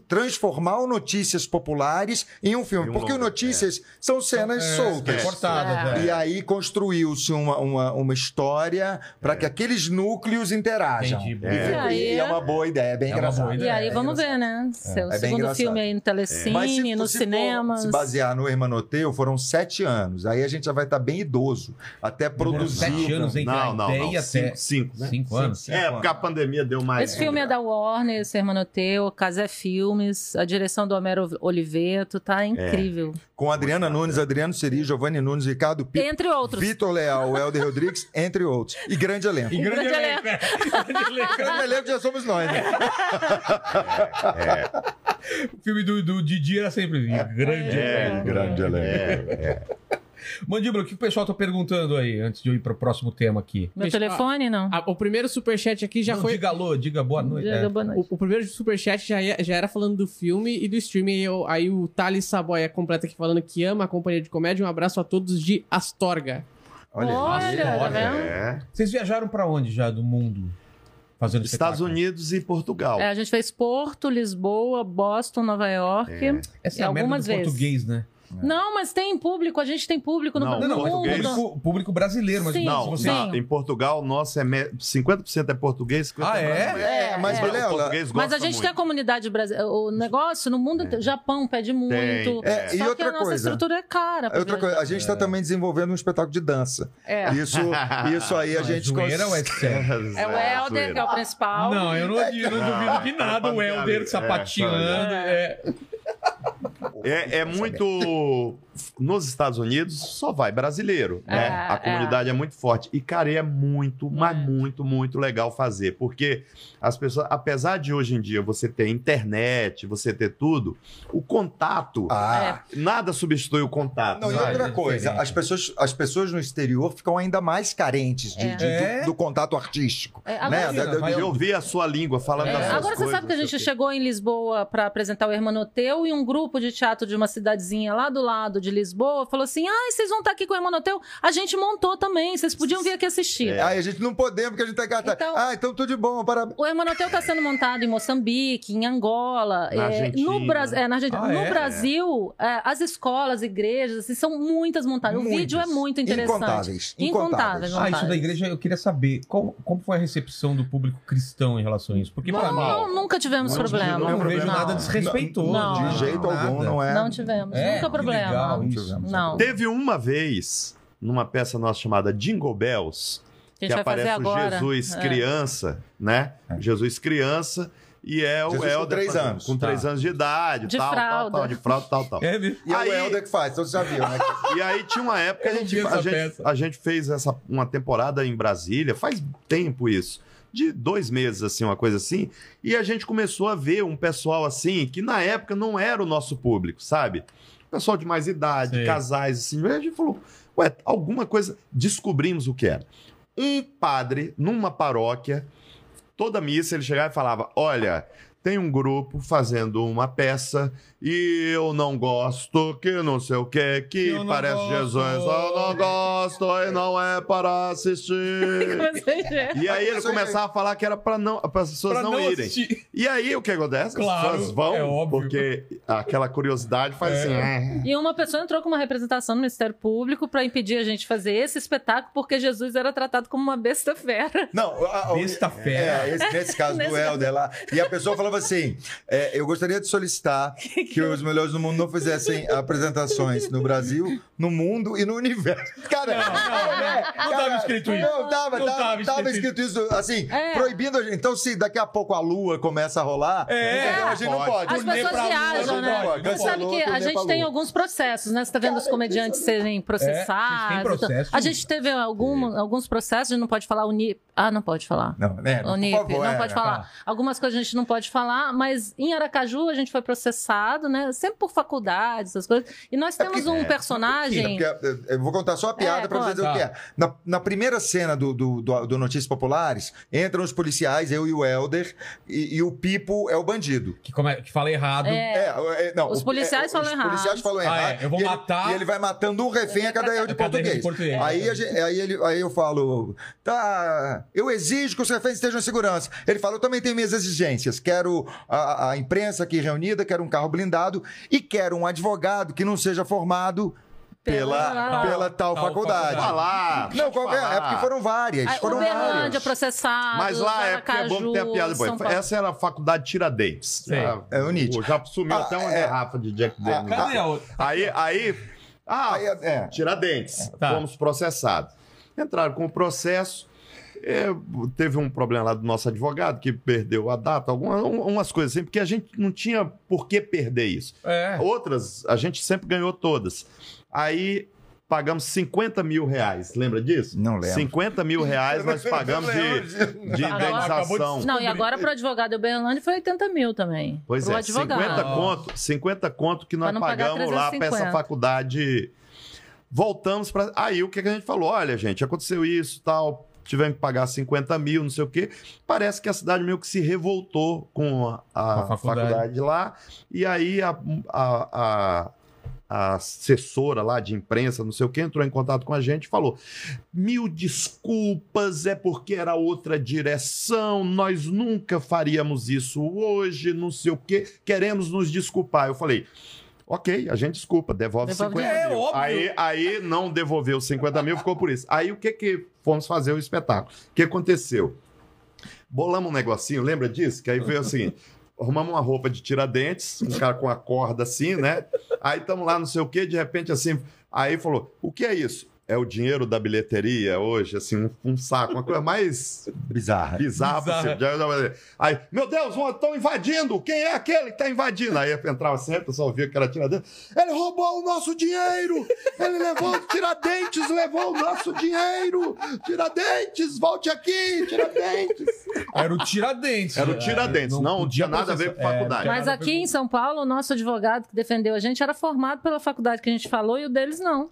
transformar o Notícias Populares em um filme. Em um porque o longa, Notícias são cenas É, soltas. cortadas, É. né? E aí construiu-se uma, uma, uma história para que aqueles núcleos interajam. É. Entendi. E, É. e é. Aí- uma boa ideia, é bem É uma engraçado. boa E ideia. aí É, vamos ver, né? Seu É bem segundo engraçado. filme aí no Mas se Telecine, for- nos se for cinemas. Se basear no Hermanoteu, foram sete anos. Aí a gente já vai estar bem idoso. Até produzir. Sete anos entre Não, não, a ideia não. até... Cinco, cinco, né? Cinco anos? É, porque a pandemia deu mais. Esse filme é da Warner, esse Hermanoteu, Casé Filmes, a direção do Homero Oliveto, tá incrível. Com Adriana né? Nunes, Adriano Siri, Giovanni Nunes, Ricardo Pico, Entre outros. Vitor Leal, Helder Rodrigues, entre outros. E grande elenco. E grande Grande elenco, né? Grande elenco. grande elenco já somos nós, né? O filme do, do Didi era sempre grande elenco. É, grande elenco. É, Mandíbula, o que o pessoal tá perguntando aí, antes de eu ir pro próximo tema aqui? Meu telefone, não. Ah, o primeiro superchat aqui já Não, foi. Diga alô, diga boa noite. Diga É. boa noite. O, o primeiro superchat já, ia- já era falando do filme e do streaming. Aí, eu- aí o Thales Saboia completa aqui falando que ama a companhia de comédia. Um abraço a todos de Astorga. Olha, tá vendo? é. Vocês viajaram pra onde já do mundo? Fazendo Estados espetáculo? Unidos e Portugal. É, a gente fez Porto, Lisboa, Boston, Nova York. Essa é a merda Algumas do vezes. português, né? Não, mas tem público, a gente tem público no, Não, no não, mundo. português. Público, público brasileiro, mas Sim, Não, se você- não, em Portugal, nosso é me- 50% é português, 50% Ah, é? brasileiro. É, mas Mas o Vilela. português Mas gosta a gente muito. tem a comunidade brasileira. O negócio no mundo, inteiro- Japão pede muito. é. Só E que outra a nossa coisa. estrutura é cara. pra Outra viajar. coisa, a É. gente está também desenvolvendo um espetáculo de dança. É. Isso, isso aí a Não, gente é zoeira cons- ou é sério? É o Helder, que é o principal. Não, eu não, duvido- não Ah, duvido de nada. O é, rapaziada, Helder é, sapateando. sabe? é. É, é muito nos Estados Unidos só vai brasileiro, né? É, a comunidade é. muito forte. E, cara, é muito, mas muito, muito legal fazer. Porque as pessoas, apesar de hoje em dia você ter internet, você ter tudo, o contato, É. Ah. nada substitui o contato. né? Não, e sabe? outra coisa, diferente. as pessoas, as pessoas no exterior ficam ainda mais carentes de- É. de- do- É. do, contato artístico. É, né? agora- Da- da- vai- De ouvir a sua língua falando É, das suas agora você sabe que a coisas, gente não sei o chegou em Lisboa para apresentar o Hermanoteu e um grupo de teatro de uma cidadezinha lá do lado de Lisboa falou assim: ah, vocês vão estar aqui com o Hermanoteu? A gente montou também, vocês podiam vir aqui assistir. É. Ai, a gente não podemos, porque a gente tá gata. Então- Ah, então tudo de bom, parabéns. O Hermanoteu está sendo montado em Moçambique, em Angola, Na é, no, Argentina. Bras- é, na Argentina. Ah, no é? Brasil, é, as escolas, igrejas, assim, são muitas montadas. O Muitas. vídeo é muito interessante. Incontáveis. Incontáveis. Incontáveis. Ah, isso da igreja eu queria saber. Qual, como foi a recepção do público cristão em relação a isso? Porque pra Não, mim. não, nunca tivemos Não, problema. Eu não, não é vejo problema. nada desrespeitoso. Não, De não, jeito algum, não é? Não tivemos, É, nunca que problema. legal isso. tivemos. Não. Teve uma vez, numa peça nossa chamada Jingle Bells, A gente que vai aparece fazer o agora. Jesus É. criança, né? Jesus criança e é É. o Jesus com Helder três anos. tá. com três anos de idade, De tal, tal, fralda. tal, de fralda, tal, tal. É, mesmo? E é Aí- o Helder que faz, então você já viu, né? E aí tinha uma época Eu a não vi gente, essa a, gente, peça. a gente fez essa uma temporada em Brasília, faz tempo isso. De dois meses, assim, uma coisa assim. E a gente começou a ver um pessoal assim, que na época não era o nosso público, sabe? Pessoal de mais idade, Sim. casais, assim. A gente falou, ué, alguma coisa. Descobrimos o que era. Um padre, numa paróquia, toda missa ele chegava e falava: Olha, tem um grupo fazendo uma peça e eu não gosto, que não sei o que, que Eu não parece gosto." Jesus, eu não gosto e não é para assistir. E aí ele Mas isso aí- começava a falar que era para não para as pessoas Pra não, irem. assistir. E aí o que acontece? Claro, as pessoas vão, é óbvio. porque aquela curiosidade faz É. assim. "Ah." E uma pessoa entrou com uma representação no Ministério Público para impedir a gente de fazer esse espetáculo porque Jesus era tratado como uma besta fera. Não, a, a, Besta fera. É, esse- nesse caso Nesse do Helder lá. E a pessoa falava assim: é, Eu gostaria de solicitar que os melhores do mundo não fizessem apresentações no Brasil, no mundo e no universo. Cara, Não, não, né? não tava escrito isso. Não, tava, Não tava, tava tava escrito escrito isso, assim, É. proibindo a gente. Então, se daqui a pouco a lua começa a rolar, É. então a gente não pode. As Turnê pra pessoas lua, viajam, não né? pode, não Você sabe pode. que a Turnê pra gente tem lua. alguns processos, né? Você tá vendo os comediantes serem É, processados. tem processo. A gente teve algum- alguns processos, a gente não pode falar o NIP. Ah, não pode falar. Não, né? O NIP, Por favor, não é, pode né? falar. Algumas coisas a gente não pode falar, mas em Aracaju a gente foi processado, né? Sempre por faculdades, essas coisas. E nós temos porque- um É, personagem. porque, é, eu vou contar só a piada É, pra você conta. dizer o que é. Na, na primeira cena do, do, do, do Notícias Populares, entram os policiais, eu e o Helder, e, e o Pipo é o bandido. Que, come- que fala errado. É, é, não, Os o- policiais é, falam os errado. policiais falam Ah, errado. é, eu vou e ele- matar- e ele vai matando um refém a cada erro de A cada erro de português. português. Aí, a gente- aí, ele, aí eu falo, tá, eu exijo que os reféns estejam em segurança. Ele fala, eu também tenho minhas exigências. Quero a, a imprensa aqui reunida, quero um carro blindado e quero um advogado que não seja formado pela, Pela- pela tal, Tal faculdade. faculdade. Falar. Não, qualquer. falar. É porque foram várias. Aí, foram Ah, Uberlândia várias. processado. Mas lá é porque é Aracaju, bom que tem a piada É depois. São Paulo. Essa era a faculdade Tiradentes. Sei. Ah, É, o Nietzsche. pô, Já sumiu Ah, até uma é. garrafa de Jack Daniels. Cadê a outra? Aí, aí. Ah, Aí, é. Tiradentes. Tá. Fomos processados. Entraram com o processo. é, teve um problema lá do nosso advogado que perdeu a data, algumas umas coisas assim, porque a gente não tinha por que perder isso. É. Outras, a gente sempre ganhou todas. Aí pagamos 50 mil reais, lembra disso? Não lembro. 50 mil reais nós pagamos de, de Agora- indenização. Não, e agora pro advogado Uberlândia foi 80 mil também. um Pois pro é, advogado. 50 conto, 50 conto que nós Pra não pagar pagamos lá para essa 350. faculdade. Voltamos para. Aí o que, que a gente falou? Olha, gente, aconteceu isso, tal, tivemos que pagar 50 mil, não sei o quê. Parece que a cidade meio que se revoltou com a, a Com a faculdade. faculdade. lá. E aí a, a, a, a assessora lá de imprensa, não sei o quê, entrou em contato com a gente e falou: mil desculpas, é porque era outra direção, nós nunca faríamos isso hoje, não sei o quê, queremos nos desculpar. Eu falei, ok, a gente desculpa, devolve, Devolve 50 dinheiro. mil. É, óbvio. Aí, aí não devolveu os 50 mil, ficou por isso. Aí o que que fomos fazer o espetáculo? O que aconteceu? Bolamos um negocinho, lembra disso? Que aí veio o seguinte, arrumamos uma roupa de tiradentes, um cara com a corda assim, né? Aí estamos lá, não sei o quê, de repente assim, aí falou, o que é isso? é o dinheiro da bilheteria hoje, assim, um, um saco, uma coisa mais Bizarro. bizarra possível. Já- já- Aí, meu Deus, estão invadindo! Quem é aquele que está invadindo? Aí entrava sempre, eu só ouvia que era Tiradentes. Ele roubou o nosso dinheiro! Ele levou Tiradentes, levou o nosso dinheiro! Tiradentes, volte aqui! Tiradentes! Era o Tiradentes. É, Era o Tiradentes, não podia tinha nada a ver com processar. É, faculdade. Mas Cara, aqui pegou- em São Paulo, o nosso advogado que defendeu a gente era formado pela faculdade que a gente falou e o deles não.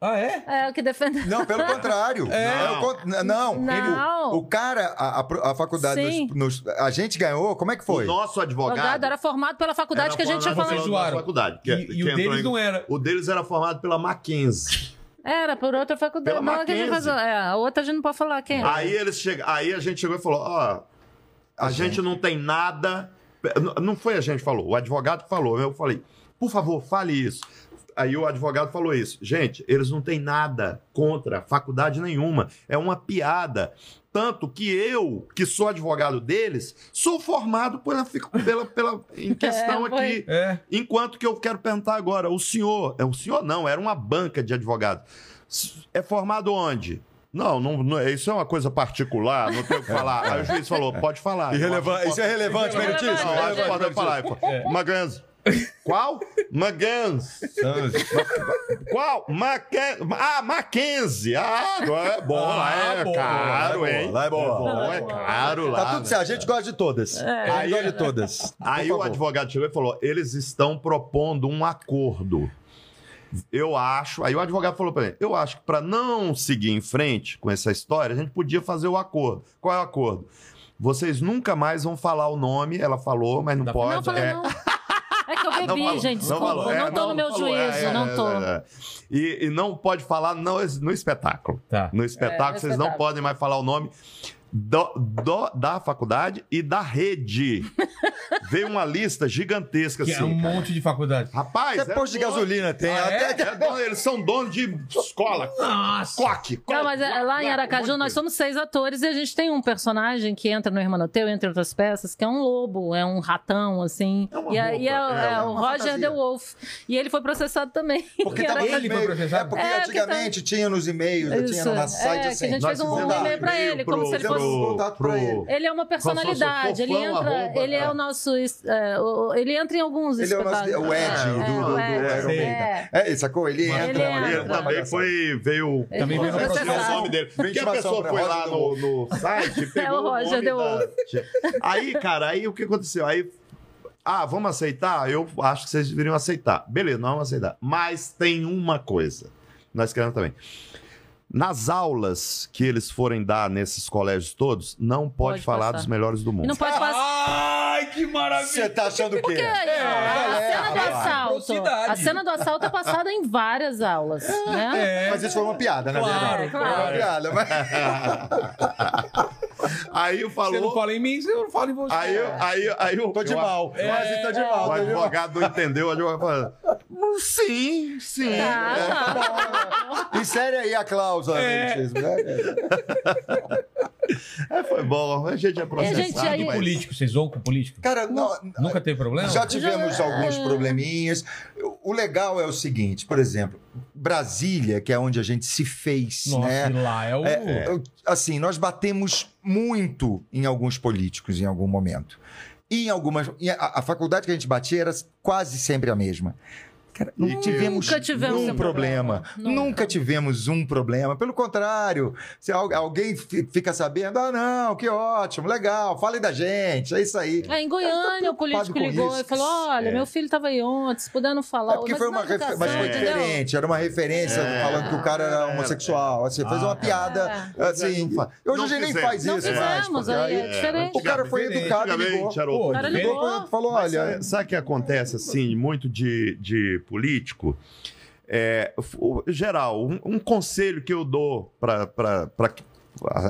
Ah, é? É o que defendeu. Não, pelo contrário. É o con- n- Não. Não. O, o cara, a, a pro- a faculdade, Sim. nos- nos- a gente ganhou, como é que foi? O nosso O advogado. advogado era formado pela faculdade era que a gente tinha formado Vocês falado. pela zoaram. E, faculdade. que- e que o entrou deles em- não é. era. O deles era formado pela Mackenzie. Era, por outra faculdade. Pela Não, é que a gente Mackenzie. falou. É, a outra a gente não pode falar quem é. Aí eles chegam, aí a gente chegou e falou: ó, a, gente, não tem nada. N- Não foi a gente que falou, o advogado que falou. Eu falei, por favor, fale isso. Aí o advogado falou isso. Gente, eles não têm nada contra faculdade nenhuma. É uma piada. Tanto que eu, que sou advogado deles, sou formado pela, pela, pela em questão É, foi. aqui. É. Enquanto que eu quero perguntar agora, o senhor, é o senhor não, era uma banca de advogados. S- É formado onde? Não, não, não, isso é uma coisa particular, não tem o que falar. Aí o juiz falou, pode falar. Eu acho que relevante, pode- é Irrelevante. meritíssimo? Não, acho que pode falar. Ele falou, Magans. Qual? Magans. Qual? Macken... Ah, Mackenzie. Ah, agora é bom. Ah, lá é bom, caro, lá é hein? bom, lá é bom. bom, é caro lá. Tá tudo certo, a gente gosta de todas. É. A gente gosta de todas. Então Aí tá Por o favor. advogado chegou e falou: eles estão propondo um acordo. Eu acho. Aí o advogado falou pra mim: eu acho que pra não seguir em frente com essa história, a gente podia fazer o acordo. Qual é o acordo? Vocês nunca mais vão falar o nome. Ela falou, mas não Não pode. Não, falou é. Ah, não. É que eu bebi, Não falou, gente. Desculpa. Não, falou, é, tô no meu falou, juízo, é, é, não tô. é, é. E, e não pode falar no, no espetáculo. Tá. No espetáculo, É, no vocês não espetáculo. podem mais falar o nome do- do- da faculdade e da rede. Veio uma lista gigantesca Que assim. é um cara. monte de faculdade. Rapaz, Até é posto de dono- gasolina tem. Ah, é? até... é dono- eles são donos de escola. Nossa! Coque, coque. um Não, mas é, lá em Aracaju nós somos seis atores e a gente tem um personagem que entra no Hermanoteu, entre outras peças, que é um lobo, é um ratão, assim. É uma e aí é, roupa, é é uma o Roger fantasia. The Wolf. E ele foi processado também. Porque tá Em tava nos Aracaju. Ele foi e-mails. processado? É, porque É, porque antigamente tinha nos e-mails, tinha Isso. no nosso site É, que assim. a gente fez um fizemos e-mail pra ele, como se ele fizemos fosse- um contato pra ele. Ele é uma um personalidade, ele fofão, entra, arroba, ele é, é. o nosso. es- é, o- o- ele entra em alguns né? Ele é o nosso espetáculos. o Ed É, do, do, do, é, do Iron sei. Maiden. É. É, ele sacou? Ele Mas entra. ele Ele entra. também foi, veio. Ele Também foi veio no Esse é o processado. nome dele. Porque a Ventilação pessoa pra foi Roger lá do no, no site e pegou É o Roger nome do da- Aí, cara, aí o que aconteceu? Aí, ah, vamos aceitar? Eu acho que vocês deveriam aceitar. Beleza, não vamos aceitar. Mas tem uma coisa. Nós queremos também. Nas aulas que eles forem dar nesses colégios todos, não pode, Pode falar passar. dos melhores do E mundo. não pode passar. Ai, que Você maravilha! tá achando o quê? Porque aí, ó, a é, cena do é, assalto. velocidade. A cena do assalto é passada em várias aulas, né? É. Mas isso foi uma piada, na Claro, verdade. claro. Foi uma piada, mas... Aí eu Você não falou. fala em mim, você não fala em você. Aí eu. Aí, aí eu Tô de eu- mal. Mas tô de mal. O tô de mal. advogado não entendeu. O advogado falou, sim, sim. Tá, tá. Insere aí a cláusula, É. meritíssimo, né? É. É, foi bom. A gente é processado. gente, aí- E mas- Ah, político, vocês vão com político? Cara, não, Nunca teve problema? Já tivemos alguns probleminhas. O legal é o seguinte, por exemplo, Brasília, que é onde a gente se fez, Nossa, né? e lá é o. É, eu- assim, nós batemos muito em alguns políticos em algum momento. E em algumas. e a, a faculdade que a gente batia era quase sempre a mesma. Cara, não E que- tivemos, Nunca tivemos um um problema. problema. Nunca. tivemos um problema. Pelo contrário, se al- alguém fi- fica sabendo, ah, não, que ótimo, legal, fale da gente, é isso aí. É, então em Goiânia, o preocupado político com ligou isso. e falou: olha, meu filho tava aí ontem, se puder não falar. É porque Mas foi na uma refer... mas educação, foi entendeu? diferente, era uma referência É. falando que o cara era homossexual. Assim, fez Ah, uma tá. piada. É. Assim, Não hoje a gente nem fizemos. faz isso, Não mais, fizemos, porque aí aí- é diferente. O cara foi um Antigamente, educado e ligou. Antigamente era Pô, outro. cara diferente. ligou. Ligou pra- Falou, Mas é, olha. sabe- Sabe o que acontece, assim, muito de, de político? É, o- geral, um, um conselho que eu dou para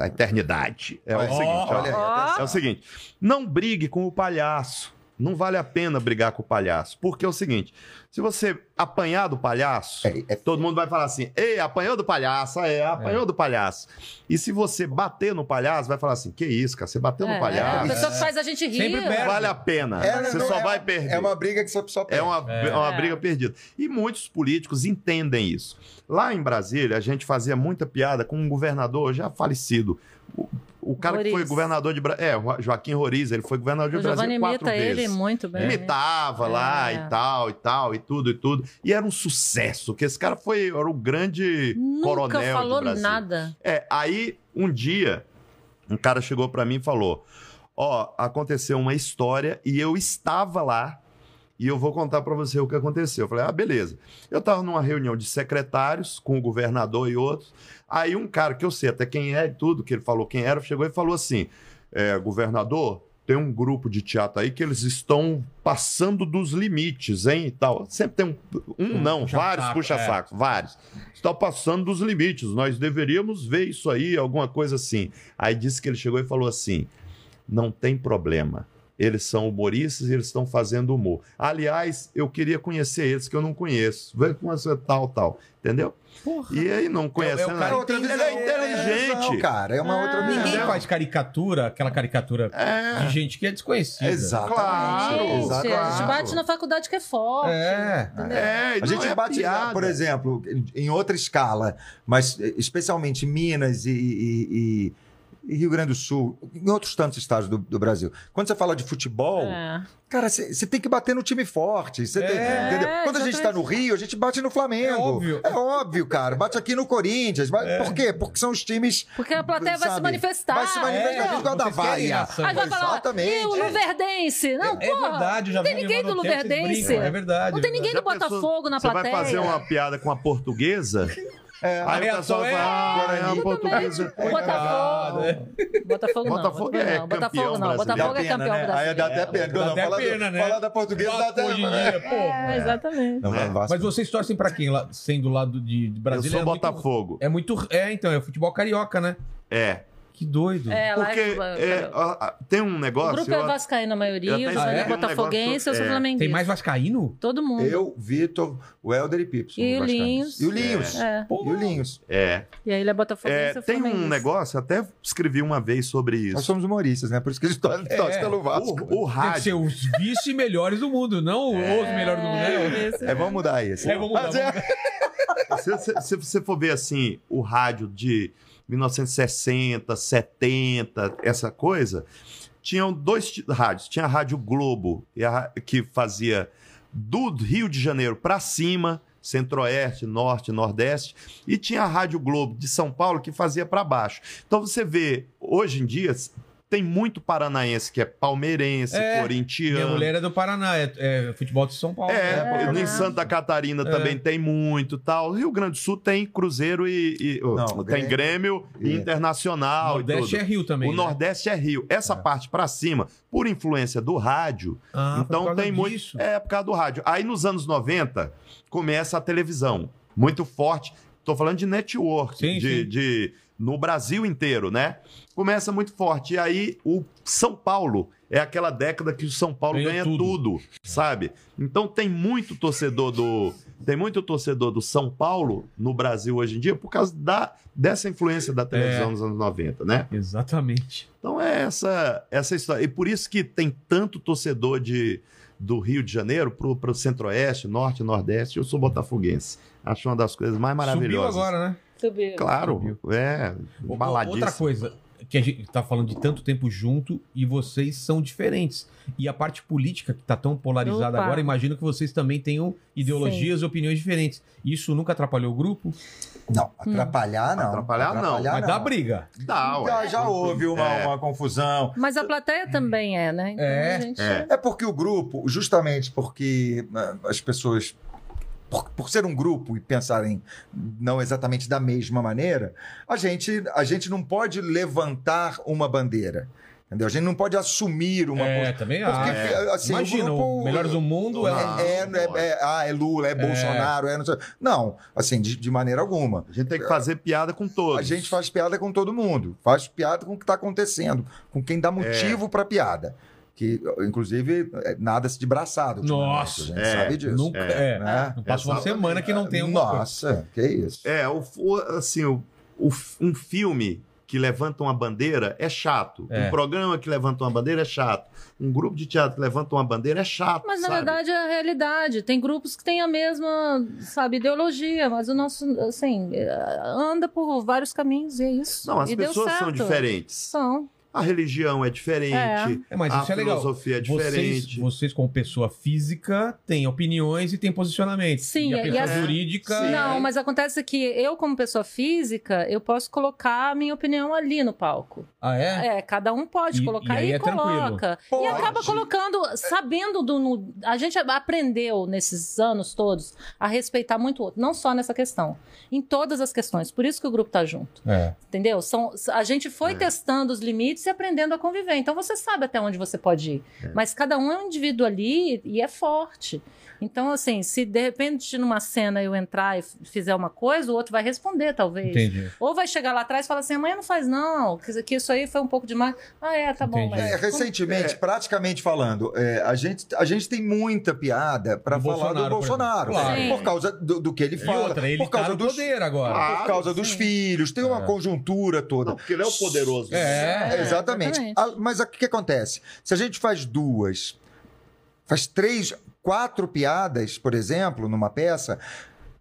a eternidade é o Ó, seguinte: ó. olha aí, Ó. É o seguinte, não brigue com o palhaço. Não vale a pena brigar com o palhaço. Porque é o seguinte: se você apanhar do palhaço, É, é- todo mundo vai falar assim: ei, apanhou do palhaço, ah, é, apanhou do palhaço. E se você bater no palhaço, vai falar assim: que isso, cara, você bateu É, no A palhaço. pessoa que faz a gente rir. Sempre perde. Não vale a pena. É, você não, só é vai uma- perder. É uma briga que você só É perde. uma, É. é uma É. briga perdida. E muitos políticos entendem isso. Lá em Brasília, a gente fazia muita piada com um governador já falecido. O, o cara que foi Roriz. governador de Brasília. É, o Joaquim Roriz, ele foi governador de O Giovanni Brasília quatro imita ele vezes. muito bem. Imitava lá Né? É. e tal, e tal, e tudo, e tudo. E era um sucesso, que esse cara foi era o grande Nunca coronel de falou Brasília. nada. É, aí um dia um cara chegou pra mim e falou: "Ó, aconteceu uma história e eu estava lá e eu vou contar pra você o que aconteceu". Eu falei: "Ah, beleza". Eu tava numa reunião de secretários com o governador e outros. Aí um cara que eu sei até quem é e tudo, que ele falou quem era, chegou e falou assim: "É, governador, tem um grupo de teatro aí que eles estão passando dos limites, hein? E tal. Sempre tem um, um Um não, puxa-saco, vários é. puxa-saco, vários. Está passando dos limites, nós deveríamos ver isso aí, alguma coisa assim. Aí disse que ele chegou e falou assim: não tem problema. Eles são humoristas e eles estão fazendo humor. Aliás, eu queria conhecer eles que eu não conheço. Vê com essa tal, tal. Entendeu? Porra. E aí não conhece é o nada. cara outra Ele visão, é inteligente. Não, cara, é uma outra Ah. visão. Ninguém faz caricatura, aquela caricatura É. de gente que é desconhecida. Exatamente. Claro, Gente, exatamente. a gente bate na faculdade que é forte. É. É, A gente bate, por exemplo, em outra escala, mas eh, especialmente Minas e, e- e- e Rio Grande do Sul, em outros tantos estados do, do Brasil. Quando você fala de futebol, É. cara, você você tem que bater no time forte. você tem- É. entendeu? É, Quando a gente está no Rio, a gente bate no Flamengo. É óbvio. É. É óbvio, cara. Bate aqui no Corinthians. Mas Por quê? Porque são os times. Porque a plateia vai se sabe, manifestar. Vai se manifestar. É. É, a gente gosta da vocês querem vaia. ação. Tá. Aí vai falar, Exatamente. E o Luverdense? Não, É porra. verdade, eu já não tem vi ninguém do levando tempo, vocês Luverdense. brincam, É verdade. Não tem ninguém Já do Botafogo na Você vai plateia. fazer uma piada com a portuguesa? Aí o Aliás, pessoal só é- vai, ah, é Tudo a bem. portuguesa. Botafogo. Botafogo não. né? Botafogo Botafogo é não. Botafogo campeão não. brasileiro. Botafogo Dá é campeão né? Aí dá brasileiro. até pena. Dá Não, até falar, pena, né? falar da portuguesa dá até Hoje em pena. dia, pô. né? É, exatamente. Não, É. Vasco- Mas vocês torcem pra quem, lá, sendo lá do, de, de Eu Brasília? sou é muito- Botafogo. É muito. É, então, é o futebol carioca, né? É. Que doido. É, lá Porque é, é, a- a- tem um o negócio. grupo é eu- vascaíno a maioria, eu até o escrevi Johnny é um negócio- botafoguense, eu sou é. flamenguista. Tem mais vascaíno? Todo mundo. Eu, Vitor, o Helder e Pips. E o Vascaínos. Linhos. E o Linhos. É. E o Linhos. é. E aí ele é É, botafoguense, eu tem um negócio, até escrevi uma vez sobre Nós isso. somos humoristas, né? Por isso que a gente torce É. torce pelo Vasco. O, o Tem que ser rádio. É. os vice-melhores do mundo, não os É, melhores do mundo. né? um- É, vamos mudar isso. É, vamos mudar, Mas vamos Se, se- se você for ver assim, o rádio de 1960, 70, essa coisa, tinham dois ti- rádios. Tinha a Rádio Globo, e a ra- que fazia do Rio de Janeiro pra cima, centro-oeste, norte, nordeste, e tinha a Rádio Globo de São Paulo que fazia pra baixo. Então você vê, hoje em dia, tem muito paranaense que é palmeirense, É. Minha corintiano. mulher é do Paraná, é, é futebol de São Paulo. né? É, né? em Santa Catarina é. também tem muito tal. Rio Grande do Sul tem Cruzeiro e. e- Não, oh, tem Grêmio, e é. Internacional e Nordeste tudo. é Rio também. o né? Nordeste é Rio. Essa parte pra cima, por influência do rádio, Ah, foi por então causa tem muito. disso. É por causa do rádio. Aí nos anos 90 começa a televisão. Muito forte. Tô falando de network, Sim, de, sim. de- no Brasil inteiro, né? Começa muito forte. E aí o São Paulo é aquela década que o São Paulo Ganhou ganha tudo. tudo. sabe? Então tem muito torcedor do tem muito torcedor do São Paulo no Brasil hoje em dia por causa da, dessa influência da televisão É. nos anos 90, né? Exatamente. Então é essa, essa história. E por isso que tem tanto torcedor de, do Rio de Janeiro para o Centro-Oeste, Norte, Nordeste. Eu sou botafoguense. Acho uma das coisas mais Subiu maravilhosas. agora, né? Subiu. Claro, é O- o- baladíssimo. Outra coisa, que a gente tá falando de tanto tempo junto e vocês são diferentes. E a parte política que tá tão polarizada Opa. agora, imagino que vocês também tenham ideologias e opiniões diferentes. Isso nunca atrapalhou o grupo? Não, Hum. atrapalhar não. Atrapalhar, não. Mas dá briga. Dá, Ah, ué. Já, já houve uma, É. uma confusão. Mas a plateia também é, né? Então É. a gente... É. É porque o grupo, justamente porque ah, as pessoas, por, por ser um grupo e pensarem não exatamente da mesma maneira, a gente, a gente não pode levantar uma bandeira. Entendeu? A gente não pode assumir uma é, postura. também Porque, acho. assim, o Imagina, o grupo- Melhores do Mundo, ela... É, é, é, é- ah, é Lula, é, Bolsonaro, é não sei. Não, assim, de, de maneira alguma. A gente tem que fazer piada com todos. A gente tá É. faz piada com todo mundo, faz piada com o que está acontecendo, com quem dá motivo pra piada. que, inclusive, é, nada-se de braçado. ultimamente, Nossa, a gente é, sabe disso. Nunca, é, né? Não passa uma Exato. semana que não tem um. Nossa, que isso. É, o, o- assim, o, o f- um filme que levanta uma bandeira é chato. É. Um programa que levanta uma bandeira é chato. Um grupo de teatro que levanta uma bandeira é chato. Mas na sabe? verdade é a realidade. Tem grupos que têm a mesma, sabe, ideologia, mas o nosso, assim, eh, anda por vários caminhos e é isso. Não, as e deu pessoas são certo. é. diferentes. São. A religião é diferente. É, mas a isso é legal. filosofia é Vocês, diferente. vocês, como pessoa física, têm opiniões e têm posicionamentos. Sim, e a e pessoa as- jurídica. Não, mas acontece que eu, como pessoa física, eu posso colocar a minha opinião ali no palco. Ah, é? É, cada um pode E- colocar e aí e, é coloca. tranquilo. E acaba Pode. colocando, sabendo do. no- a gente aprendeu nesses anos todos a respeitar muito o outro, não só nessa questão, em todas as questões. Por isso que o grupo tá junto. É. Entendeu? São, a gente foi É. testando os limites e aprendendo a conviver. Então você sabe até onde você pode ir. Mas cada um é um indivíduo ali e é forte. Então, assim, se de repente numa cena eu entrar e f- fizer uma coisa, o outro vai responder, talvez. É, Entendi. Ou vai chegar lá atrás e falar assim: amanhã não faz, não, que, que isso aí foi um pouco demais. Ah, é, tá bom. Entendi. Mas É, recentemente, praticamente falando, é, a, gente, a gente tem muita piada para Do falar Bolsonaro, do por Bolsonaro. exemplo. Claro. Sim. Por causa do, do que ele E fala. outra, ele por causa tá no dos, Ah, poder agora. Claro, por causa dos sim. filhos. Tem uma É. conjuntura toda. Não, porque ele é o poderoso. É. É, exatamente. exatamente. Ah, mas o que acontece? Se a gente faz duas, faz três, quatro piadas, por exemplo, numa peça.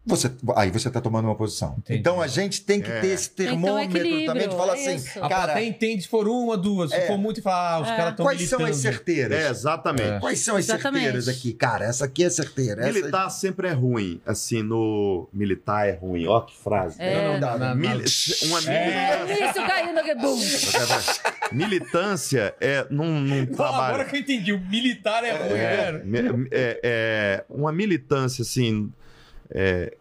Você, aí você está tomando uma posição. Entendi. Então a gente tem que É. ter esse Tem que ter um termômetro equilíbrio, também de falar é assim, isso. A cara, plateia entende se for uma, duas. Se É. for muito, fala, ah, os É. caras estão quais são as militando. certeiras? É, exatamente. Quais são as Exatamente. certeiras aqui? Cara, essa aqui é certeira. Essa... Militar sempre é ruim. Assim, no. Militar é ruim. Ó, que frase. É. Não, não dá, não. Mil- Uma É, militância. isso caiu no bum. Militância é. Num, num Pô, trabalho. Ah, agora que eu entendi, o militar é ruim, É, velho. me- é, é, uma militância, assim. é,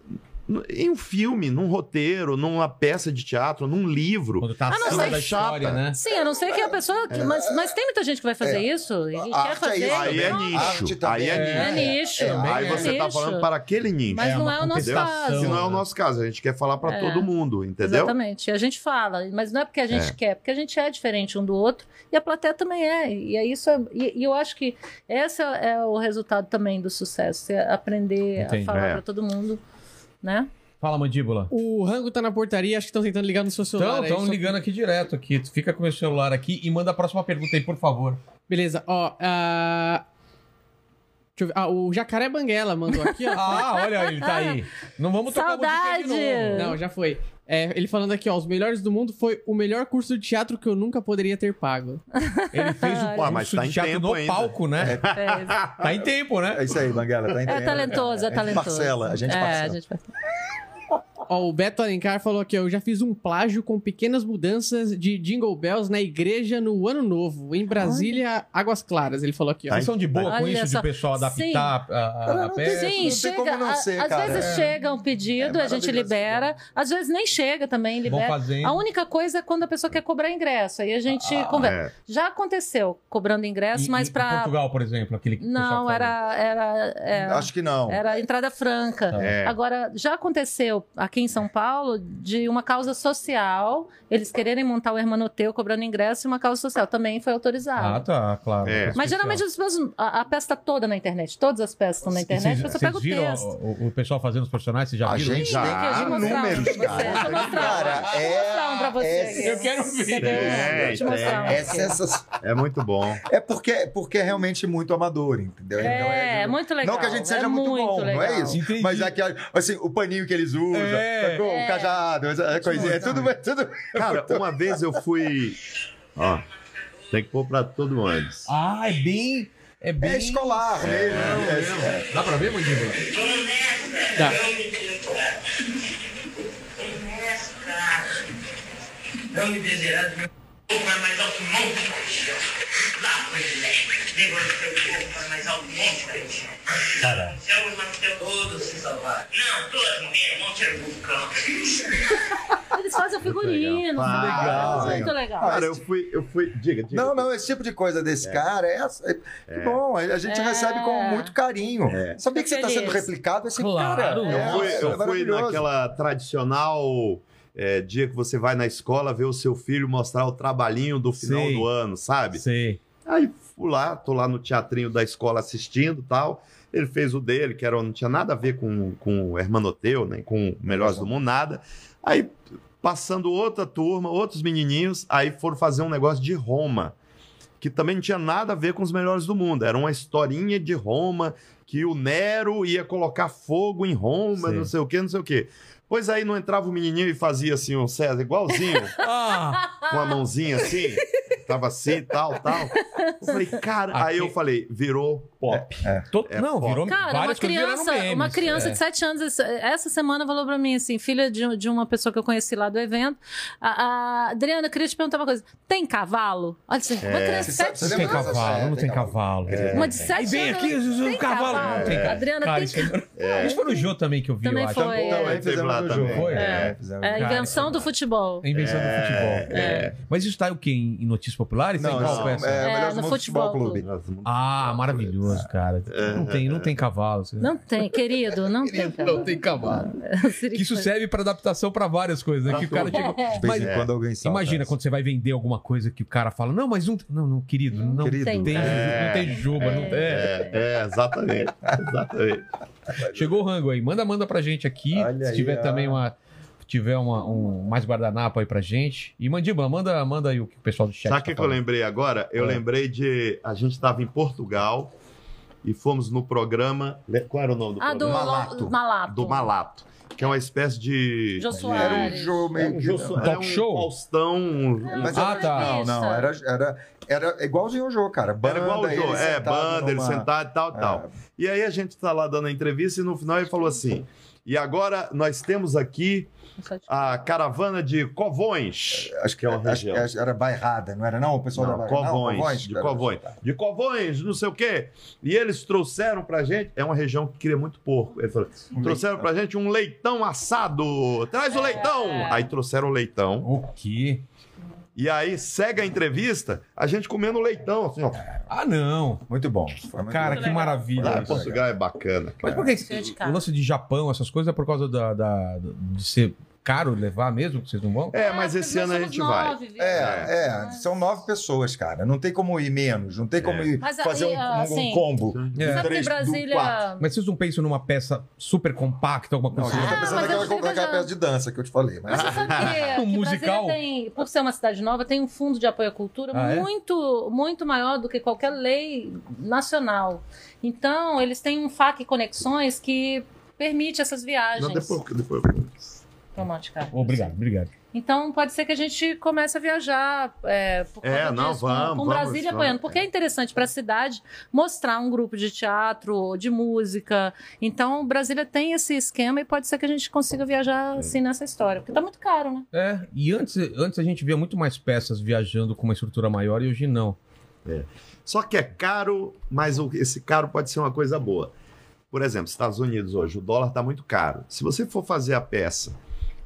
n- em um filme, num roteiro, numa peça de teatro, num livro. Quando tá Ah, não é acima sei. da história, Chata. né? Sim, a não ser que a pessoa. Mas, mas tem muita gente que vai fazer isso e A quer arte é fazer. isso Aí é também. nicho. Arte também Aí é É nicho. nicho. É, Aí você tá nicho. falando para aquele nicho. Mas não uma é o nosso compensação, caso. Se não é o né? nosso caso, a gente quer falar pra É. todo mundo, entendeu? Exatamente. E a gente fala, mas não é porque a gente quer, porque a gente é diferente um do outro e a plateia também é. E é isso. E, e eu acho que esse é o resultado também do sucesso. Você aprender Entendi. a falar É. pra todo mundo, né? Fala, mandíbula. O rango tá na portaria, acho que estão tentando ligar no seu celular. Então, aí, estão só- ligando aqui direto aqui. Tu Fica com o meu celular aqui e manda a próxima pergunta aí, por favor. Beleza, ó. ah, Deixa eu ver. Ah, o Jacaré Banguela mandou aqui, ó. Ah, olha, ele tá aí. Não vamos tocar música Saudade! de novo. Não, já foi. É, ele falando aqui, ó, os melhores do mundo foi o melhor curso de teatro que eu nunca poderia ter pago. Ele fez o Ué, mas curso tá de em teatro tempo no ainda. palco, né? É, Tá em tempo, É né? isso aí, Banguela, tá é entendendo? talentoso, é gente talentoso. parcela, a gente é, parcela. A gente parcela. Ó, o Beto Alencar falou aqui, ó, eu já fiz um plágio com pequenas mudanças de Jingle Bells na igreja no Ano Novo, em Brasília, Águas Claras, ele falou aqui, ó. Vocês são de boa com Olha isso de só. o pessoal Sim. adaptar a, a, a Não tem- peça? Sim, não tem como chega. não a- ser, às cara. vezes É. chega um pedido, É a gente maravilhoso, libera. Às vezes nem chega também, Vão libera. fazendo. A única coisa é quando a pessoa quer cobrar ingresso. Aí a gente conversa. É. Já aconteceu cobrando Em- ingresso, mas em pra. Portugal, por exemplo, aquele que o pessoal Não, falou. era. era é, Acho que Ah, não. Era a entrada franca. É. Agora, já aconteceu aqui em São Paulo de uma causa social, eles quererem montar o Hermanoteu cobrando ingresso e uma causa social também foi Ah, autorizada. tá, claro. É. Mas geralmente as pessoas, a, a peça tá toda na internet, todas as peças estão na internet, você pega o viram texto. O, o- o pessoal fazendo os personagens? Vocês já A viram? gente Já. tem Aqui, eu vou mostrar um pra números, você. cara. Deixa eu mostrar um. Cara, Deixa eu é- mostrar um pra você. é- Eu quero ver. Quer ver? Deixa eu Tem, mostrar um. É, aqui. sensacional. É muito bom. é porque, porque é realmente muito amador, entendeu? Então É, é muito legal. Não que a gente é seja muito, bom, não é legal. isso? Entendi. Mas é que, assim, o paninho que eles usam, É. sacou? o cajado, essa coisinha, é tudo, é tudo... Cara, uma vez eu fui. Ó, tem que pôr pra todo mundo antes. Ah, é bem. É bem. É escolar mesmo. É, é, Dá pra ver, Mandíbula? Tá. Não me desejar meu povo vai mais alto monte, paixão. Lá com ele, Digo ao teu povo vai mais alto monte, paixão. Cara. Céu e Marcelo todos se salvaram. Não, todos morreram, monte era vulcão. Eles fazem o figurino. sabe? legal, É muito legal. Cara, eu fui. Eu fui... Diga, diga. Não, não, esse tipo de coisa desse cara é, é- que bom. A gente É. recebe com muito carinho. Sabia que você Fico está sendo feliz. replicado? Esse Claro. cara, Eu é, fui, eu é fui maravilhoso. naquela tradicional é, dia que você vai na escola ver o seu filho mostrar o trabalhinho do final Sei. do ano, sabe? Sei. Aí por lá, tô lá no teatrinho da escola assistindo e tal. Ele fez o dele, que era, não tinha nada a ver com, com o Hermanoteu, nem com o Melhores do Mundo, nada. Aí, passando outra turma, outros menininhos, aí foram fazer um negócio de Roma, que também não tinha nada a ver com os Melhores do Mundo. Era uma historinha de Roma, que o Nero ia colocar fogo em Roma, Sim. não sei o quê, não sei o quê. Pois aí não entrava o menininho e fazia assim, o César, igualzinho Ah, com a mãozinha assim, tava assim, tal, tal. Eu falei, cara, aí eu falei, virou pop. tô- não, virou Cara, uma várias coisas viraram criança, memes. uma criança É. de 7 anos, essa- essa semana falou pra mim, assim, filha de, de uma pessoa que eu conheci lá do evento. A, a Adriana, eu queria te perguntar uma coisa: tem cavalo? Olha, assim, uma criança de Você sabe- 7 você Não tem anos. lembra dessa cavalo, série? não tem cavalo. Uma de É. Aí 7 vem anos. aqui, os- os tem cavalo. não tem cavalo. Adriana, Cara, tem isso, é... isso foi no jogo também que eu vi, Também eu acho. foi. Então, É, aí fizemos lá no também. jogo. Foi? É, fizemos. É, a Cara, invenção do futebol. É invenção do futebol. é. Mas isso tá o quê? Em em notícias populares? Tá em Não, qual não, peça? é, É, melhor no no futebol futebol clube. Ah, maravilhoso, cara. Não tem, não tem cavalo. Não tem, querido, não tem cavalo. tem cavalo. Que isso serve pra adaptação pra várias coisas, né? Pra Que o cara tudo. é, chegou- De vez em Mas- quando alguém salta. Imagina quando você vai vender alguma coisa que o cara fala: "Não, mas não, não, não querido, não querido. tem, não tem juba, não tem. É, é, exatamente. exatamente. É, Chegou o rango aí. Manda, manda pra gente aqui. Olha se aí, tiver ó. também uma tiver uma- um mais guardanapo aí pra gente. E mandíbula, manda, manda aí o que o pessoal do chat Sabe o tá que, que eu falando. lembrei agora? Eu Ah. É. lembrei de. A gente estava em Portugal e fomos no programa. Qual era o nome do Ah, do programa? Malato. Malato. Do Malato. Que é uma espécie de. Jô de- Soares. Era um jogo meio Um que- Jô Soares, Talk era um show? Faustão. um- Mas Ah, era- tá. Não, não, era, era, era igualzinho o jogo, cara. Banda, Era igual o ele Jô. É, sentado banda, ele numa- É. sentado e tal, tal. E aí a gente tá lá dando a entrevista e no final ele falou assim: e agora nós temos aqui a caravana de Covões. É, Acho que, Que é uma acho região. que era bairrada, não era não? O pessoal Não, da bairrada. Covões, não, de cara. Covões. De Covões, não sei o quê. E eles trouxeram pra gente. É uma região que cria muito porco. Ele falou: trouxeram pra gente um leitão assado. Traz o É. leitão! Aí trouxeram o leitão. O quê? E aí segue a entrevista, a gente comendo leitão, assim, ó. Ah, não. Muito bom. Foi muito Cara, que legal. maravilha. Ah, isso. Portugal é bacana. Mas Cara. por que Cheio de que cara. o lance de Japão, essas coisas, é por causa da, da- de ser caro levar mesmo? Que vocês não vão? É, mas esse ano a gente vai. É, é, são nove pessoas, cara. Não tem como ir menos, não tem como É. ir Mas aí, fazer um, um- um assim, combo. É. Sabe que em Três do Brasília. quatro. Mas vocês não pensam numa peça super compacta, alguma Não, a coisa gente assim? tá Ah, pensando mas eu naquela, fico naquela já- peça de dança que eu te falei. Mas... Mas Ah, você sabe que, Um que musical? Brasília tem, por ser uma cidade nova, tem um fundo de apoio à cultura Ah, é? muito, muito maior do que qualquer lei nacional. Então, eles têm um FAC Conexões que permite essas né, viagens. Não, depois, depois. pra um monte de cara. Obrigado, obrigado. Então, pode ser que a gente comece a viajar é, por causa É, não, disso, com- vamos, com vamos, Brasília vamos. apoiando. Porque é interessante para a cidade mostrar um grupo de teatro, de música. Então, Brasília tem esse esquema e pode ser que a gente consiga É. viajar assim nessa história. Porque tá muito caro, né? É, e antes, antes a gente via muito mais peças viajando com uma estrutura maior e hoje não. Só que é caro, mas o- esse caro pode ser uma coisa boa. Por exemplo, Estados Unidos hoje, o dólar está muito caro. Se você for fazer a peça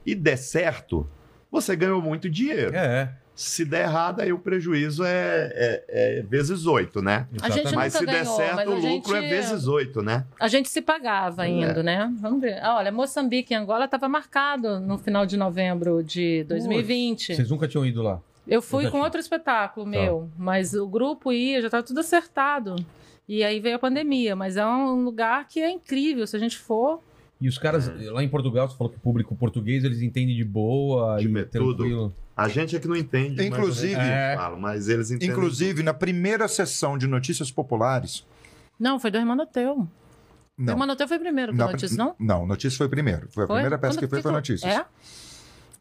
e der certo, você ganhou muito dinheiro. É, Se der errado, aí o prejuízo é, é- é vezes oito, né? A gente exatamente. Mas se nunca der ganhou, certo, mas a o lucro gente- é vezes oito, né? A gente se É. pagava indo, né? Vamos ver. Ah, olha, Moçambique e Angola estava marcado no final de novembro de 2020. Vocês nunca tinham ido lá. Eu fui Nunca com Uhum. tinha. outro espetáculo Tá. meu, mas o grupo ia, já tá tudo acertado. E aí veio a pandemia, mas é um lugar que é incrível. Se a gente for, E os caras É. lá em Portugal, você falou que o público português eles entendem de boa De e metudo. tranquilo. A gente é que não entende. mais ou menos Inclusive- o que eu É. falo, mas eles entendem. Inclusive, na primeira sessão de Notícias Populares... não, foi do Hermanoteu. O Não, Hermanoteu foi primeiro com na- notícia, não? não, Notícias foi primeiro. Foi a Foi? primeira peça Quando que foi foi que tu- Notícias. É?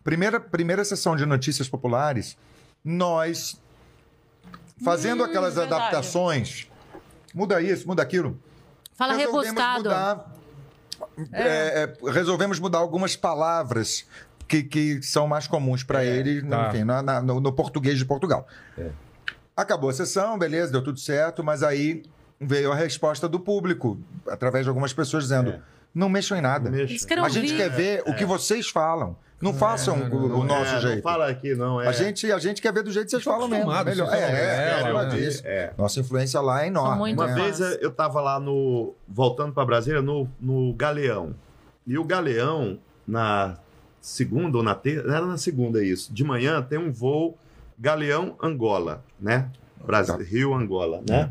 Primeira, primeira sessão de notícias populares, nós fazendo Hum, aquelas verdade. adaptações, muda isso, muda aquilo. Fala repostado. mudar, é, é, resolvemos mudar algumas palavras que, que são mais comuns para eles, no- tá. enfim, na- na- no, no português de Portugal. Acabou a sessão, beleza, deu tudo certo, mas aí veio a resposta do público através de algumas pessoas dizendo: É. não mexam em nada. Mexe. Escreve- Quero A gente ouvir. quer ver o que vocês falam. Não façam o- o, nosso É, não jeito. fala aqui, não. É, A, gente, a gente quer ver do jeito que vocês Tô falam mesmo. acostumado, Melhor. vocês É, falam é, dela, fala né? disso. É. Nossa influência lá é São enorme. muito Uma Né? vez eh, Fácil. eu tava lá no. voltando para Brasília, no, no Galeão. E o Galeão, na segunda ou na terça. Era na segunda isso. De manhã tem um voo Galeão-Angola, né? Brasil, Rio, Angola, né?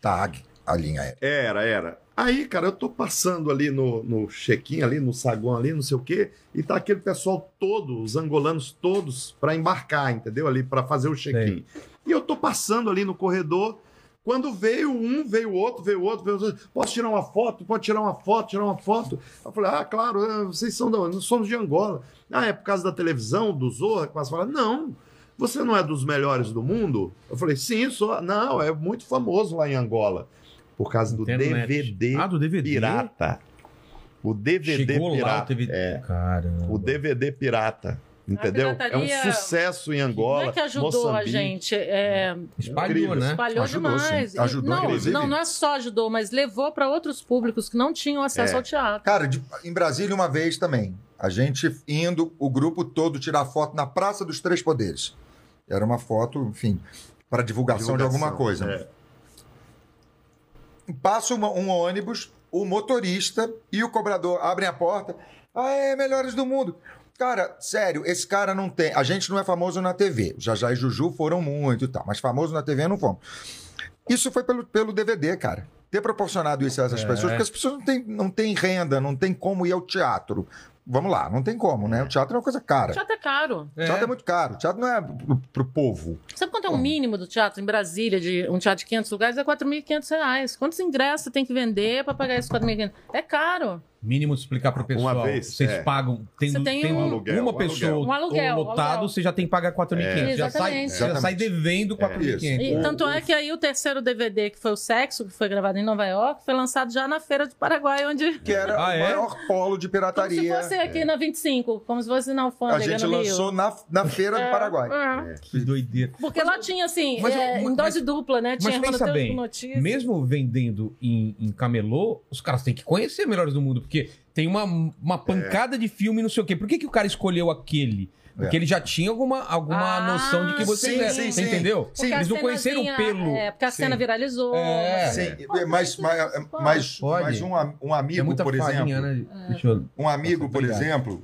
Tag, a linha é. Era, era. Aí, cara, eu tô passando ali no, no check-in, ali no saguão, ali, não sei o quê, e tá aquele pessoal todo, os angolanos todos, pra embarcar, entendeu? Ali, pra fazer o check-in. E eu tô passando ali no corredor, quando veio um, veio outro, veio outro, veio outro. Posso tirar uma foto? Pode tirar uma foto, tirar uma foto. Eu falei, ah, claro, eh, vocês são da onde? Nós somos de Angola. Ah, é por causa da televisão, do Zorra, que passa falar. Não, você não é dos melhores do mundo? Eu falei, sim, sou. Não, é muito famoso lá em Angola. Por causa do Internet. DVD Ah, do DVD? pirata. O DVD Chegou pirata. lá o DVD. É, Caramba. o DVD pirata. Entendeu? É um pirataria- sucesso em Angola. Não é que ajudou Moçambique. a gente. é, Espalhou, Incrível. né? Espalhou Ajudou, sim. demais. E- Ajudou, não, inclusive. não, não é só ajudou, mas levou para outros públicos que não tinham acesso É. ao teatro. Cara, de- em Brasília uma vez também. A gente indo, o grupo todo, tirar foto na Praça dos Três Poderes. Era uma foto, enfim, para divulgação, de alguma coisa. né? É. Passa uma- um ônibus, o motorista e o cobrador abrem a porta. Ah, é, melhores do mundo. Cara, sério, esse cara não tem. A gente não é famoso na TV. Jajá e Juju foram muito e tal, mas famoso na TV não fomos. Isso foi pelo, pelo DVD, cara. Ter proporcionado isso a essas É. pessoas, porque as pessoas não têm, não têm renda, não tem como ir ao teatro. Vamos lá, não tem como, né? O teatro é uma coisa O cara. teatro é caro. O teatro é muito caro. O teatro não é pro, pro povo. Sabe quanto é o mínimo do teatro em Brasília, de um teatro de 500 lugares? É R$ 4.500 reais. Quantos ingressos você tem que vender para pagar esses 4.500? É caro. Mínimo explicar pro pessoal. vez, vocês é. pagam. Tem, Você tem, tem um- uma Aluguel, um pessoa aluguel. Um aluguel, um lotado, aluguel. você já tem que pagar 4.500. É. já, sai, Exatamente. já sai devendo 4.500. E O- tanto o- é que aí o terceiro DVD, que foi o Sexo, que foi gravado em Nova York, foi lançado já na Feira do Paraguai, onde. Que era Ah, o é? maior polo de Como se pirataria. fosse aqui na 25, como se fosse na A Alfândega gente no lançou Rio. na, na Feira do Paraguai. É. Que doideira. Porque lá tinha, assim, mas- é, mas- em dose dupla, né? Tinha pensa Roteiro bem, com notícias. Mesmo vendendo em, em camelô, os caras têm que conhecer Melhores do Mundo, porque tem uma, uma pancada de filme, não sei o quê. Por que, que o cara escolheu aquele? Porque ele já tinha alguma, alguma Ah, noção de que você sim, era, sim, você sim. entendeu? Porque a Eles não conheceram o cenazinha- pelo. É, porque a Sim. cena viralizou. É. Sim, Pô, mas, isso mas, é, pode. mas, Pode. mas um, am- um É amigo, muita por farinha, exemplo, É. né? Deixa eu... um amigo, por Obrigado. exemplo,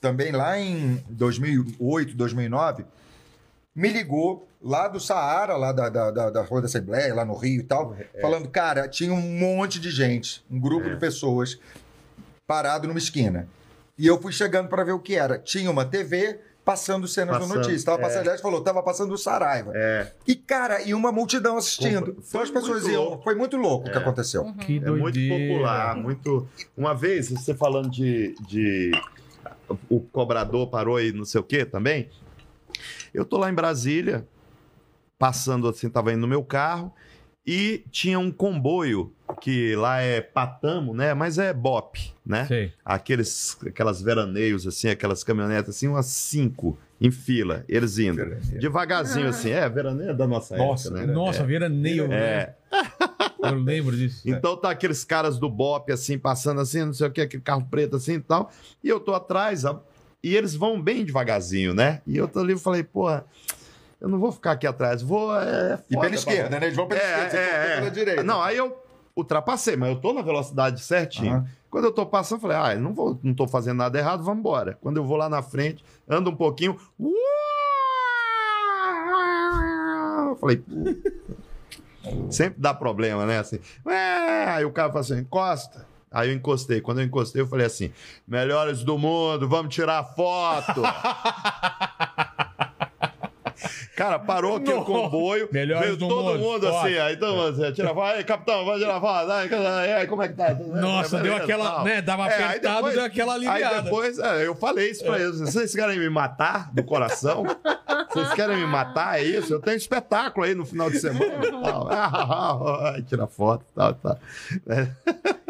também lá em 2008, 2009, me ligou lá do Saara, lá da, da, da, da Rua da Assembleia, lá no Rio e tal, É. falando, cara, tinha um monte de gente, um grupo de pessoas parado numa esquina. E eu fui chegando para ver o que era. Tinha uma TV passando cenas do Passando, notícia. Tava passando, aliás, falou, tava passando o Saraiva. É, E, cara, e uma multidão assistindo. Foi- foi então as pessoas muito iam. louco. Foi muito louco o que aconteceu. Uhum. Que é muito popular, muito. Uma vez, você falando de, de. O cobrador parou e não sei o quê também. Eu tô lá em Brasília, passando assim, tava indo no meu carro, e tinha um comboio, que lá é patamo, né? Mas é bop, né? Sei. Aqueles, aquelas veraneios, assim, aquelas caminhonetas, assim, umas cinco em fila, eles indo. Devagarzinho, assim. É, veraneia da nossa Nossa, época, né? nossa, veraneio, É. né? Eu lembro É. disso. Então tá aqueles caras do Bop assim, passando assim, não sei o que, aquele carro preto assim e tal. E eu tô atrás, a- e eles vão bem devagarzinho, né? E eu tô ali e falei, porra, eu não vou ficar aqui atrás, vou. É, é E foda, pela esquerda, né? Eles vão tá bom. pela É, esquerda, você é, cortou é. pela direita. Não, aí eu ultrapassei, mas eu tô na velocidade certinho. Aham. Quando eu tô passando, eu falei, ah, eu não, vou, não tô fazendo nada errado, vamos embora. Quando eu vou lá na frente, ando um pouquinho. uau! Eu falei, Sempre dá problema, né? Assim, "Ué", aí o cara fala assim, encosta. Aí eu encostei. Quando eu encostei, eu falei assim: melhores do mundo, vamos tirar foto. cara, parou aqui o Nossa. comboio. Melhores veio do todo mundo, mundo, assim. Aí, então, assim, tira foto. Aí, capitão, vamos tirar foto. Aí, aí, como é que tá? Nossa, deu Beleza, aquela, tal. né? Dava É, aí apertado, depois- deu aquela aliviada. Aí depois, é, eu falei isso pra eles. Vocês querem me matar do coração? Vocês querem me matar? É isso? Eu tenho espetáculo aí no final de semana. e tal. Ah, Tira foto e tal, tal.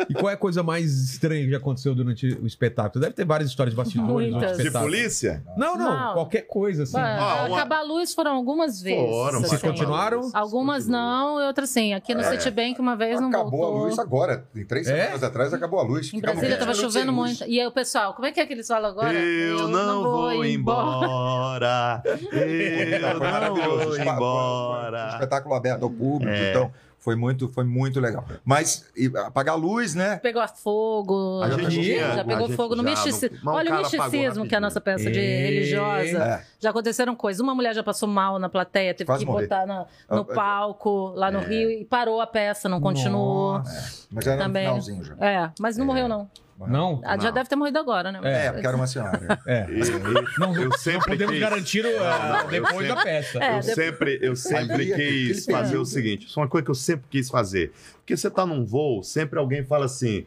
E qual é a coisa mais estranha que já aconteceu durante o espetáculo? Deve ter várias histórias de bastidores Muitas. durante o De espetáculo. polícia? Não, não, Não. Qualquer coisa, assim. Bah, Ah, uma- Acabar a luz foram algumas vezes. Foram, Vocês Acabar a assim. luz. continuaram? Algumas não, e outras sim. Aqui no É. Citibank uma vez não acabou voltou. a luz agora. Em três É? semanas atrás acabou a luz. Em Ficamos Brasília 20 tava minutos sem chovendo luz. muito. E aí o pessoal, como é que é que eles falam agora? Eu não vou embora. Eu Foi não maravilhoso. vou Espa- foi- foi um embora. um espetáculo aberto ao público, É. então Foi muito, foi muito legal. Mas e, apagar a luz, né? Pegou a fogo. A gente já ia, a pegou gente fogo no já, misticismo. não- mas o Olha o cara apagou misticismo que é a nossa peça de Ei. religiosa. É. Já aconteceram coisas. Uma mulher já passou mal na plateia, teve Quase que morri. botar na- Eu- Ah, no é. eu- palco, lá no Rio, e parou a peça, não continuou. Mas já era Também. no finalzinho já. É, mas não morreu, não. Não? Ah, Já deve ter morrido agora, né? É, porque era uma senhora. É. E- e- Não, eu sempre podemos quis. garantir o, ah, não, eu depois da sempre- peça. É, eu depois- sempre, eu sempre é Sabia que aquele quis fazer período- o seguinte: isso é uma coisa que eu sempre quis fazer. Porque você tá num voo, sempre alguém fala assim.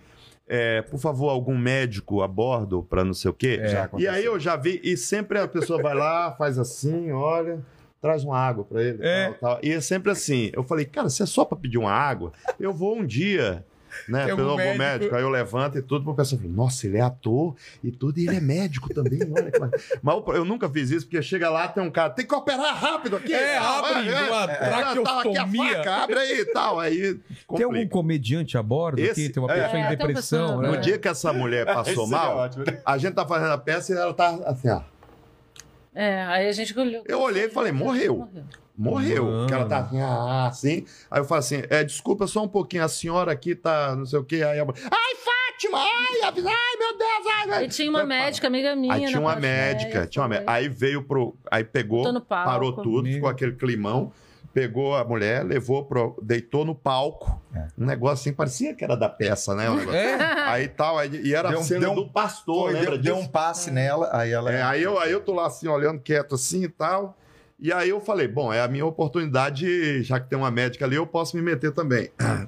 é, por favor, algum médico a bordo para não sei o quê. É. Já e aconteceu. aí eu já vi, e sempre a pessoa vai lá, faz assim, olha, traz uma água para ele. É. Tal, tal. E é sempre assim. Eu falei, cara, se é só para pedir uma água, eu vou um dia. Né, Tem algum pelo algum médico. médico. aí eu levanto e tudo, o pessoal fala, nossa, ele é ator e tudo, e ele é médico também, olha que bacana." Mas eu, eu nunca fiz isso, porque chega lá, tem um cara, tem que operar rápido aqui. É, tal, abre vai, uma tal, tá aqui a traqueostomia. faca, abre aí e tal, aí Tem algum complica. comediante a bordo Esse- aqui? Tem uma é. pessoa É, em tem uma depressão, pessoa- né? No dia que essa mulher passou é mal, a gente tá fazendo a peça e ela tá assim, ó. É, aí a gente olhou. Eu olhei e falei, morreu. Morreu. Mano. Porque ela tá assim, ah, assim. Aí eu falo assim: é, desculpa só um pouquinho, a senhora aqui tá não sei o quê. Aí ela, ai, Fátima, ai, ai, meu Deus, ai, ai. E tinha uma Eu falo, médica, amiga minha. Aí tinha na uma plateia, médica, tinha uma foi. médica. Aí veio pro. Aí pegou, né? Tô no palco. parou tudo, Meu. ficou aquele climão. Pegou a mulher, levou pro. deitou no palco. É. Um negócio assim, parecia que era da peça, né? o negócio. É? Aí tal, aí, e era Deu deu, um- cena deu um- do pastor, Foi, deu, lembra um- disso? deu um passe nela, aí ela. É, aí, eu, aí eu tô lá assim, olhando quieto assim e tal. E aí eu falei, bom, é a minha oportunidade, já que tem uma médica ali, eu posso me meter também.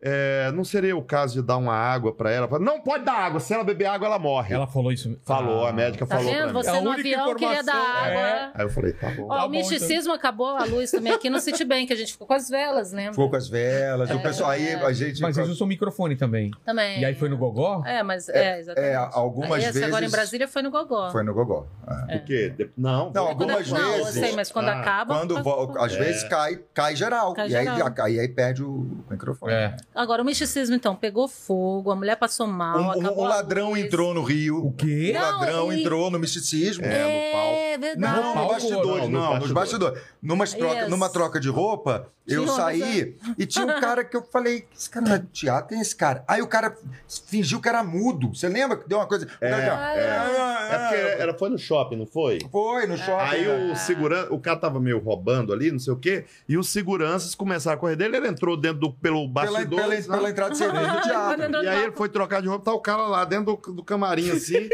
É, não seria o caso de dar uma água pra ela? Falei, não pode dar água, se ela beber água, ela morre. Ela falou isso. Falou, Ah. É a médica Tá falou vendo? pra mim. Você A no única avião queria dar informação é- água. Aí eu falei, tá bom. Ó, Tá o bom, então. misticismo acabou, a luz também aqui no Citibank, a gente ficou com as velas, né? Ficou com as velas, É. o pessoal aí, a gente. Mas eles usam o microfone também. Também. E aí foi no gogó? É, mas é, exatamente. É, algumas Aí esse vezes. agora em Brasília foi no Gogó. Foi no Gogó. é. Por quê? De- Não, Não, Quando- algumas não, vezes. eu sei, mas quando Ah, acaba. Quando vo- às vezes É. cai, cai geral. tá Cai e aí, geral. a- aí, aí perde o microfone. É. Agora, o misticismo, então, pegou fogo, a mulher passou mal, Um, um- acabou. um a ladrão luz. entrou no Rio. O quê? Não, Um ladrão e- entrou no misticismo. É, no palco. É Não, verdade. no palco ou bastidores, não? não, nos No bastidores. Numas troca- Yes. Numa troca de roupa, eu Tirou, saí e tinha um cara que eu falei: esse cara não é do teatro, tem esse cara. Aí o cara fingiu que era mudo. Você lembra que deu uma coisa. O cara já- Ah, Ah, É porque era, foi no shopping, não foi? Foi no shopping. Aí né? o segurança, o cara tava meio roubando ali, não sei o quê, e os seguranças começaram a correr dele, ele entrou dentro do, pelo Pela, bastidor. pela, sabe? pela entrada de cerveja do Quando teatro. entrou E no aí ele palco. foi trocar de roupa, tá o cara lá dentro do, do camarim assim.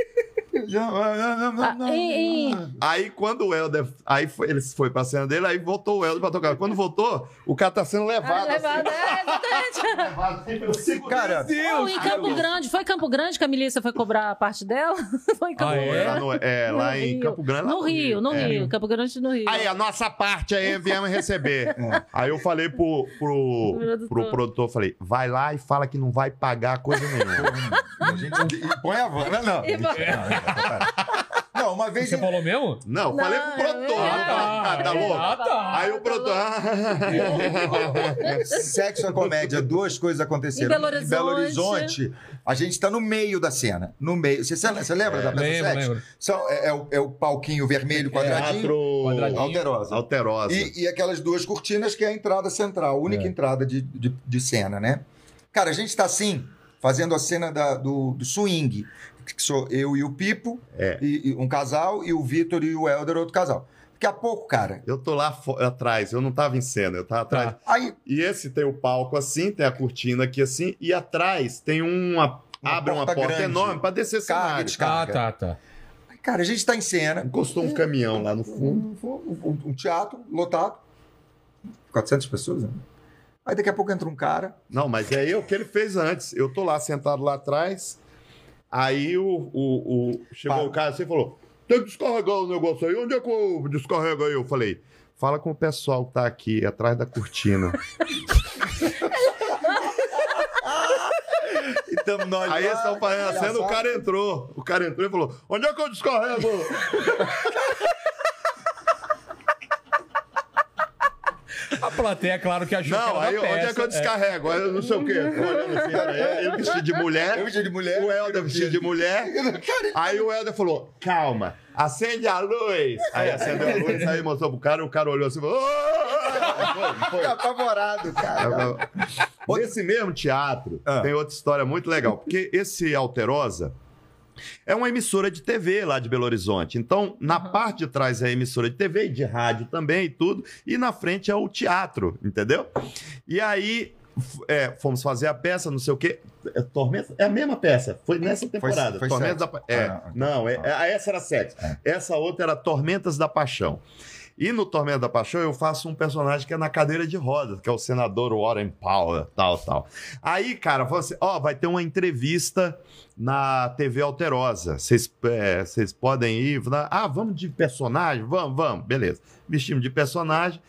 Ah, e- e- aí quando o Helder. Aí foi- ele foi pra cena dele, aí voltou o Helder pra tocar. Quando voltou, o cara tá sendo Ah, levado. levado, é, assim, exatamente. levado assim pelo segurança. Cara, Não, em Campo Grande, foi em Campo Grande que a milícia foi cobrar a parte dela? Foi em Campo Ah, Foi é? lá, no, é, lá No em Rio. Campo Grande. lá No Rio, no É. Rio. Campo Grande no Rio. Aí, a nossa parte aí, viemos receber. É. Aí eu falei pro, pro, Produtor. pro produtor, falei, vai lá e fala que não vai pagar coisa nenhuma. a gente e põe a van. Não, não. E vai. Não, uma vez. Você falou mesmo? Não, Não, falei pro produtor. é. Ah, tá, tá louco? Ah, tá. Aí o produtor... Tá Sexo é comédia, duas coisas aconteceram. Em Belo Horizonte. Horizonte, a gente tá no meio da cena. No meio. Você, você lembra da peça É, Lembro, sexo? lembro. São, é, é o, é o palquinho vermelho quadradinho. Teatro... Quadradinho. Alterosa. Alterosa. E, e aquelas duas cortinas que é a entrada central, a É. única entrada de, de, de cena, né? Cara, a gente tá assim, fazendo a cena da- do, do swing, que sou eu e o Pipo, É. e, e um casal, e o Vitor e o Helder, outro casal. Daqui a pouco, cara, Eu tô lá fo- atrás, eu não tava em cena, eu tava atrás. aí E esse tem o palco assim, tem a cortina aqui assim, e atrás tem uma. Uma abre uma porta porta grande. enorme pra carga descer e cenário. Ah, descarga. tá, tá. Aí, Cara, a gente tá em cena, Encostou um caminhão lá no fundo. um, um- um teatro lotado, 400 pessoas, né? Aí daqui a pouco entra um cara, Não, mas é eu que ele fez antes. Eu tô lá sentado lá atrás. Aí o, o, o- chegou Para. o cara assim e falou: tem que descarregar o negócio aí. Onde é que eu descarrego aí? Eu falei. Fala com o pessoal que tá aqui, atrás da cortina. e tamo Então, nós Aí lá, eles estão fazendo a cena, o engraçado. cara entrou. O cara entrou e falou: Onde é que eu descarrego? A plateia, é claro que achou que Não, era aí da onde é peça. que eu descarrego? Aí Eu não sei o quê. Olhando assim, olha, Eu vestido de mulher. Eu vestido de mulher, O Helder vestido de mulher. Aí o Helder falou: calma, acende a luz. Aí acendeu a luz, aí mostrou pro cara, o cara olhou assim e falou: "Oh!" Foi, foi. Fica apavorado, cara. Nesse mesmo teatro, é Ah. tem outra história muito legal, porque esse Alterosa é uma emissora de TV lá de Belo Horizonte. Então, na parte de trás é a emissora de TV, e de rádio também e tudo, e na frente é o teatro, entendeu? E aí. f- é, fomos fazer a peça, não sei o quê. É, Tormenta? É a mesma peça. Foi nessa temporada. foi Tormentas da sexo. Pa- é, Ah, não, é, ah. é- essa era sexo. Essa outra era Tormentas da Paixão. E no Tormento da Paixão eu faço um personagem que é na cadeira de rodas, que é o senador Warren Powell, tal, tal. Aí, cara, falou assim, ó, vai ter uma entrevista na TV Alterosa. Vocês é, vocês podem ir? Falei, Ah, vamos de personagem? Vamos, vamos. Beleza. Vestimos de personagem.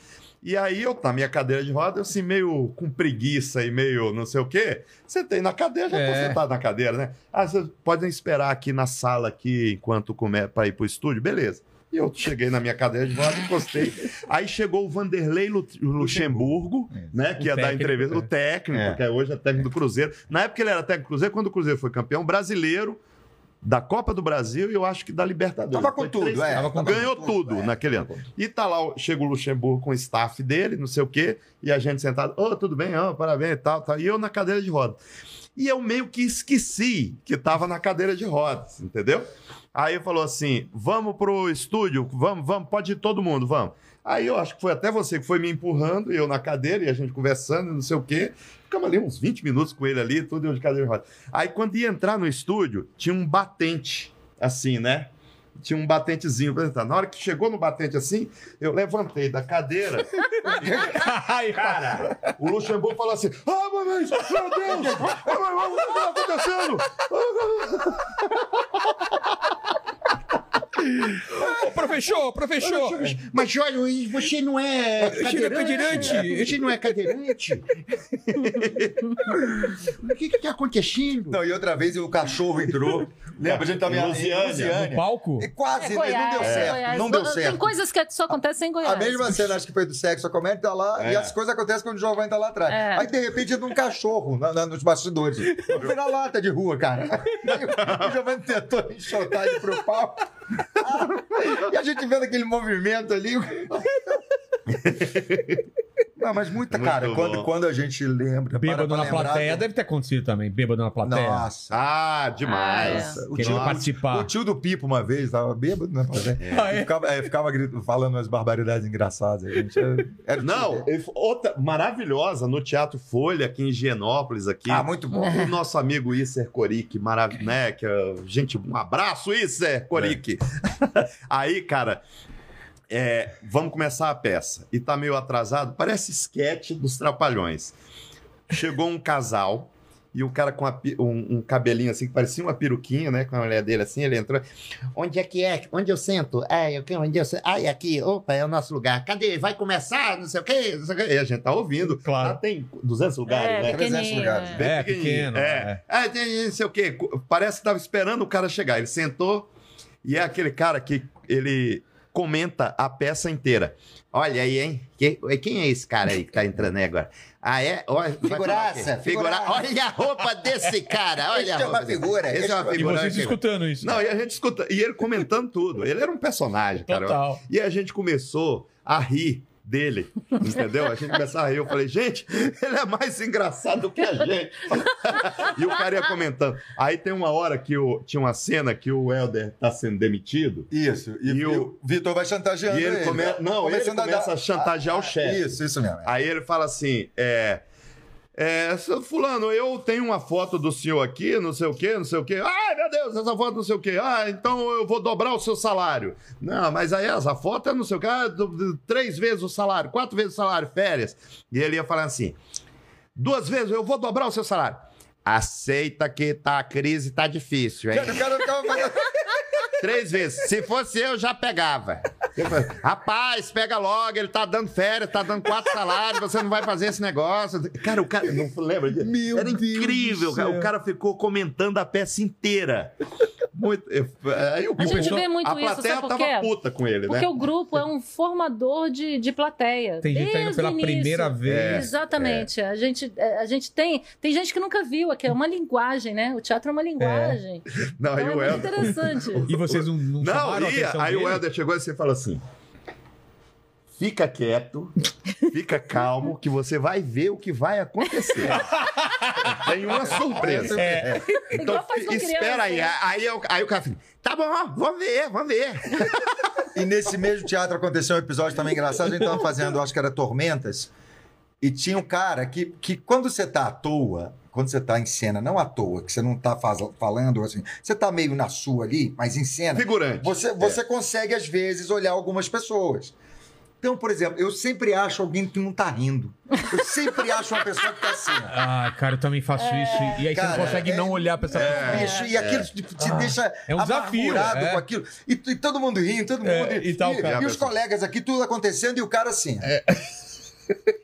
E aí eu, na minha cadeira de rodas, eu assim, meio com preguiça e meio não sei o quê. Sentei na cadeira, já É. tô sentado na cadeira, né? Ah, vocês podem esperar aqui na sala aqui enquanto comer para ir pro estúdio? Beleza. E eu cheguei na minha cadeira de rodas, encostei. Aí chegou o Vanderlei Lu- Luxemburgo, né? Que O ia dar técnico, entrevista. é. O técnico, É. que é hoje é técnico do Cruzeiro. Na época ele era técnico do Cruzeiro, quando o Cruzeiro foi campeão brasileiro da Copa do Brasil e eu acho que da Libertadores. Tava com Foi tudo, três é. Tava com ganhou tudo, é. naquele ano. E tá lá, o- chega o Luxemburgo com o staff dele, não sei o quê, e a gente sentado, ô, tudo bem, ó, parabéns e tal, tal. E eu na cadeira de rodas. E eu meio que esqueci que tava na cadeira de rodas, entendeu? Aí falou assim: vamos pro estúdio, vamos, vamos, pode ir todo mundo, vamos. Aí eu acho que foi até você que foi me empurrando, e eu na cadeira, e a gente conversando, não sei o quê. Ficamos ali uns 20 minutos com ele ali, tudo eu de cadeira de rodas. Aí quando ia entrar no estúdio, tinha um batente, assim, né? Tinha um batentezinho pra entrar. Na hora que chegou no batente assim, eu levantei da cadeira. Ai, Cara, o Luxemburgo falou assim: Ah, meu Deus! Meu Deus! Ah, meu Deus, O que tá acontecendo? Ô, professor, professor. Mas olha, você não é cadeirante? Você não é cadeirante? O que que tá acontecendo? Não, e outra vez o cachorro entrou. Lembra? A gente tava em Lusiânia. No palco? E quase, É, mas não deu Goiás, certo. Goiás. Não deu Tem certo. coisas que só acontecem em Goiás. A mesma cena, acho que foi do sexo, a comédia tá lá É. e as coisas acontecem quando o Giovanni tá lá atrás. É. Aí, de repente, entra um cachorro na- na- nos bastidores. Foi na lata de rua, cara. Aí o Giovanni tentou enxotar ele pro pau. e a gente vendo aquele movimento ali. Não, mas muita, É Muito cara, quando, bom. quando a gente lembra. para Bêbado pra na lembrar, plateia. Deve ter acontecido também. Bêbado na plateia. Nossa. Ah, demais. Ah, O Querendo tio, participar. o tio do Pipo, uma vez, tava bêbado na plateia. Ah, E é? Ficava, é, ficava gritando, falando umas barbaridades engraçadas, gente. é, Era o tio Não, dele. ele- outra maravilhosa no Teatro Folha, aqui em Higienópolis, aqui. Ah, muito bom. O nosso amigo Isser Coric, maravilhoso, né? Que, é- gente, um abraço, Isser Coric. Aí, cara, é, vamos começar a peça. E tá meio atrasado, parece esquete dos Trapalhões. Chegou um casal e o cara com a pi- um, um cabelinho assim, que parecia uma peruquinha, né? Com a mulher dele assim, ele entrou. Onde é que é? Onde eu sento? Ah, eu, onde eu sento? Ai, aqui, opa, é o nosso lugar. Cadê? Vai começar? Não sei o quê. Não sei o quê. E a gente tá ouvindo. Claro. Lá tem 200 lugares, É, né? pequenininho. lugares, é. Bem É, pequenininho. pequeno, É. Ah, tem não sei o quê. Co- Parece que tava esperando o cara chegar. Ele sentou e é aquele cara que ele comenta a peça inteira. Olha aí, hein? Que- Quem é esse cara aí que tá entrando aí agora? Ah, é? Olha, vai falar o quê? Figuraça, Figura... figuraça. Olha a roupa desse cara. Olha a Esse é roupa uma desse- figura, Esse esse é é uma uma- E figura. vocês escutando isso. né? Não, e a gente escuta. E ele comentando tudo. Ele era um personagem, cara. Total. E a gente começou a rir dele, entendeu? A gente começou a rir. Eu falei, gente, ele é mais engraçado que a gente. e o cara ia comentando. Aí tem uma hora que o, tinha uma cena que o Helder tá sendo demitido. Isso. E, E e o- o Vitor vai chantageando Tá E ele come- não, ele começa a chantagear o chefe. Ah, Isso, isso mesmo. Aí ele fala assim, é... É, seu fulano, eu tenho uma foto do senhor aqui, não sei o quê, não sei o quê. Ai, meu Deus, essa foto não sei o quê. Ah, então eu vou dobrar o seu salário. Não, mas aí essa foto é não sei o quê. Ah, do- do- três vezes o salário, quatro vezes o salário, férias. E ele ia falando assim, duas vezes eu vou dobrar o seu salário. Aceita que tá, a crise tá difícil, hein? Cara, o cara ficava fazendo... É. Três vezes. Se fosse eu, já pegava. Eu falei, Rapaz, pega logo, ele tá dando férias, tá dando quatro salários, você não vai fazer esse negócio. Cara, o cara. Não lembra disso? Meu Era Deus do incrível, cara. céu. O cara ficou comentando a peça inteira. Muito. eu- Aí o A gente pessoal- vê muito a isso, plateia sabe por tava quê? puta com ele, Porque né? o grupo é um formador de, de plateia. Tem gente desde tá indo pela o início. primeira vez. Exatamente. A, gente, é, a gente tem. Tem gente que nunca viu aqui. É uma linguagem, né? O teatro é uma linguagem. Não, aí Então o é muito Helder. interessante. E vocês não, não, Não, chamaram a ia. atenção Aí dele? o Helder chegou assim e falou assim: fica quieto, fica calmo, que você vai ver o que vai acontecer. Tem uma surpresa. Então, Igual faz com criança, espera aí. né? Aí, eu- aí o cara fica, tá bom, vamos ver, vamos ver. E nesse mesmo teatro aconteceu um episódio também engraçado. A gente tava fazendo, acho que era Tormentas. E tinha um cara que, que quando você tá à toa, quando você tá em cena, não à toa, que você não tá faz- falando assim, você tá meio na sua ali, mas em cena, É Figurante. você, você consegue, às vezes, olhar algumas pessoas. Então, por exemplo, eu sempre acho alguém que não tá rindo. Eu sempre acho uma pessoa que tá assim. ó. Ah, cara, eu também faço É. isso. E aí você Cara, não consegue é- não olhar pra essa pessoa. Bicho, e aquilo te, te deixa é um desafio, amargurado é. com aquilo. E, e todo mundo rindo, todo mundo É, rindo. e tal, e, cara. É. e os colegas aqui, tudo acontecendo, e o cara assim.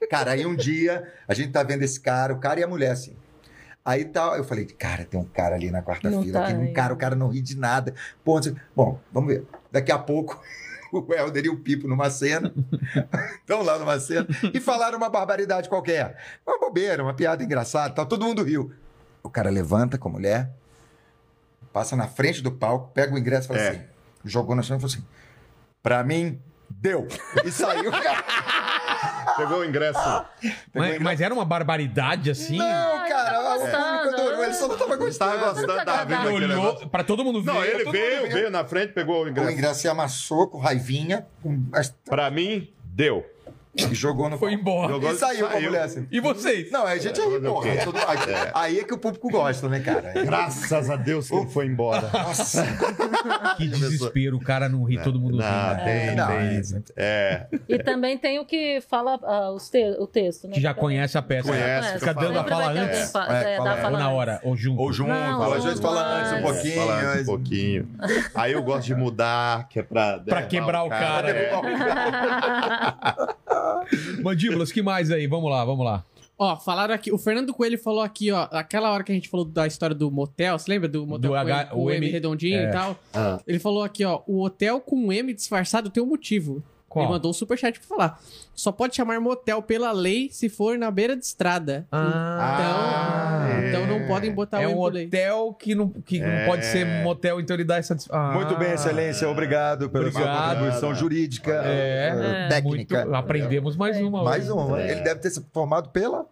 Cara, aí um dia a gente tá vendo esse cara, o cara e a mulher assim. Aí tá, eu falei, cara, tem um cara ali na Não quarta-feira, tá tem um rindo. cara, o cara não ri de nada. Pô, não sei- bom, vamos ver. Daqui a pouco o Helder e o Pipo numa cena, estão lá numa cena, e falaram uma barbaridade qualquer. Uma bobeira, uma piada engraçada, e tal, todo mundo riu. O cara levanta com a mulher, passa na frente do palco, pega o ingresso e fala É. assim, jogou na chão e falou assim, pra mim, deu. E saiu. Pegou o ingresso. Mas, mas era uma barbaridade assim? Não, ele cara, tava o público gostando. adorou, ele só não tava Ele tava gostando. gostando da vida. Ele daquele olhou negócio. pra todo mundo ver. Não, ele todo mundo veio, vendo. veio na frente, pegou o O ingresso. ingresso se amassou com raivinha com as- Pra mim, deu. e jogou no Foi embora. Jogou- E saiu com a saiu. mulher assim. E vocês? Não, aí a gente aí, fazer o porra. quê? todo- aí, aí é que o público gosta, né, cara? Graças a Deus que ele foi embora. Nossa, Que desespero, o cara não ri, todo mundo rindo. Ah, tem, não, tem. é- É, E também tem o que fala ah, os te- o texto, né? Que já conhece a peça. Conhece, Conhece, fica dando a sempre fala vai ter alguém antes. fa- É, é, fala- dá ou fala Ou na antes. hora, ou junto. ou junto, Não, ou às vezes não, fala antes um mas- pouquinho. Falar antes mas- um pouquinho. Aí eu gosto de mudar, que é pra. derrubar quebrar o cara, É. Mandíbulas, que mais aí? Vamos lá, vamos lá. Ó, falaram aqui, o Fernando Coelho falou aqui, ó, aquela hora que a gente falou da história do motel, você lembra do motel Do com H- M, com o M M- redondinho é. e tal? Ah. Ele falou aqui, ó, o hotel com M disfarçado tem um motivo. Qual? Ele mandou um superchat pra falar. Só pode chamar motel pela lei se for na beira de estrada. Ah, então, é. então não podem botar é o M um por lei. hotel que não, que não É. pode ser motel, então ele dá essa... dis- Ah. Muito bem, excelência. Obrigado pela sua Obrigado. contribuição jurídica, É, eh, é. técnica. Muito- aprendemos mais uma. Mais hoje. um. Ele deve ter se formado pela.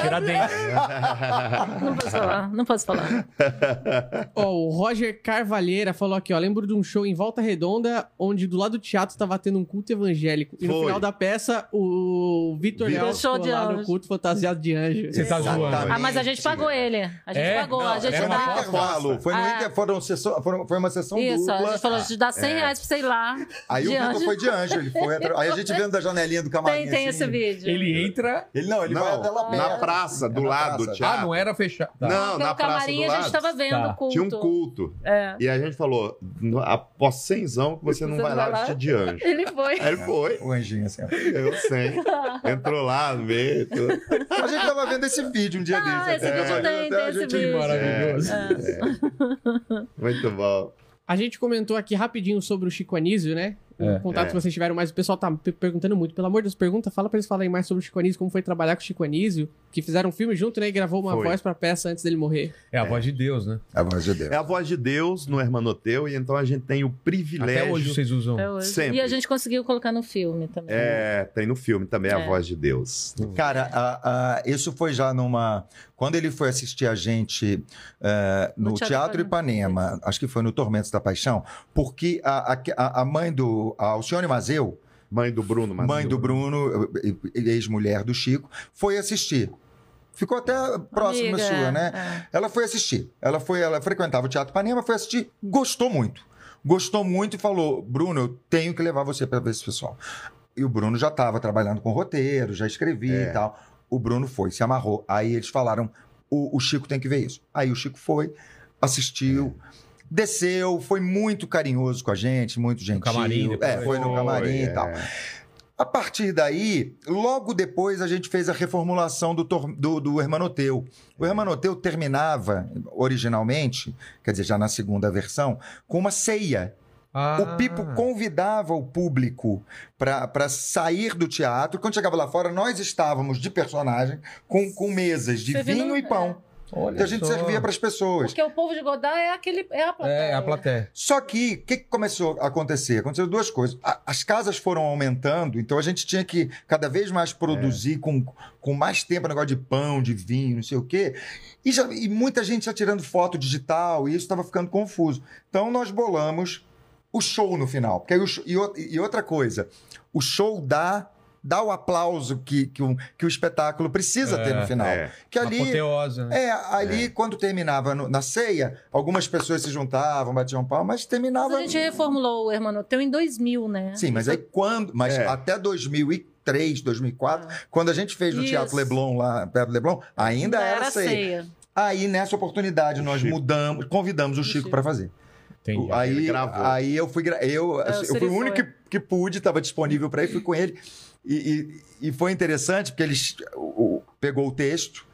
Tiradentes. Ah, Não posso falar, não posso falar. é. Ó, o Roger Carvalheira falou aqui, ó. Lembro de um show em Volta Redonda, onde do lado do teatro tava tendo um culto evangélico. E no Foi. final da peça, o Vitor Vitor- Leal Show ficou de lá no anjo. culto fantasiado de anjo. Você tá zoando. Ah, mas a gente pagou ele. A gente É? pagou, Não, a gente era uma dá. aposta. Intervalo. Foi, no Ah. inter- foram sessão- foram- foi uma sessão Isso, dupla. a gente falou, a gente dá 100 reais pra sei lá. Aí o de Vitor anjo. foi de anjo. Ele foi atra- Aí a gente vendo da janelinha do camarim. Tem, tem assim, esse vídeo. Ele entra... Ele não, ele vai até lá Não, perto. na praça, do É na lado, praça. do Ah, teatro. não era fechado. Tá. Não, Porque na praça do o um camarim a lado. gente tava vendo Tá. o culto. Tinha um culto. É. E a gente falou: "No- após 100 que você não vai lá vestir de anjo. Ele foi. Aí É. ele foi, O anjinho, assim. ó. eu sei. Entrou lá no meio. tudo. A gente tava vendo esse vídeo um dia Ah, desses. esse até. vídeo até tem, a tem esse gente- Que vídeo. maravilhoso. É, Muito bom. A gente comentou aqui rapidinho sobre o Chico Anísio, né? O É. contato que vocês tiveram, mas o pessoal tá pe- perguntando muito. Pelo amor de Deus, pergunta, fala pra eles falarem mais sobre o Chico Anísio, como foi trabalhar com o Chico Anísio, que fizeram um filme junto, né? E gravou uma Foi. voz pra peça antes dele morrer. É a voz de Deus, né? A voz de Deus. É a voz de Deus no Hermanoteu, e então a gente tem o privilégio. Até hoje vocês usam. Até hoje. Sempre. E a gente conseguiu colocar no filme também. É, tem no filme também a É. voz de Deus. Cara, a- a- isso foi já numa. Quando ele foi assistir a gente eh, no, No Teatro, Teatro Ipanema, Ipanema. acho que foi no Tormentos da Paixão, porque a, a- a- a mãe do a Alcione Mazeu, Mãe do Bruno, Mazinho. mãe do Bruno, eh, eh, ex-mulher do Chico, foi assistir. Ficou até próxima Amiga, sua, né? é. Ela foi assistir. Ela foi, ela frequentava o Teatro Panema, foi assistir, gostou muito. Gostou muito e falou: "Bruno, eu tenho que levar você para ver esse pessoal". E o Bruno já estava trabalhando com roteiro, já escrevia É. e tal. O Bruno foi, se amarrou. Aí eles falaram: o, o Chico tem que ver isso". Aí o Chico foi, assistiu, desceu, foi muito carinhoso com a gente, muito gentil. camarim, depois. é, foi no camarim Foi, e tal. é. A partir daí, logo depois a gente fez a reformulação do, tor- do, do Hermanoteu. O Hermanoteu terminava, originalmente, quer dizer, já na segunda versão, com uma ceia. Ah. O Pipo convidava o público para sair do teatro. Quando chegava lá fora, nós estávamos de personagem com, com mesas de Servindo- vinho e pão. É. Olha Então a gente só. servia para as pessoas. Porque o povo de Godard é aquele. É a plateia. É, a plateia. Só que o que, que começou a acontecer? Aconteceram duas coisas. A- as casas foram aumentando, então a gente tinha que cada vez mais produzir com, com mais tempo negócio de pão, de vinho, não sei o quê. E, já- e muita gente já tirando foto digital, e isso estava ficando confuso. Então nós bolamos o show no final. Porque aí o show- e, o- e outra coisa, o show dá, dá o aplauso que, que, o, que o espetáculo precisa ter É, no final. é. Que ali. Apoteosa, né? É, ali quando terminava no- na ceia, algumas pessoas se juntavam, batiam um pau, mas Mas terminava. a gente reformulou o Hermanoteu em 2000, né? Sim, mas aí quando. Mas É. até 2003, 2004, quando a gente fez no Ah. Isso. Teatro Leblon, lá perto do Leblon, ainda era, Então, ceia. Aí nessa oportunidade O nós Chico. mudamos, convidamos o, O Chico Chico. para fazer. Entendi. Ele Aí, gravou. aí eu fui. gra- Eu, assim, É, o eu fui Siri o único foi. que, que pude, estava disponível para ir, fui com ele. E, e, e foi interessante, porque ele o- o- pegou o texto,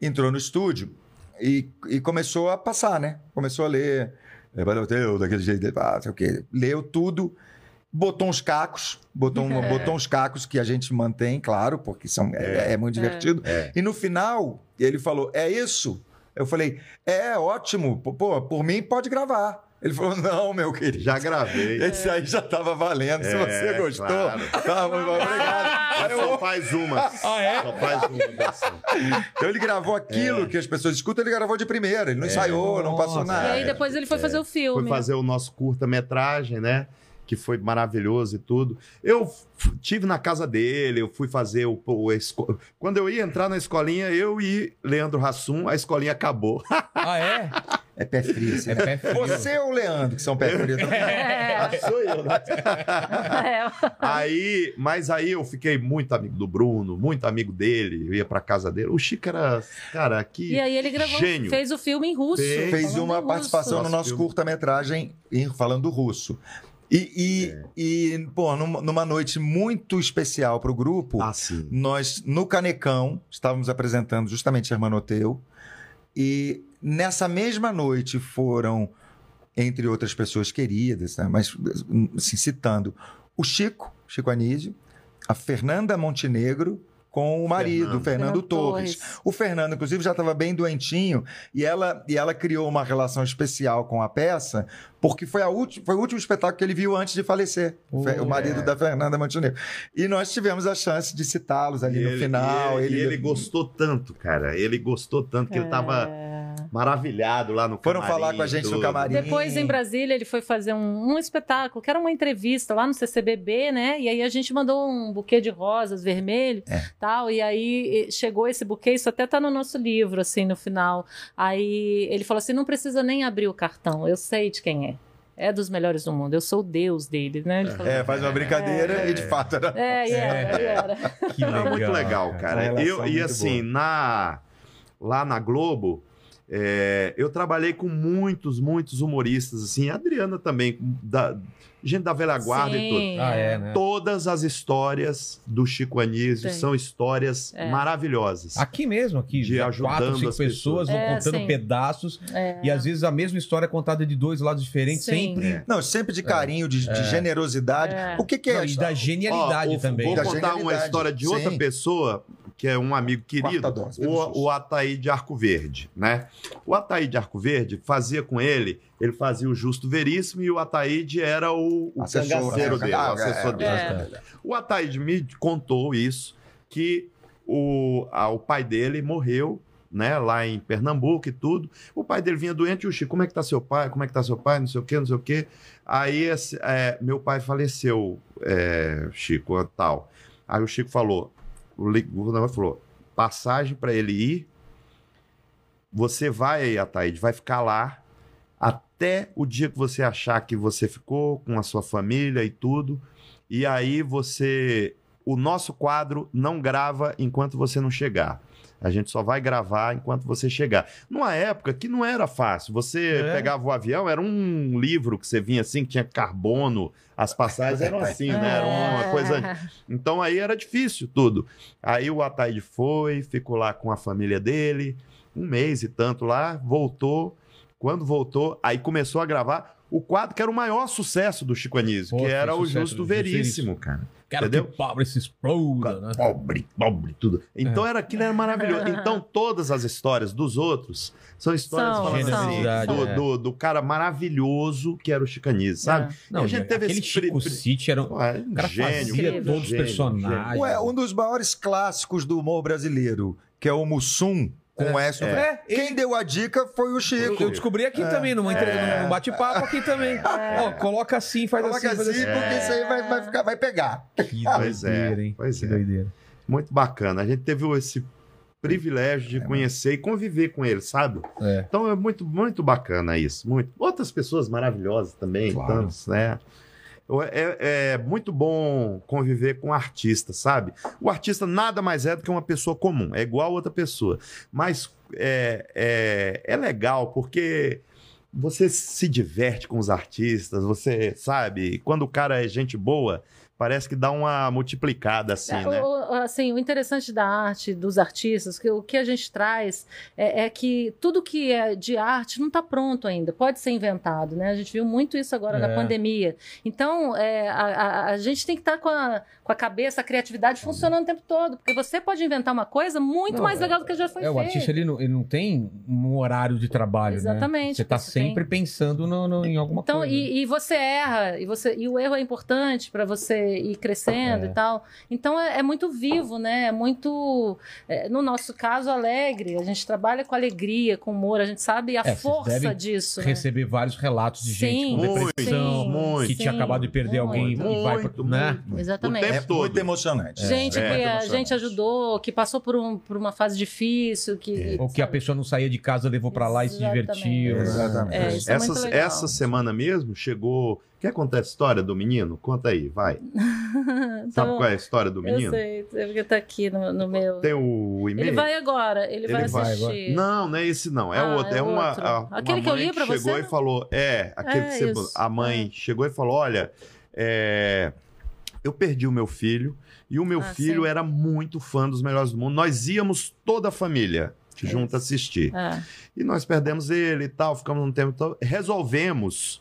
entrou no estúdio e, e começou a passar, né? Começou a ler. é, valeu, teu, daquele jeito, ah, sei o quê. Leu tudo, botou uns cacos, botou, um- botou uns cacos que a gente mantém, claro, porque são, é, é muito É. divertido. É. E no final, ele falou: É isso? Eu falei: É ótimo, pô, pô, por mim pode gravar. Ele falou: Não, meu querido. Já gravei. Esse aí já tava valendo. Se É, você gostou, claro. tá, muito obrigado. Mas só faz uma. Ah, é? Só faz uma versão. Então ele gravou aquilo É. que as pessoas escutam, ele gravou de primeira. Ele não ensaiou, não passou Nossa. E nada. aí depois ele foi É, fazer o filme. Foi fazer o nosso curta-metragem, né? Que foi maravilhoso e tudo. Eu f- tive na casa dele, eu fui fazer o. o esco- Quando eu ia entrar na escolinha, eu e Leandro Hassum, a escolinha acabou. Ah, é? É pé frio. assim. É pé frio. Você ou o Leandro, que são pé frio. né? É, Sou eu, né? é. Aí, mas aí eu fiquei muito amigo do Bruno, muito amigo dele, eu ia pra casa dele. O Chico era, cara, que E aí ele gravou, gênio. fez o filme em russo. Fez- Fez falando em uma russo. participação no Nosso nosso filme. curta-metragem em- falando russo. E, e, É. e, pô, num- numa noite muito especial pro grupo, assim. Nós, no Canecão, estávamos apresentando justamente Hermanoteu. E nessa mesma noite foram, entre outras pessoas queridas, né, mas assim, citando, o Chico, Chico Anísio, a Fernanda Montenegro com o marido, Fernando. Fernando, Torres. O Fernando, inclusive, já estava bem doentinho e ela, e ela criou uma relação especial com a peça, porque foi, a ulti- foi o último espetáculo que ele viu antes de falecer, o Fe- o marido da Fernanda Montenegro. E nós tivemos a chance de citá-los ali E no ele- final. e ele, e ele gostou tanto, cara. Ele gostou tanto que ele tava É. É. maravilhado lá no Foram camarim. falar com a gente no tudo. camarim. Depois, em Brasília, ele foi fazer um, um espetáculo, que era uma entrevista lá no CCBB, né? E aí a gente mandou um buquê de rosas vermelho É. tal. E aí e- chegou esse buquê, isso até tá no nosso livro, assim, no final. Aí ele falou assim: não precisa nem abrir o cartão, eu sei de quem é. É dos melhores do mundo, eu sou o deus dele, né? Ele falou, É, faz uma brincadeira e de fato era. É, e era, e era. Que Era muito legal, cara. Uma relação Eu, e muito assim, na, lá na Globo, é, eu trabalhei com muitos, muitos humoristas, assim, a Adriana também, da, gente da velha guarda e tudo. Sim. Ah, é, né? Todas as histórias do Chico Anísio Sim. são histórias maravilhosas. Aqui mesmo, aqui, né? De quatro, ajudando cinco as pessoas pessoas. vão É, contando sim. pedaços e às vezes a mesma história é contada de dois lados diferentes, é. Sim. sempre. né? É. Não, sempre de carinho, de, de generosidade. O que, que é Não, e isso? da Ó, genialidade o- também. né? Da Vou contar uma genialidade, história de outra sim. pessoa, que é um amigo querido, Quarta dose, pelo SUS. o, o Ataí de Arco Verde, né? O Ataí de Arco Verde fazia com ele, ele fazia o Justo Veríssimo e o Ataíde era o, o Assessor, cangaceiro né? dele, Ah, o assessor é, dele. é. O Ataíde me contou isso, que o, a- o pai dele morreu, né, lá em Pernambuco e tudo. O pai dele vinha doente e o Chico, como é que tá seu pai? Como é que tá seu pai? Não sei o quê, não sei o quê. Aí esse, é, meu pai faleceu, é, Chico, tal. Aí o Chico falou, o Li- o governador falou, passagem para ele ir, você vai aí, Ataíde, vai ficar lá até o dia que você achar que você ficou com a sua família e tudo. E aí você. O nosso quadro não grava enquanto você não chegar. Aí A gente só vai gravar enquanto você chegar. Numa época que não era fácil. Você É. pegava o avião, era um livro que você vinha assim, que tinha carbono. As passagens eram assim, É, né? Era uma coisa então aí era difícil tudo. Aí o Ataíde foi, ficou lá com a família dele, um mês e tanto lá, voltou. Quando voltou, aí começou a gravar o quadro que era o maior sucesso do Chico Anísio, Pô, que que era o sucesso, Justo Justo Veríssimo. Veríssimo, cara. Cara, Entendeu? que pobre se exploda, né? Pobre, pobre, tudo. É. Então era aquilo era maravilhoso. Então todas as histórias dos outros são histórias São, falando são, assim, são. do, do- do cara maravilhoso que era o Chico Anísio, É. sabe? Não, a gente gente, teve aquele esse pri- Chico pri- City era um Pô, é um o cara gênio. fazia incrível. todos os Gênio, personagens. Ué, um dos maiores clássicos do humor brasileiro, que é o Mussum com S. no É, final. Quem deu a dica foi o Eu, Chico. eu descobri aqui É. também, numa entrega, num bate-papo aqui também. Ó, coloca assim, faz Coloca assim, assim, faz assim. porque isso aí vai, vai ficar, vai pegar. Que Pois é, doideira, hein? pois que é. doideira. Muito bacana. A gente teve esse privilégio de conhecer e conviver com ele, sabe? né? É. Então é muito, muito bacana isso. Muito. Outras pessoas maravilhosas também, Claro. tantos, né? Eu- É, é muito bom conviver com artista, sabe? O artista nada mais é do que uma pessoa comum, é igual outra pessoa. Mas é, é, é legal porque você se diverte com os artistas, você sabe? Quando o cara é gente boa, parece que dá uma multiplicada assim, O- né? o, assim, o interessante da arte, dos artistas, que o que a gente traz é, é que tudo que é de arte não está pronto ainda, pode ser inventado, né? A gente viu muito isso agora É. na pandemia. Então, é, a, a- a gente tem que estar com, a, com a cabeça, a criatividade funcionando o tempo todo, porque você pode inventar uma coisa muito Não, mais é- legal do que já foi É, o feito. artista ele não, ele não tem um horário de trabalho, né? Exatamente, Você tá você tem. sempre pensando no, no- em alguma Então, coisa. e, e você erra, e, você, e o erro é importante para você ir crescendo É. e tal. Então, é, é muito vivo, né? É muito, é, no nosso caso, alegre. A gente trabalha com alegria, com humor, a gente É, sabe a vocês força devem disso. né? Receber vários relatos de gente com Sim, depressão, sim, muito, que tinha sim, acabado de perder muito. alguém e vai pra, Muito, né? O Exatamente. tempo É todo. muito emocionante. Gente É. que muito a emocionante. gente ajudou, que passou por, um, por uma fase difícil, É. que. Ou que a sabe? pessoa não saía de casa, levou pra lá e se Exatamente. divertiu. né? Exatamente. É, isso é muito Essa, legal. essa semana mesmo chegou. Quer contar a história do menino? Conta aí, vai. Então, Sabe qual é a história do Eu menino? sei, é porque tá aqui no, no meu. Tem o e-mail? Ele vai agora, ele, Ele vai vai assistir. Não, não é esse não. É Ah, outro. É, é uma, outro. a- uma Aquele que eu mãe li pra você, chegou e não? falou. É, aquele É, que você, isso. a mãe chegou e falou: olha, é, eu perdi o meu filho e o meu Ah, filho sim. era muito fã dos melhores do mundo. Nós íamos toda a família junto assistir. É. E nós perdemos ele e tal, ficamos um tempo. e tal. Resolvemos.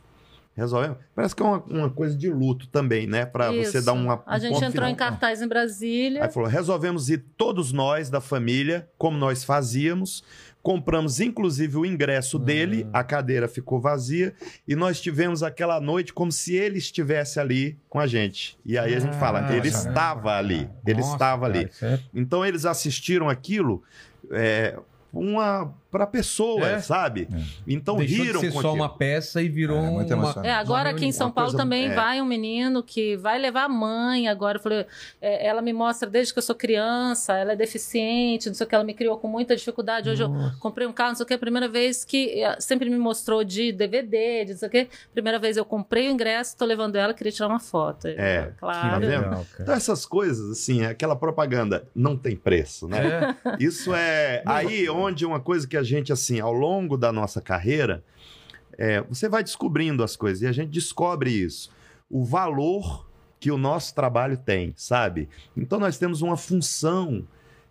Resolvemos. Parece que é uma, uma coisa de luto também, né? Pra você Isso. dar uma. A um gente ponto entrou final. em cartaz em Brasília. Aí falou: resolvemos ir todos nós da família, como nós fazíamos. Compramos, inclusive, o ingresso dele, Ah. a cadeira ficou vazia, e nós tivemos aquela noite como se ele estivesse ali com a gente. E aí a gente fala, Ah, ele caramba, estava ali, cara. ele Nossa, estava ali. cara, isso é- Então eles assistiram aquilo é, uma para pessoa, É. sabe? Então Deixou riram de ser com só aquilo. uma peça e virou É, muito uma... emocionante. É, agora aqui em São uma Paulo coisa- também é. vai um menino que vai levar a mãe agora. Eu falei, é, ela me mostra desde que eu sou criança, ela é deficiente, não sei o que, ela me criou com muita dificuldade. Hoje eu comprei um carro, não sei o que, a primeira vez que eh, sempre me mostrou de DVD, de não sei o que. Primeira vez eu comprei o ingresso, tô levando ela, queria tirar uma foto. É, Que claro. legal, cara. Então essas coisas, assim, aquela propaganda não tem preço, né? É, Isso é aí onde uma coisa que a gente, assim, ao longo da nossa carreira, é, você vai descobrindo as coisas e a gente descobre isso. O valor que o nosso trabalho tem, sabe? Então nós temos uma função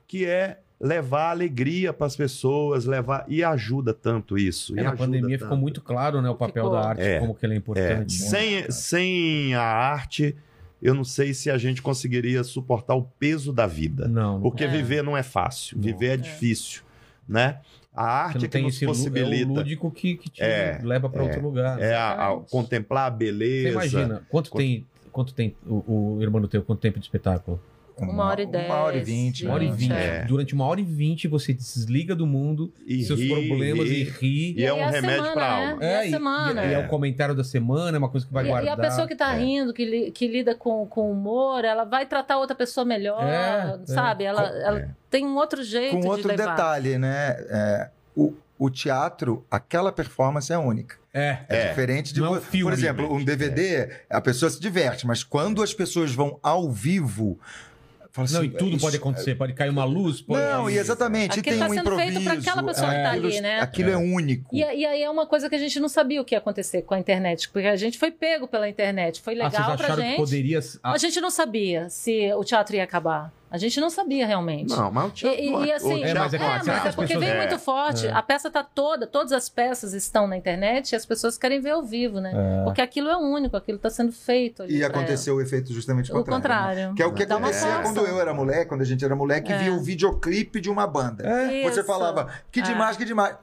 que é levar alegria para as pessoas, levar e ajuda tanto isso. é, e na ajuda pandemia ficou tanto. muito claro, né, o papel Ficou. da arte, É. como que ela é É, importante. né? sem, sem a arte, eu não sei se a gente conseguiria suportar o peso da vida. Não, não Porque É. viver não é fácil, Não. viver é, difícil, né? A Você arte não é que tem nos esse lu- É o possibilita lúdico que, que te É, leva pra outro lugar. é a- a- Exatamente. contemplar a Você beleza. imagina, quanto, Quanto- tem, quanto tem o, o irmão do teu, quanto tempo de espetáculo? Uma hora e dez. Uma hora e vinte. né? Sim, Uma hora e é. vinte. É. Durante uma hora e vinte você desliga do mundo, e seus rir, problemas e rir. ri. E é um a remédio semana, pra né? alma. E a e, semana. e- e é o comentário da semana, é uma coisa que vai E- guardar. E a pessoa que tá É. rindo, que, li- que lida com, com humor, ela vai tratar outra pessoa melhor, É, é. sabe? Ela, ela tem um outro jeito Com outro de levar. detalhe, né? É, o, o teatro, aquela performance é única. É. É, É. diferente de. Não é um vo- filme, por exemplo, um DVD, a pessoa se diverte, mas quando as pessoas vão ao vivo. Fala Não, assim, e tudo isso- pode acontecer. Pode cair uma luz, pode. Não, e exatamente. e Aquilo tem tá um sendo feito improviso. pra aquela pessoa que tá ali, aquilo- né? Aquilo é, único. E, e aí é uma coisa que a gente não sabia o que ia acontecer com a internet, porque a gente foi pego pela internet, foi Ah, vocês legal pra acharam que gente. poderia. Ah, A gente não sabia se o teatro ia acabar. A gente não sabia realmente. Não, mas o teatro. E- e- e assim- o É, mas é teatro- claro, será que as porque pessoas- vem É. muito forte. A peça tá toda, todas as peças estão na internet e as pessoas querem ver ao vivo, né? Porque aquilo é único, aquilo tá sendo feito. ali E pra- aconteceu o efeito justamente o contrário. né? contrário. Que é o que Dá uma acontecia sensação. quando eu era moleque, quando a gente era moleque, e via o videoclipe de uma banda. Você É. Isso. falava, que demais, que demais.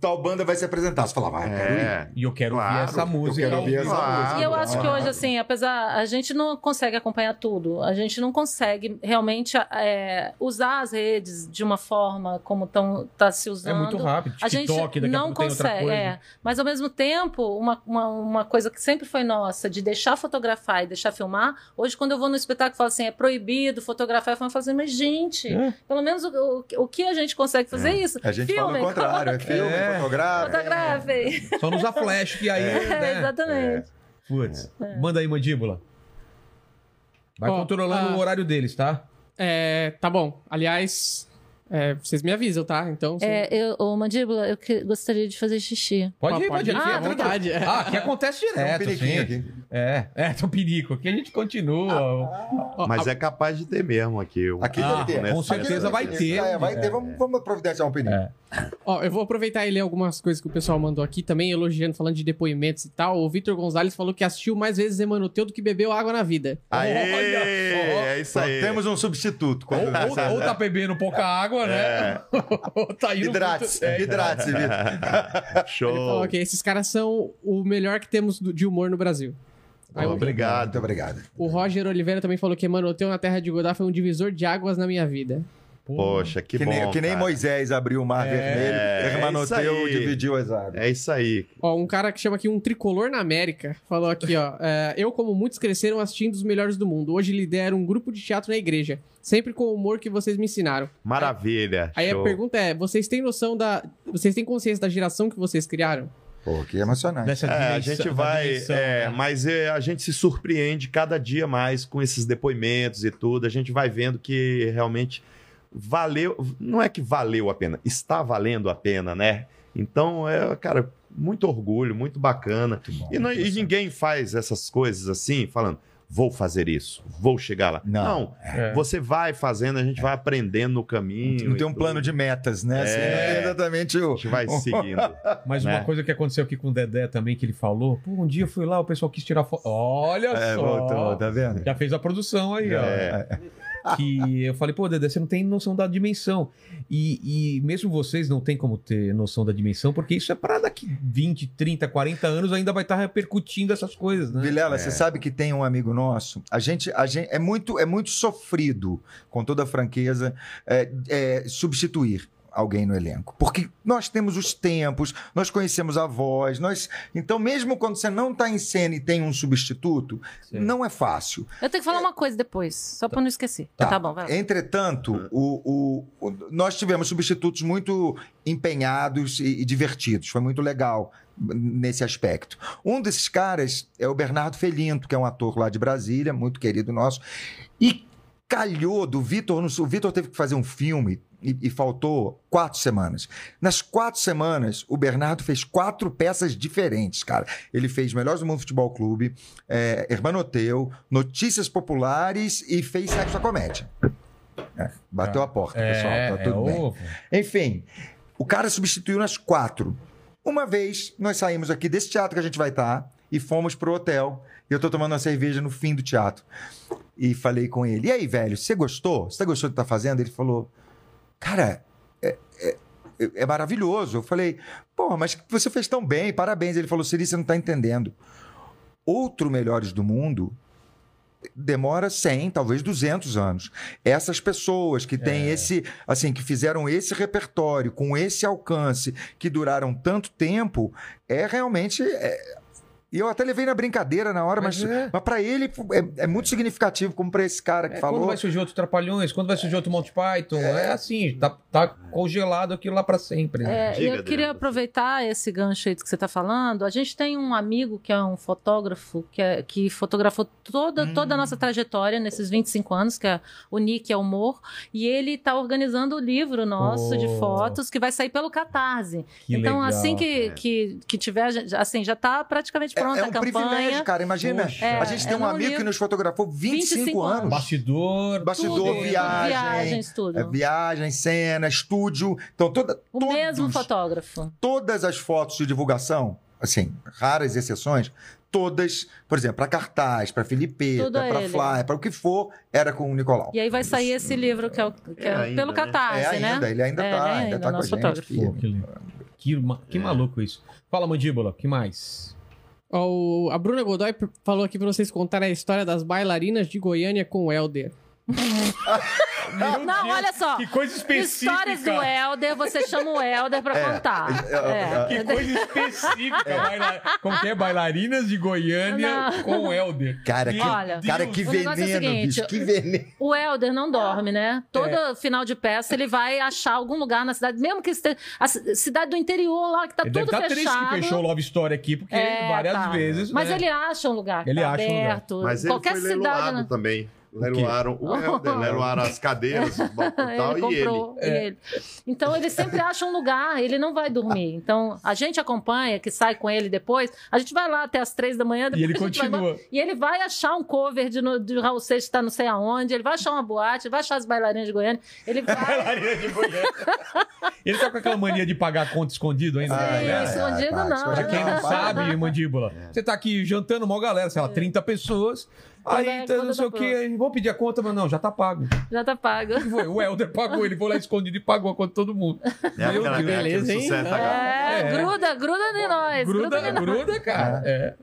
Tal banda vai se apresentar. Você falava, ah, eu quero ir. É. E eu quero ouvir Claro, essa eu música. quero ouvir essa Ah, música. E eu acho que Claro. hoje, assim, apesar. A gente não consegue acompanhar tudo. A gente não consegue realmente é, usar as redes de uma forma como estão tá se usando. É muito rápido. A TikTok, gente daqui a não pouco tem outra consegue, coisa. é. Mas ao mesmo tempo, uma, uma, uma coisa que sempre foi nossa, de deixar fotografar e deixar filmar, hoje quando eu vou no espetáculo, eu falo assim, é proibido fotografar, eu falo assim, mas gente, É. pelo menos o, o, o que a gente consegue fazer é isso. A gente fala Filmem, o contrário. É filme, É. fotografa. Fotografem. Só não usar flash, que aí. É, né? exatamente. Putz. É. Manda aí, mandíbula. Vai Ó, controlando ah. o horário deles, tá? É, tá bom. Aliás, é, vocês me avisam, tá? Então, É, sim. eu, ô, Mandíbula, eu que- gostaria de fazer xixi. Pode Ah, ir, pode pode ir. ir. fica à Ah, verdade, é. Ah, que acontece É um direto, periquinho sim. aqui. É, é, tem um perico. Aqui a gente Ah, continua. Mas é capaz de ter mesmo aqui. um- Aqui Ah, deve ter. com nessa- certeza nessa- vai nessa- ter. Ah, é, vai ter. É. Vamos, vamos providenciar um perigo. É. Ó, eu vou aproveitar e ler algumas coisas que o pessoal mandou aqui também, elogiando, falando de depoimentos e tal. O Vitor Gonzalez falou que assistiu mais vezes Emanuteu do que bebeu água na vida. Aê, Olha só. é isso Só aí. temos um substituto. Ou, Quando... ou- ou tá bebendo pouca água, É. né? Ou tá indo Hidrate-se. muito- É. Hidrate-se, Vitor. Show. Ele falou que Então, esses caras são o melhor que temos do- de humor no Brasil. Aí o- Obrigado. Muito obrigado. O Roger Oliveira também falou que Emanuteu na terra de Godá foi um divisor de águas na minha vida. Poxa, que, Que, bom. nem, que nem cara. Moisés abriu o mar é vermelho, isso Hermanoteu aí. dividiu as águas. É isso aí. Ó, um cara que chama aqui um tricolor na América falou aqui, ó. é, eu, como muitos, cresceram assistindo os melhores do mundo. Hoje lidero um grupo de teatro na igreja, sempre com o humor que vocês me ensinaram. Maravilha. Aí Show. a pergunta é: vocês têm noção da. Vocês têm consciência da geração que vocês criaram? Pô, que emocionante. Dessa É, a dimensão- gente da vai. dimensão, é, né? Mas é, a gente se surpreende cada dia mais com esses depoimentos e tudo. A gente vai vendo que realmente valeu. Não é que valeu a pena, está valendo a pena, né? Então, é, cara, muito orgulho, muito bacana. e, não- e ninguém faz essas coisas assim, falando, vou fazer isso, vou chegar lá. Não. Não, É. você vai fazendo, a gente vai aprendendo no caminho. É. Não tem um e plano tudo. de metas, né? Assim, É. não tem exatamente A o. gente vai seguindo. É. Mas uma né? coisa que aconteceu aqui com o Dedé também, que ele falou: pô, um dia eu fui lá, o pessoal quis tirar foto. Olha É, só. Né? voltou, tá vendo? Já fez a produção aí, É. ó. Que eu falei, pô, Dedé, você não tem noção da dimensão. E, e mesmo vocês não têm como ter noção da dimensão, porque isso é para daqui 20, 30, 40 anos ainda vai estar repercutindo essas coisas, né? Vilela, É. você sabe que tem um amigo nosso. A gente, a gente é muito, é muito sofrido, com toda a franqueza, é, é, substituir alguém no elenco, porque nós temos os tempos, nós conhecemos a voz, nós. Então, mesmo quando você não está em cena e tem um substituto, Sim. não é fácil. Eu tenho que falar uma coisa depois, só pra não esquecer. Tá. Tá, bom, vai lá. Entretanto, o- o- o- nós tivemos substitutos muito empenhados e, e divertidos. Foi muito legal nesse aspecto. Um desses caras é o Bernardo Felinto, que é um ator lá de Brasília, muito querido nosso. E calhou do Vitor. no- O Vitor teve que fazer um filme e, e faltou quatro semanas. Nas quatro semanas, o Bernardo fez quatro peças diferentes, cara. Ele fez Melhores do Mundo Futebol Clube, é, Hermanoteu, Notícias Populares e fez Sexo à Comédia. É, bateu a porta, pessoal. Tá tudo bem. é o- Enfim, o cara substituiu nas quatro. Uma vez, nós saímos aqui desse teatro que a gente vai estar e fomos pro hotel. E eu tô tomando uma cerveja no fim do teatro. E falei com ele: E aí, velho, você gostou? Você gostou do que tá fazendo? Ele falou: Cara, é, é- é maravilhoso. Eu falei: Porra, mas você fez tão bem, parabéns. Ele falou: Siri, você não tá entendendo. Outro Melhores do Mundo demora 100, talvez 200 anos. Essas pessoas que têm esse, assim, que fizeram esse repertório com esse alcance, que duraram tanto tempo, é realmente é, E eu até levei na brincadeira na hora, mas, Mas mas, é. pra ele é, é muito significativo, como pra esse cara que É, Quando falou. vai surgir outro Trapalhões? Quando vai surgir outro Monty Python? É, assim, tá, tá É. congelado aquilo lá pra sempre. né? É, Diga, eu queria Adriana. aproveitar esse gancho aí que você está falando. A gente tem um amigo que é um fotógrafo, que, é- que fotografou toda, toda a nossa trajetória nesses 25 anos, que é o Nick Elmore, e ele está organizando o livro nosso de Oh. fotos, que vai sair pelo Catarse. Que então, legal, assim que, cara. que, que tiver, a gente- assim, já está praticamente É, pronta é a um privilégio, campanha. cara. Imagina, Poxa. a gente É, tem é um um amigo que livro- nos fotografou 25, 25 anos. Bastidor. Bastidor, tudo. viagem, viagens, tudo. É, viagem, cena, estúdio. Então, toda, o todos- mesmo fotógrafo. todas as fotos de divulgação, assim, raras exceções, todas, por exemplo, para cartaz, para Filipeta, Tudo é para ele. Fly, para o que for, era com o Nicolau. E aí vai sair esse livro que é, o- que é É ainda, pelo né? Catarse, É ainda, né? ele ainda É, tá, né? ainda, Ainda tá com a nosso gente. fotógrafo. Pô, filho. que, le- que ma- É. que maluco isso. Fala, mandíbula, que mais? Ó, o- a Bruna Godoy p- falou aqui pra vocês contarem a história das bailarinas de Goiânia com o Helder. Não, olha só. coisa Histórias do Helder, você chama o Helder pra contar. É. Que coisa específica. Baila... Como que é? Bailarinas de Goiânia Não. Tá com o Helder. Cara, que, Meu Olha, cara, que o negócio é o veneno, seguinte, bicho, que veneno. O Helder não dorme, né? Todo final de peça ele vai achar algum lugar na cidade, mesmo que esteja. A ci- cidade do interior lá, que tá Ele deve tudo estar triste que fechado. fechou o Love Story aqui, porque É, várias tá. vezes. Mas né? ele acha um lugar que Ele tá acha um lugar. aberto. Mas ele Qualquer foi leiloado cidade. né? Oh. também. Leiloaram o Helder, leiloaram as cadeiras, o banco e tal, Ele e ele. comprou. e É. ele. Então ele sempre acha um lugar, ele não vai dormir. Então a gente acompanha, que sai com ele depois, a gente vai lá até as três da manhã. E ele depois a gente vai embora. continua. E ele vai achar um cover de, no- de Raul Seixas tá não sei aonde, ele vai achar uma boate, ele vai achar as bailarinas de Goiânia, ele vai. Bailarina de Goiânia. Ele tá com aquela mania de pagar conta escondido ainda. Ah, né? é, Isso, não é, digo tá, não. Pra É. escondido quem não Rapaz. sabe, mandíbula, você tá aqui jantando uma galera, sei lá, 30 pessoas. Quando Aí, é- tá, não quando sei o tá quê, vão pedir a conta, mas não, já tá pago. Já tá pago. que foi? O Helder pagou, ele foi lá escondido e pagou a conta de todo mundo. É Meu aquela Deus. cara que beleza, hein? sucesso, a cara. É, É. gruda, gruda em nós. Gruda, Gruda, em nós. gruda, cara. É.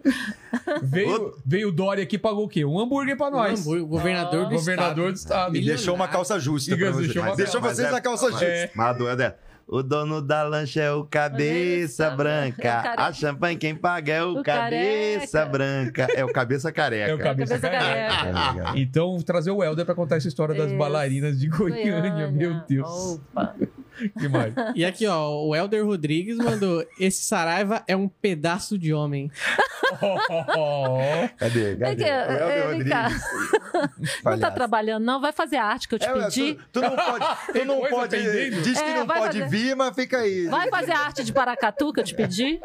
Veio, veio o Dória aqui e pagou o quê? Um hambúrguer pra nós. Hamburgo, governador do Governador do estado. estado. E deixou uma calça justa. E pra vocês. deixou uma- Deixou Mas vocês é- na calça mas- justa. É. Mas do Helder, O dono da lancha é o cabeça Cabeça branca. branca. A champanhe quem paga é o, O cabeça careca. branca. É o cabeça careca. É o cabeça, Cabeça careca. careca. Então, trazer o Helder pra contar essa história das Isso. Oh. bailarinas de Goiânia. Meu Deus. Opa. Que mais? E aqui, ó, o Helder Rodrigues mandou: Esse Saraiva é um pedaço de homem. Oh, Cadê? Vem Cadê? aqui, é, vem cá. Não tá um Palhaço. trabalhando, não. Vai fazer a arte que eu te É, mas pedi. tu, tu não pode, tu não coisa pode pendendo? diz que É, não vai pode fazer. vir, mas fica aí. Vai fazer a arte de Paracatu que eu te É, pedi?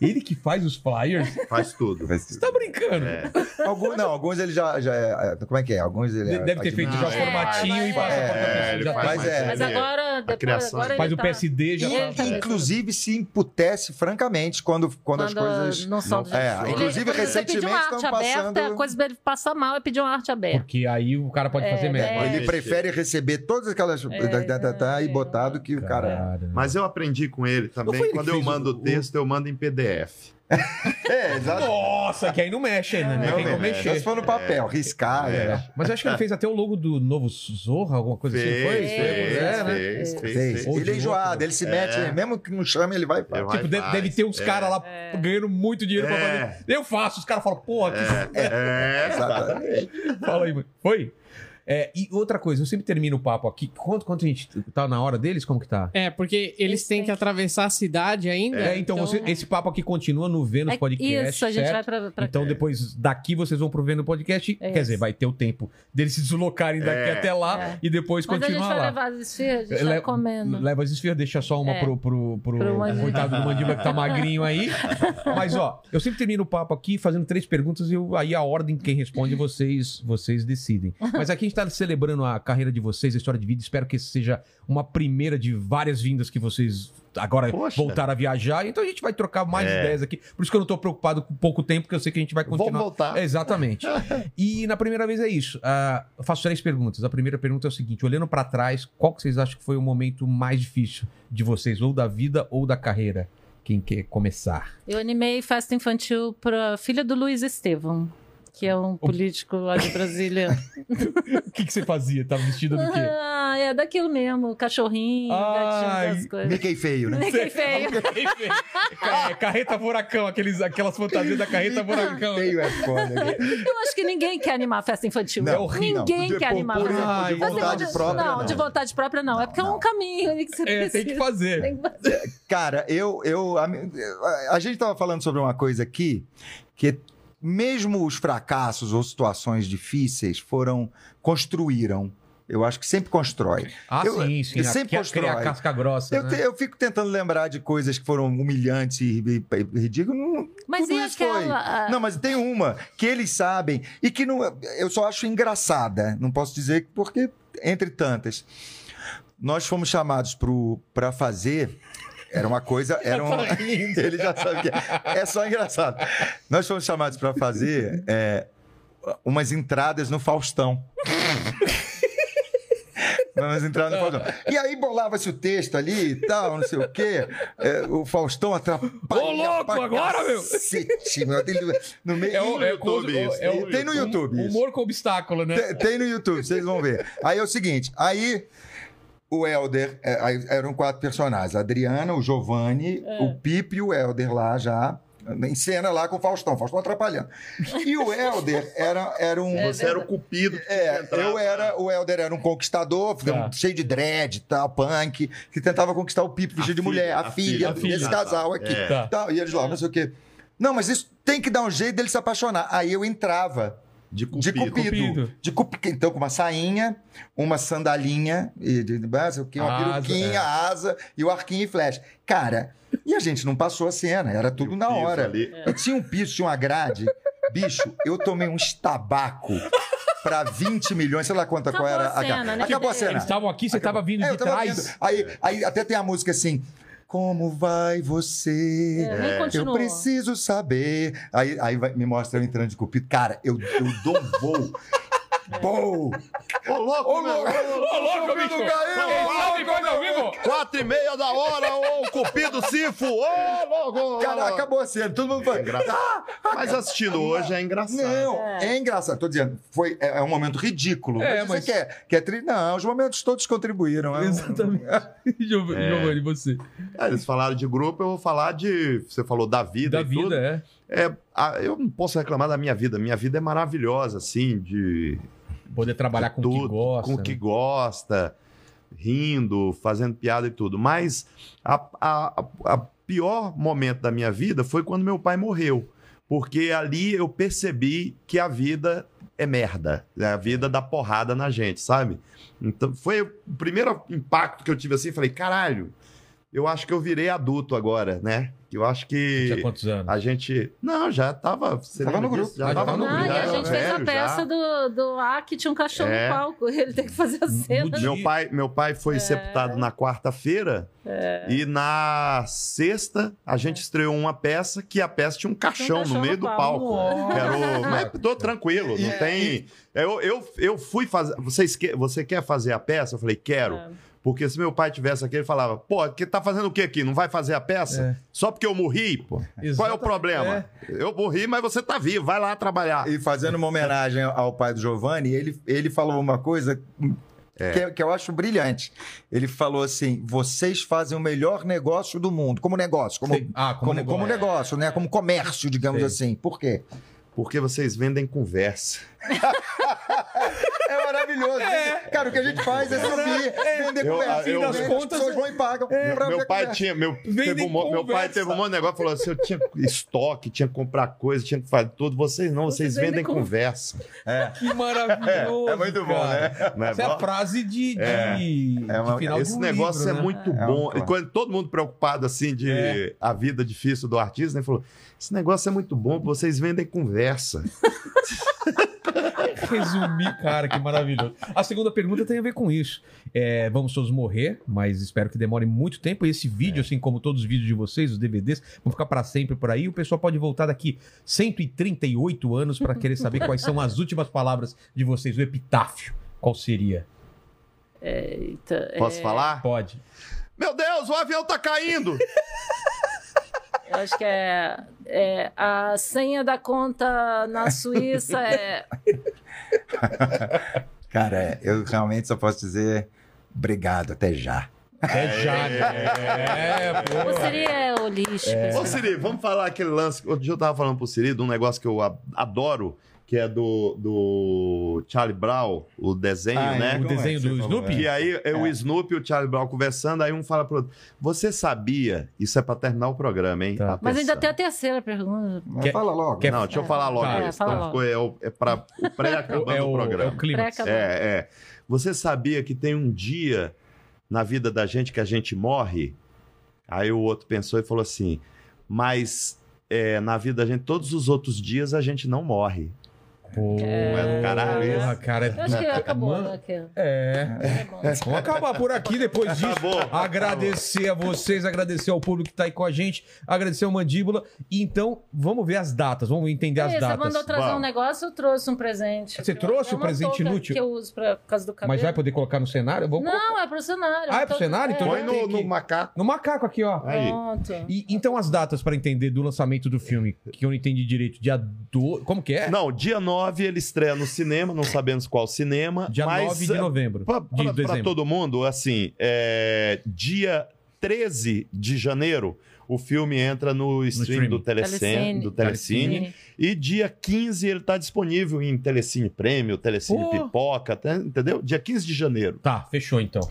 Ele que faz os flyers? Faz tudo. Você tá brincando? É. Alguns, não, alguns ele já, já é, é, como é que é? Alguns ele Deve ter feito já o Não, é, formatinho e mas passa é. pra outra É, pessoa, ele já faz tá- mais- é, Mas ele- agora, depois, criação. agora Faz ele o tá- PSD já E tá- ele tá- Inclusive se emputece francamente quando, quando, as Quando coisas não são do não- jeito é, que- inclusive, quando você pedir uma recentemente arte tão aberta, passando- a coisa dele passar mal é pedir uma arte aberta. Porque aí o cara pode fazer É, merda. é. ele prefere receber todas aquelas tá, tá, tá, tá, e botar do é. que o cara. Mas eu aprendi com ele Não foi também. ele Quando que eu fez mando o- o texto, eu mando em PDF. É, exato. Nossa, que aí não mexe ainda, né? Não, Tem como não mexe. mexer. Só se for no papel, riscar. É. né? Mas eu acho que ele fez até o logo do novo Zorra, alguma coisa assim, foi? Fez, fez, é, né? fez, fez, Fez. fez. É Ou de Ele é enjoado, outro. ele se mete, mesmo que não chame, ele vai e faz. Eu- Tipo, Vai, deve, vai. deve ter uns É. caras lá ganhando muito dinheiro pra É. fazer. Eu faço, os caras falam, porra, que... É, exatamente. fala aí, mano. Foi? É, e outra coisa, eu sempre termino o papo aqui. Quanto, quanto a gente tá na hora deles? Como que tá? É, porque eles Eles têm têm que que- atravessar a cidade ainda. É, então, você- esse papo aqui continua no Vênus É Podcast. isso, a gente certo? vai pra. pra- É. Então, depois daqui vocês vão pro Vênus Podcast. É quer isso. dizer, vai ter o tempo deles se deslocarem daqui É. até lá É. e depois Mas a gente Então, continuar vai lá. levar as esfirras, a gente Le- vai comendo. Leva as esfirras, deixa só uma É. pro, pro, pro, Pro mandíbula. coitado do mandíbula que tá magrinho aí. Mas, ó, eu sempre termino o papo aqui fazendo três perguntas e eu- aí a ordem quem responde vocês, vocês decidem. Mas aqui a gente tá celebrando a carreira de vocês, a história de vida. Espero que seja uma primeira de várias vindas que vocês agora Poxa. voltaram a viajar. Então a gente vai trocar mais É. ideias aqui. Por isso que eu não tô preocupado com pouco tempo, porque eu sei que a gente vai Vamos continuar. É, voltar. Exatamente. E na primeira vez é isso. Ah, eu faço três perguntas. A primeira pergunta é o seguinte: olhando pra trás, qual que vocês acham que foi o momento mais difícil de vocês, ou da vida ou da carreira? Quem quer começar? Eu animei festa infantil pra filha do Luiz Estevão. que é um político lá de Brasília. O que, que você fazia? Tava vestida do quê? ah, é daquilo mesmo, cachorrinho, Ai. gatinho, das coisas. Mickey feio, né? Ninguém feio. É, carreta furacão, aqueles, aquelas fantasias da carreta furacão. Feio é foda. Eu acho que ninguém quer animar a festa infantil. Não, ninguém não. quer animar a Por- festa de Mas É eu Ah, vontade vou- própria, Não, não. de vontade própria não. é porque é um caminho ali que você É, precisa. tem que fazer. Tem que fazer. Cara, eu. eu a, mi- a gente tava falando sobre uma coisa aqui que mesmo os fracassos ou situações difíceis foram. construíram. Eu acho que sempre constrói. Ah, Eu- sim, sim. eu sempre a, criar constrói. casca grossa. Eu, né? te- eu fico tentando lembrar de coisas que foram humilhantes e ri- e ridículas. Não- Mas tudo e isso foi. aquela. ah, Não, mas tem uma que eles sabem e que não, é, eu só acho engraçada. Não posso dizer porque, entre tantas, nós fomos chamados para fazer. Era uma coisa. Era um, ele já sabe que é. É só engraçado. Nós fomos chamados para fazer é, umas entradas no Faustão. Umas entradas no Faustão. E aí bolava-se o texto ali e tal, não sei o quê. É, o Faustão atrapalha. Ô, louco, pra agora, meu! cacete, meu. Tem no meio. É, o- é, com os- YouTube, é o- tem no YouTube isso. Humor com obstáculo, né? Tem, tem no YouTube, vocês vão ver. Aí é o seguinte, aí o Helder, é, aí eram quatro personagens, a Adriana, o Giovanni, o Pipe e o Helder lá já, em cena lá com o Faustão, Faustão atrapalhando. E o Helder era, era um... É, Você era o cupido. que tinha É, que entrar, eu né? era, o Helder era um conquistador, Tá. cheio de dread, e tal, punk, que tentava conquistar o Pipo vestido de filha, mulher, a, a filha, filha, a desse filha. casal aqui. É. Tá. Tal, e eles lá, não sei o quê. Não, mas isso tem que dar um jeito dele se apaixonar. Aí eu entrava De de cupido. cupido. Cupido. De cupido. Então, com uma sainha, uma sandalinha, e de, de, ah, sei o quê, uma Asa, é. peruquinha, asa e o arquinho e flecha. Cara, e a gente não passou a cena, era tudo na Piso hora. ali. Eu tinha um piso, tinha uma grade. Bicho, eu tomei um estabaco pra 20 milhões, sei lá quanto Acabou qual era. a cena, né? Acabou a cena. Tipo, Eles estavam aqui, você Acabou. tava vindo É, eu de tava trás. vendo. Aí, aí até tem a música assim. Como vai você? É, nem eu continuou. preciso saber. Aí, aí vai- me mostra eu entrando de cupido. Cara, eu, eu dou um voo. Vou! Ô, louco, Ô, meu. louco! Ô, louco, Cupido bicho! caiu! Quem sabe faz ao vivo? Quatro e meia da hora, ô, cupido cifo, ô, louco! Cara, acabou a cena. Todo mundo foi. Ah, Mas assistindo hoje é engraçado. não, é. engraçado. Tô dizendo, foi, é, é um momento ridículo. né? É, mas, mas- você quer, quer tri... Não, os momentos todos contribuíram. É um- Exatamente. Giov- Giovanni, você. É, eles falaram de grupo, eu vou falar de. Você falou da vida. Da e tudo. vida, é. É, a- eu não posso reclamar da minha vida. Minha vida é maravilhosa, assim, de. Poder trabalhar de com o que tudo, gosta. Com o né? que gosta, rindo, fazendo piada e tudo. Mas a, a, a- a pior momento da minha vida foi quando meu pai morreu. Porque ali eu percebi que a vida é merda. É a vida dá porrada na gente, sabe? Então foi o primeiro impacto que eu tive assim. Falei, caralho, eu acho que eu virei adulto agora, né? Eu acho Tinha que. quantos anos? A gente. Não, já tava. Você Tava lembra no disso? grupo. Já Ah, tava já no tava grupo. Ah, e já a era gente fez a velho, já. peça do, do A que tinha um caixão É. no palco. Ele tem que fazer a cena. Mudinho. Meu pai, meu pai foi sepultado na quarta-feira e na sexta a gente estreou uma peça que a peça tinha um caixão, caixão no no meio do palco. Que era o- Mas tô tranquilo, não tem. Eu, eu, eu fui fazer. Vocês que... Você quer fazer a peça? Eu falei, quero. É. Porque se meu pai tivesse aqui, ele falava, pô, que tá fazendo o que aqui? Não vai fazer a peça? Só porque eu morri, pô. Qual é o Exatamente. problema? Eu morri, mas você tá vivo, vai lá trabalhar. E fazendo uma homenagem ao pai do Giovanni, ele, ele falou uma coisa que, que eu acho brilhante. Ele falou assim: vocês fazem o melhor negócio do mundo, como negócio, como, Sei. Ah, como, como, negócio. como negócio, né? Como comércio, digamos Sei. assim. Por quê? Porque vocês vendem conversa. É maravilhoso. Cara, o que a gente faz é subir, vender Eu- ah, conversa. eu- vender, É. das as contas, pessoas vão e pagam. pra Meu ver pai conversa. tinha, meu, Vendem teve um, mo- meu pai conversa. teve um monte de negócio, falou assim, eu tinha estoque, tinha que comprar coisa, tinha que fazer tudo. Vocês não, vocês, Vocês vendem, vendem conversa. é Que maravilhoso. É muito bom, cara. né? Não é Essa é bom? a frase de, de, É. de É uma- final de Esse um negócio livro, é né? muito É um bom. e clássico. quando todo mundo preocupado assim de É. a vida difícil do artista, né, falou: esse negócio é muito bom, vocês vendem conversa. Resumir, cara, que maravilhoso. A segunda pergunta tem a ver com isso. É, vamos todos morrer, mas espero que demore muito tempo. E esse É. vídeo, assim como todos os vídeos de vocês, os DVDs, vão ficar pra sempre por aí. O pessoal pode voltar daqui 138 anos pra querer saber quais são as últimas palavras de vocês, o epitáfio. Qual seria? Eita, é. É. Posso falar? Pode. Meu Deus, o avião tá caindo! Eu acho que é, é, A senha da conta na Suíça é. Cara, é, eu realmente só posso dizer obrigado, até já. É já, né? É, pô. O Siri é holístico. Ô, Siri, vamos falar aquele lance. Outro dia eu tava falando pro Siri de um negócio que eu a- adoro, que é do, do Charlie Brown, o desenho, Ah, né? O desenho do Snoopy? E aí é o Snoopy e o Charlie Brown conversando, aí um fala pro outro. Você sabia? Isso é pra terminar o programa, hein? Tá. Mas ainda tem Atenção. a terceira pergunta. Mas Quer- fala logo. Não, deixa eu falar logo Tá. isso. É, fala então logo. ficou- É, o- é pra o pré-acabando É o o, é programa. o clímax. Pré-acabando. É, é. Você sabia que tem um dia na vida da gente que a gente morre? Aí o outro pensou e falou assim: Mas é, na vida da gente, todos os outros dias a gente não morre. Porra, é do caralho isso? Porra, cara. Eu acho que acabou, Mano, né? que- É. é bom. Vamos acabar por aqui depois disso. Acabou. Agradecer a vocês, agradecer ao público que tá aí com a gente, agradecer ao Mandíbula. E Então, vamos ver as datas, vamos entender as Ei, Você mandou datas. trazer Vamos. um negócio, eu trouxe um presente. Você trouxe É um uma presente touca inútil? Que eu uso pra, por causa do cabelo. Mas vai poder colocar no cenário? Vamos colocar Não, é pro cenário. Ah, é pro cenário? Então Põe já no, tem que- no macaco. no macaco aqui, ó. Aí. Pronto. E, então as datas pra entender do lançamento do filme, que eu não entendi direito, dia 12. Como que é? Não, dia 9 ele estreia no cinema, não sabemos qual cinema. Dia mas, 9 de eh, novembro. Pra, de pra- pra dezembro. todo mundo, assim, é, dia 13 de janeiro, o filme entra no stream streaming. do Telecine, Telecine. Do Telecine, E dia 15 ele tá disponível em Telecine Prêmio, Telecine Pô. Pipoca, tá- entendeu? Dia 15 de janeiro. Tá, fechou então.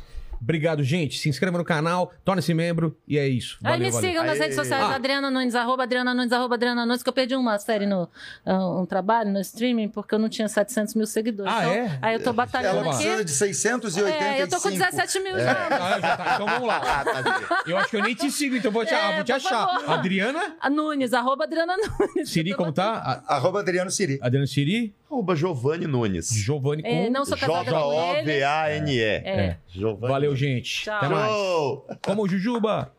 Obrigado, gente. Se inscreva no canal, torne-se membro e é isso. Aí Valeu, me valeu. sigam nas Aê. redes sociais, Ah. Adriana Nunes, arroba Adriana Nunes, arroba Adriana Nunes, que eu perdi uma série no um, um trabalho, no streaming, porque eu não tinha 700 mil seguidores. Ah, então, é? Aí eu tô batalhando Ela Vamos lá. aqui. precisa de 685. É, eu tô com 17 mil já. Ah, já tá. Então vamos lá. Eu acho que eu nem te sigo, então vou te, É, vou te por achar. favor. Adriana? A Nunes, arroba Adriana Nunes. Siri, como tá? Arroba Adriano Siri. A- Adriana Siri, Arroba Giovanni Nunes. Giovanni com. É, não sou casada com ele. J-O-V-A-N-E. É. Giovanni. Valeu, gente. Tchau. Até mais. Show! Como Jujuba.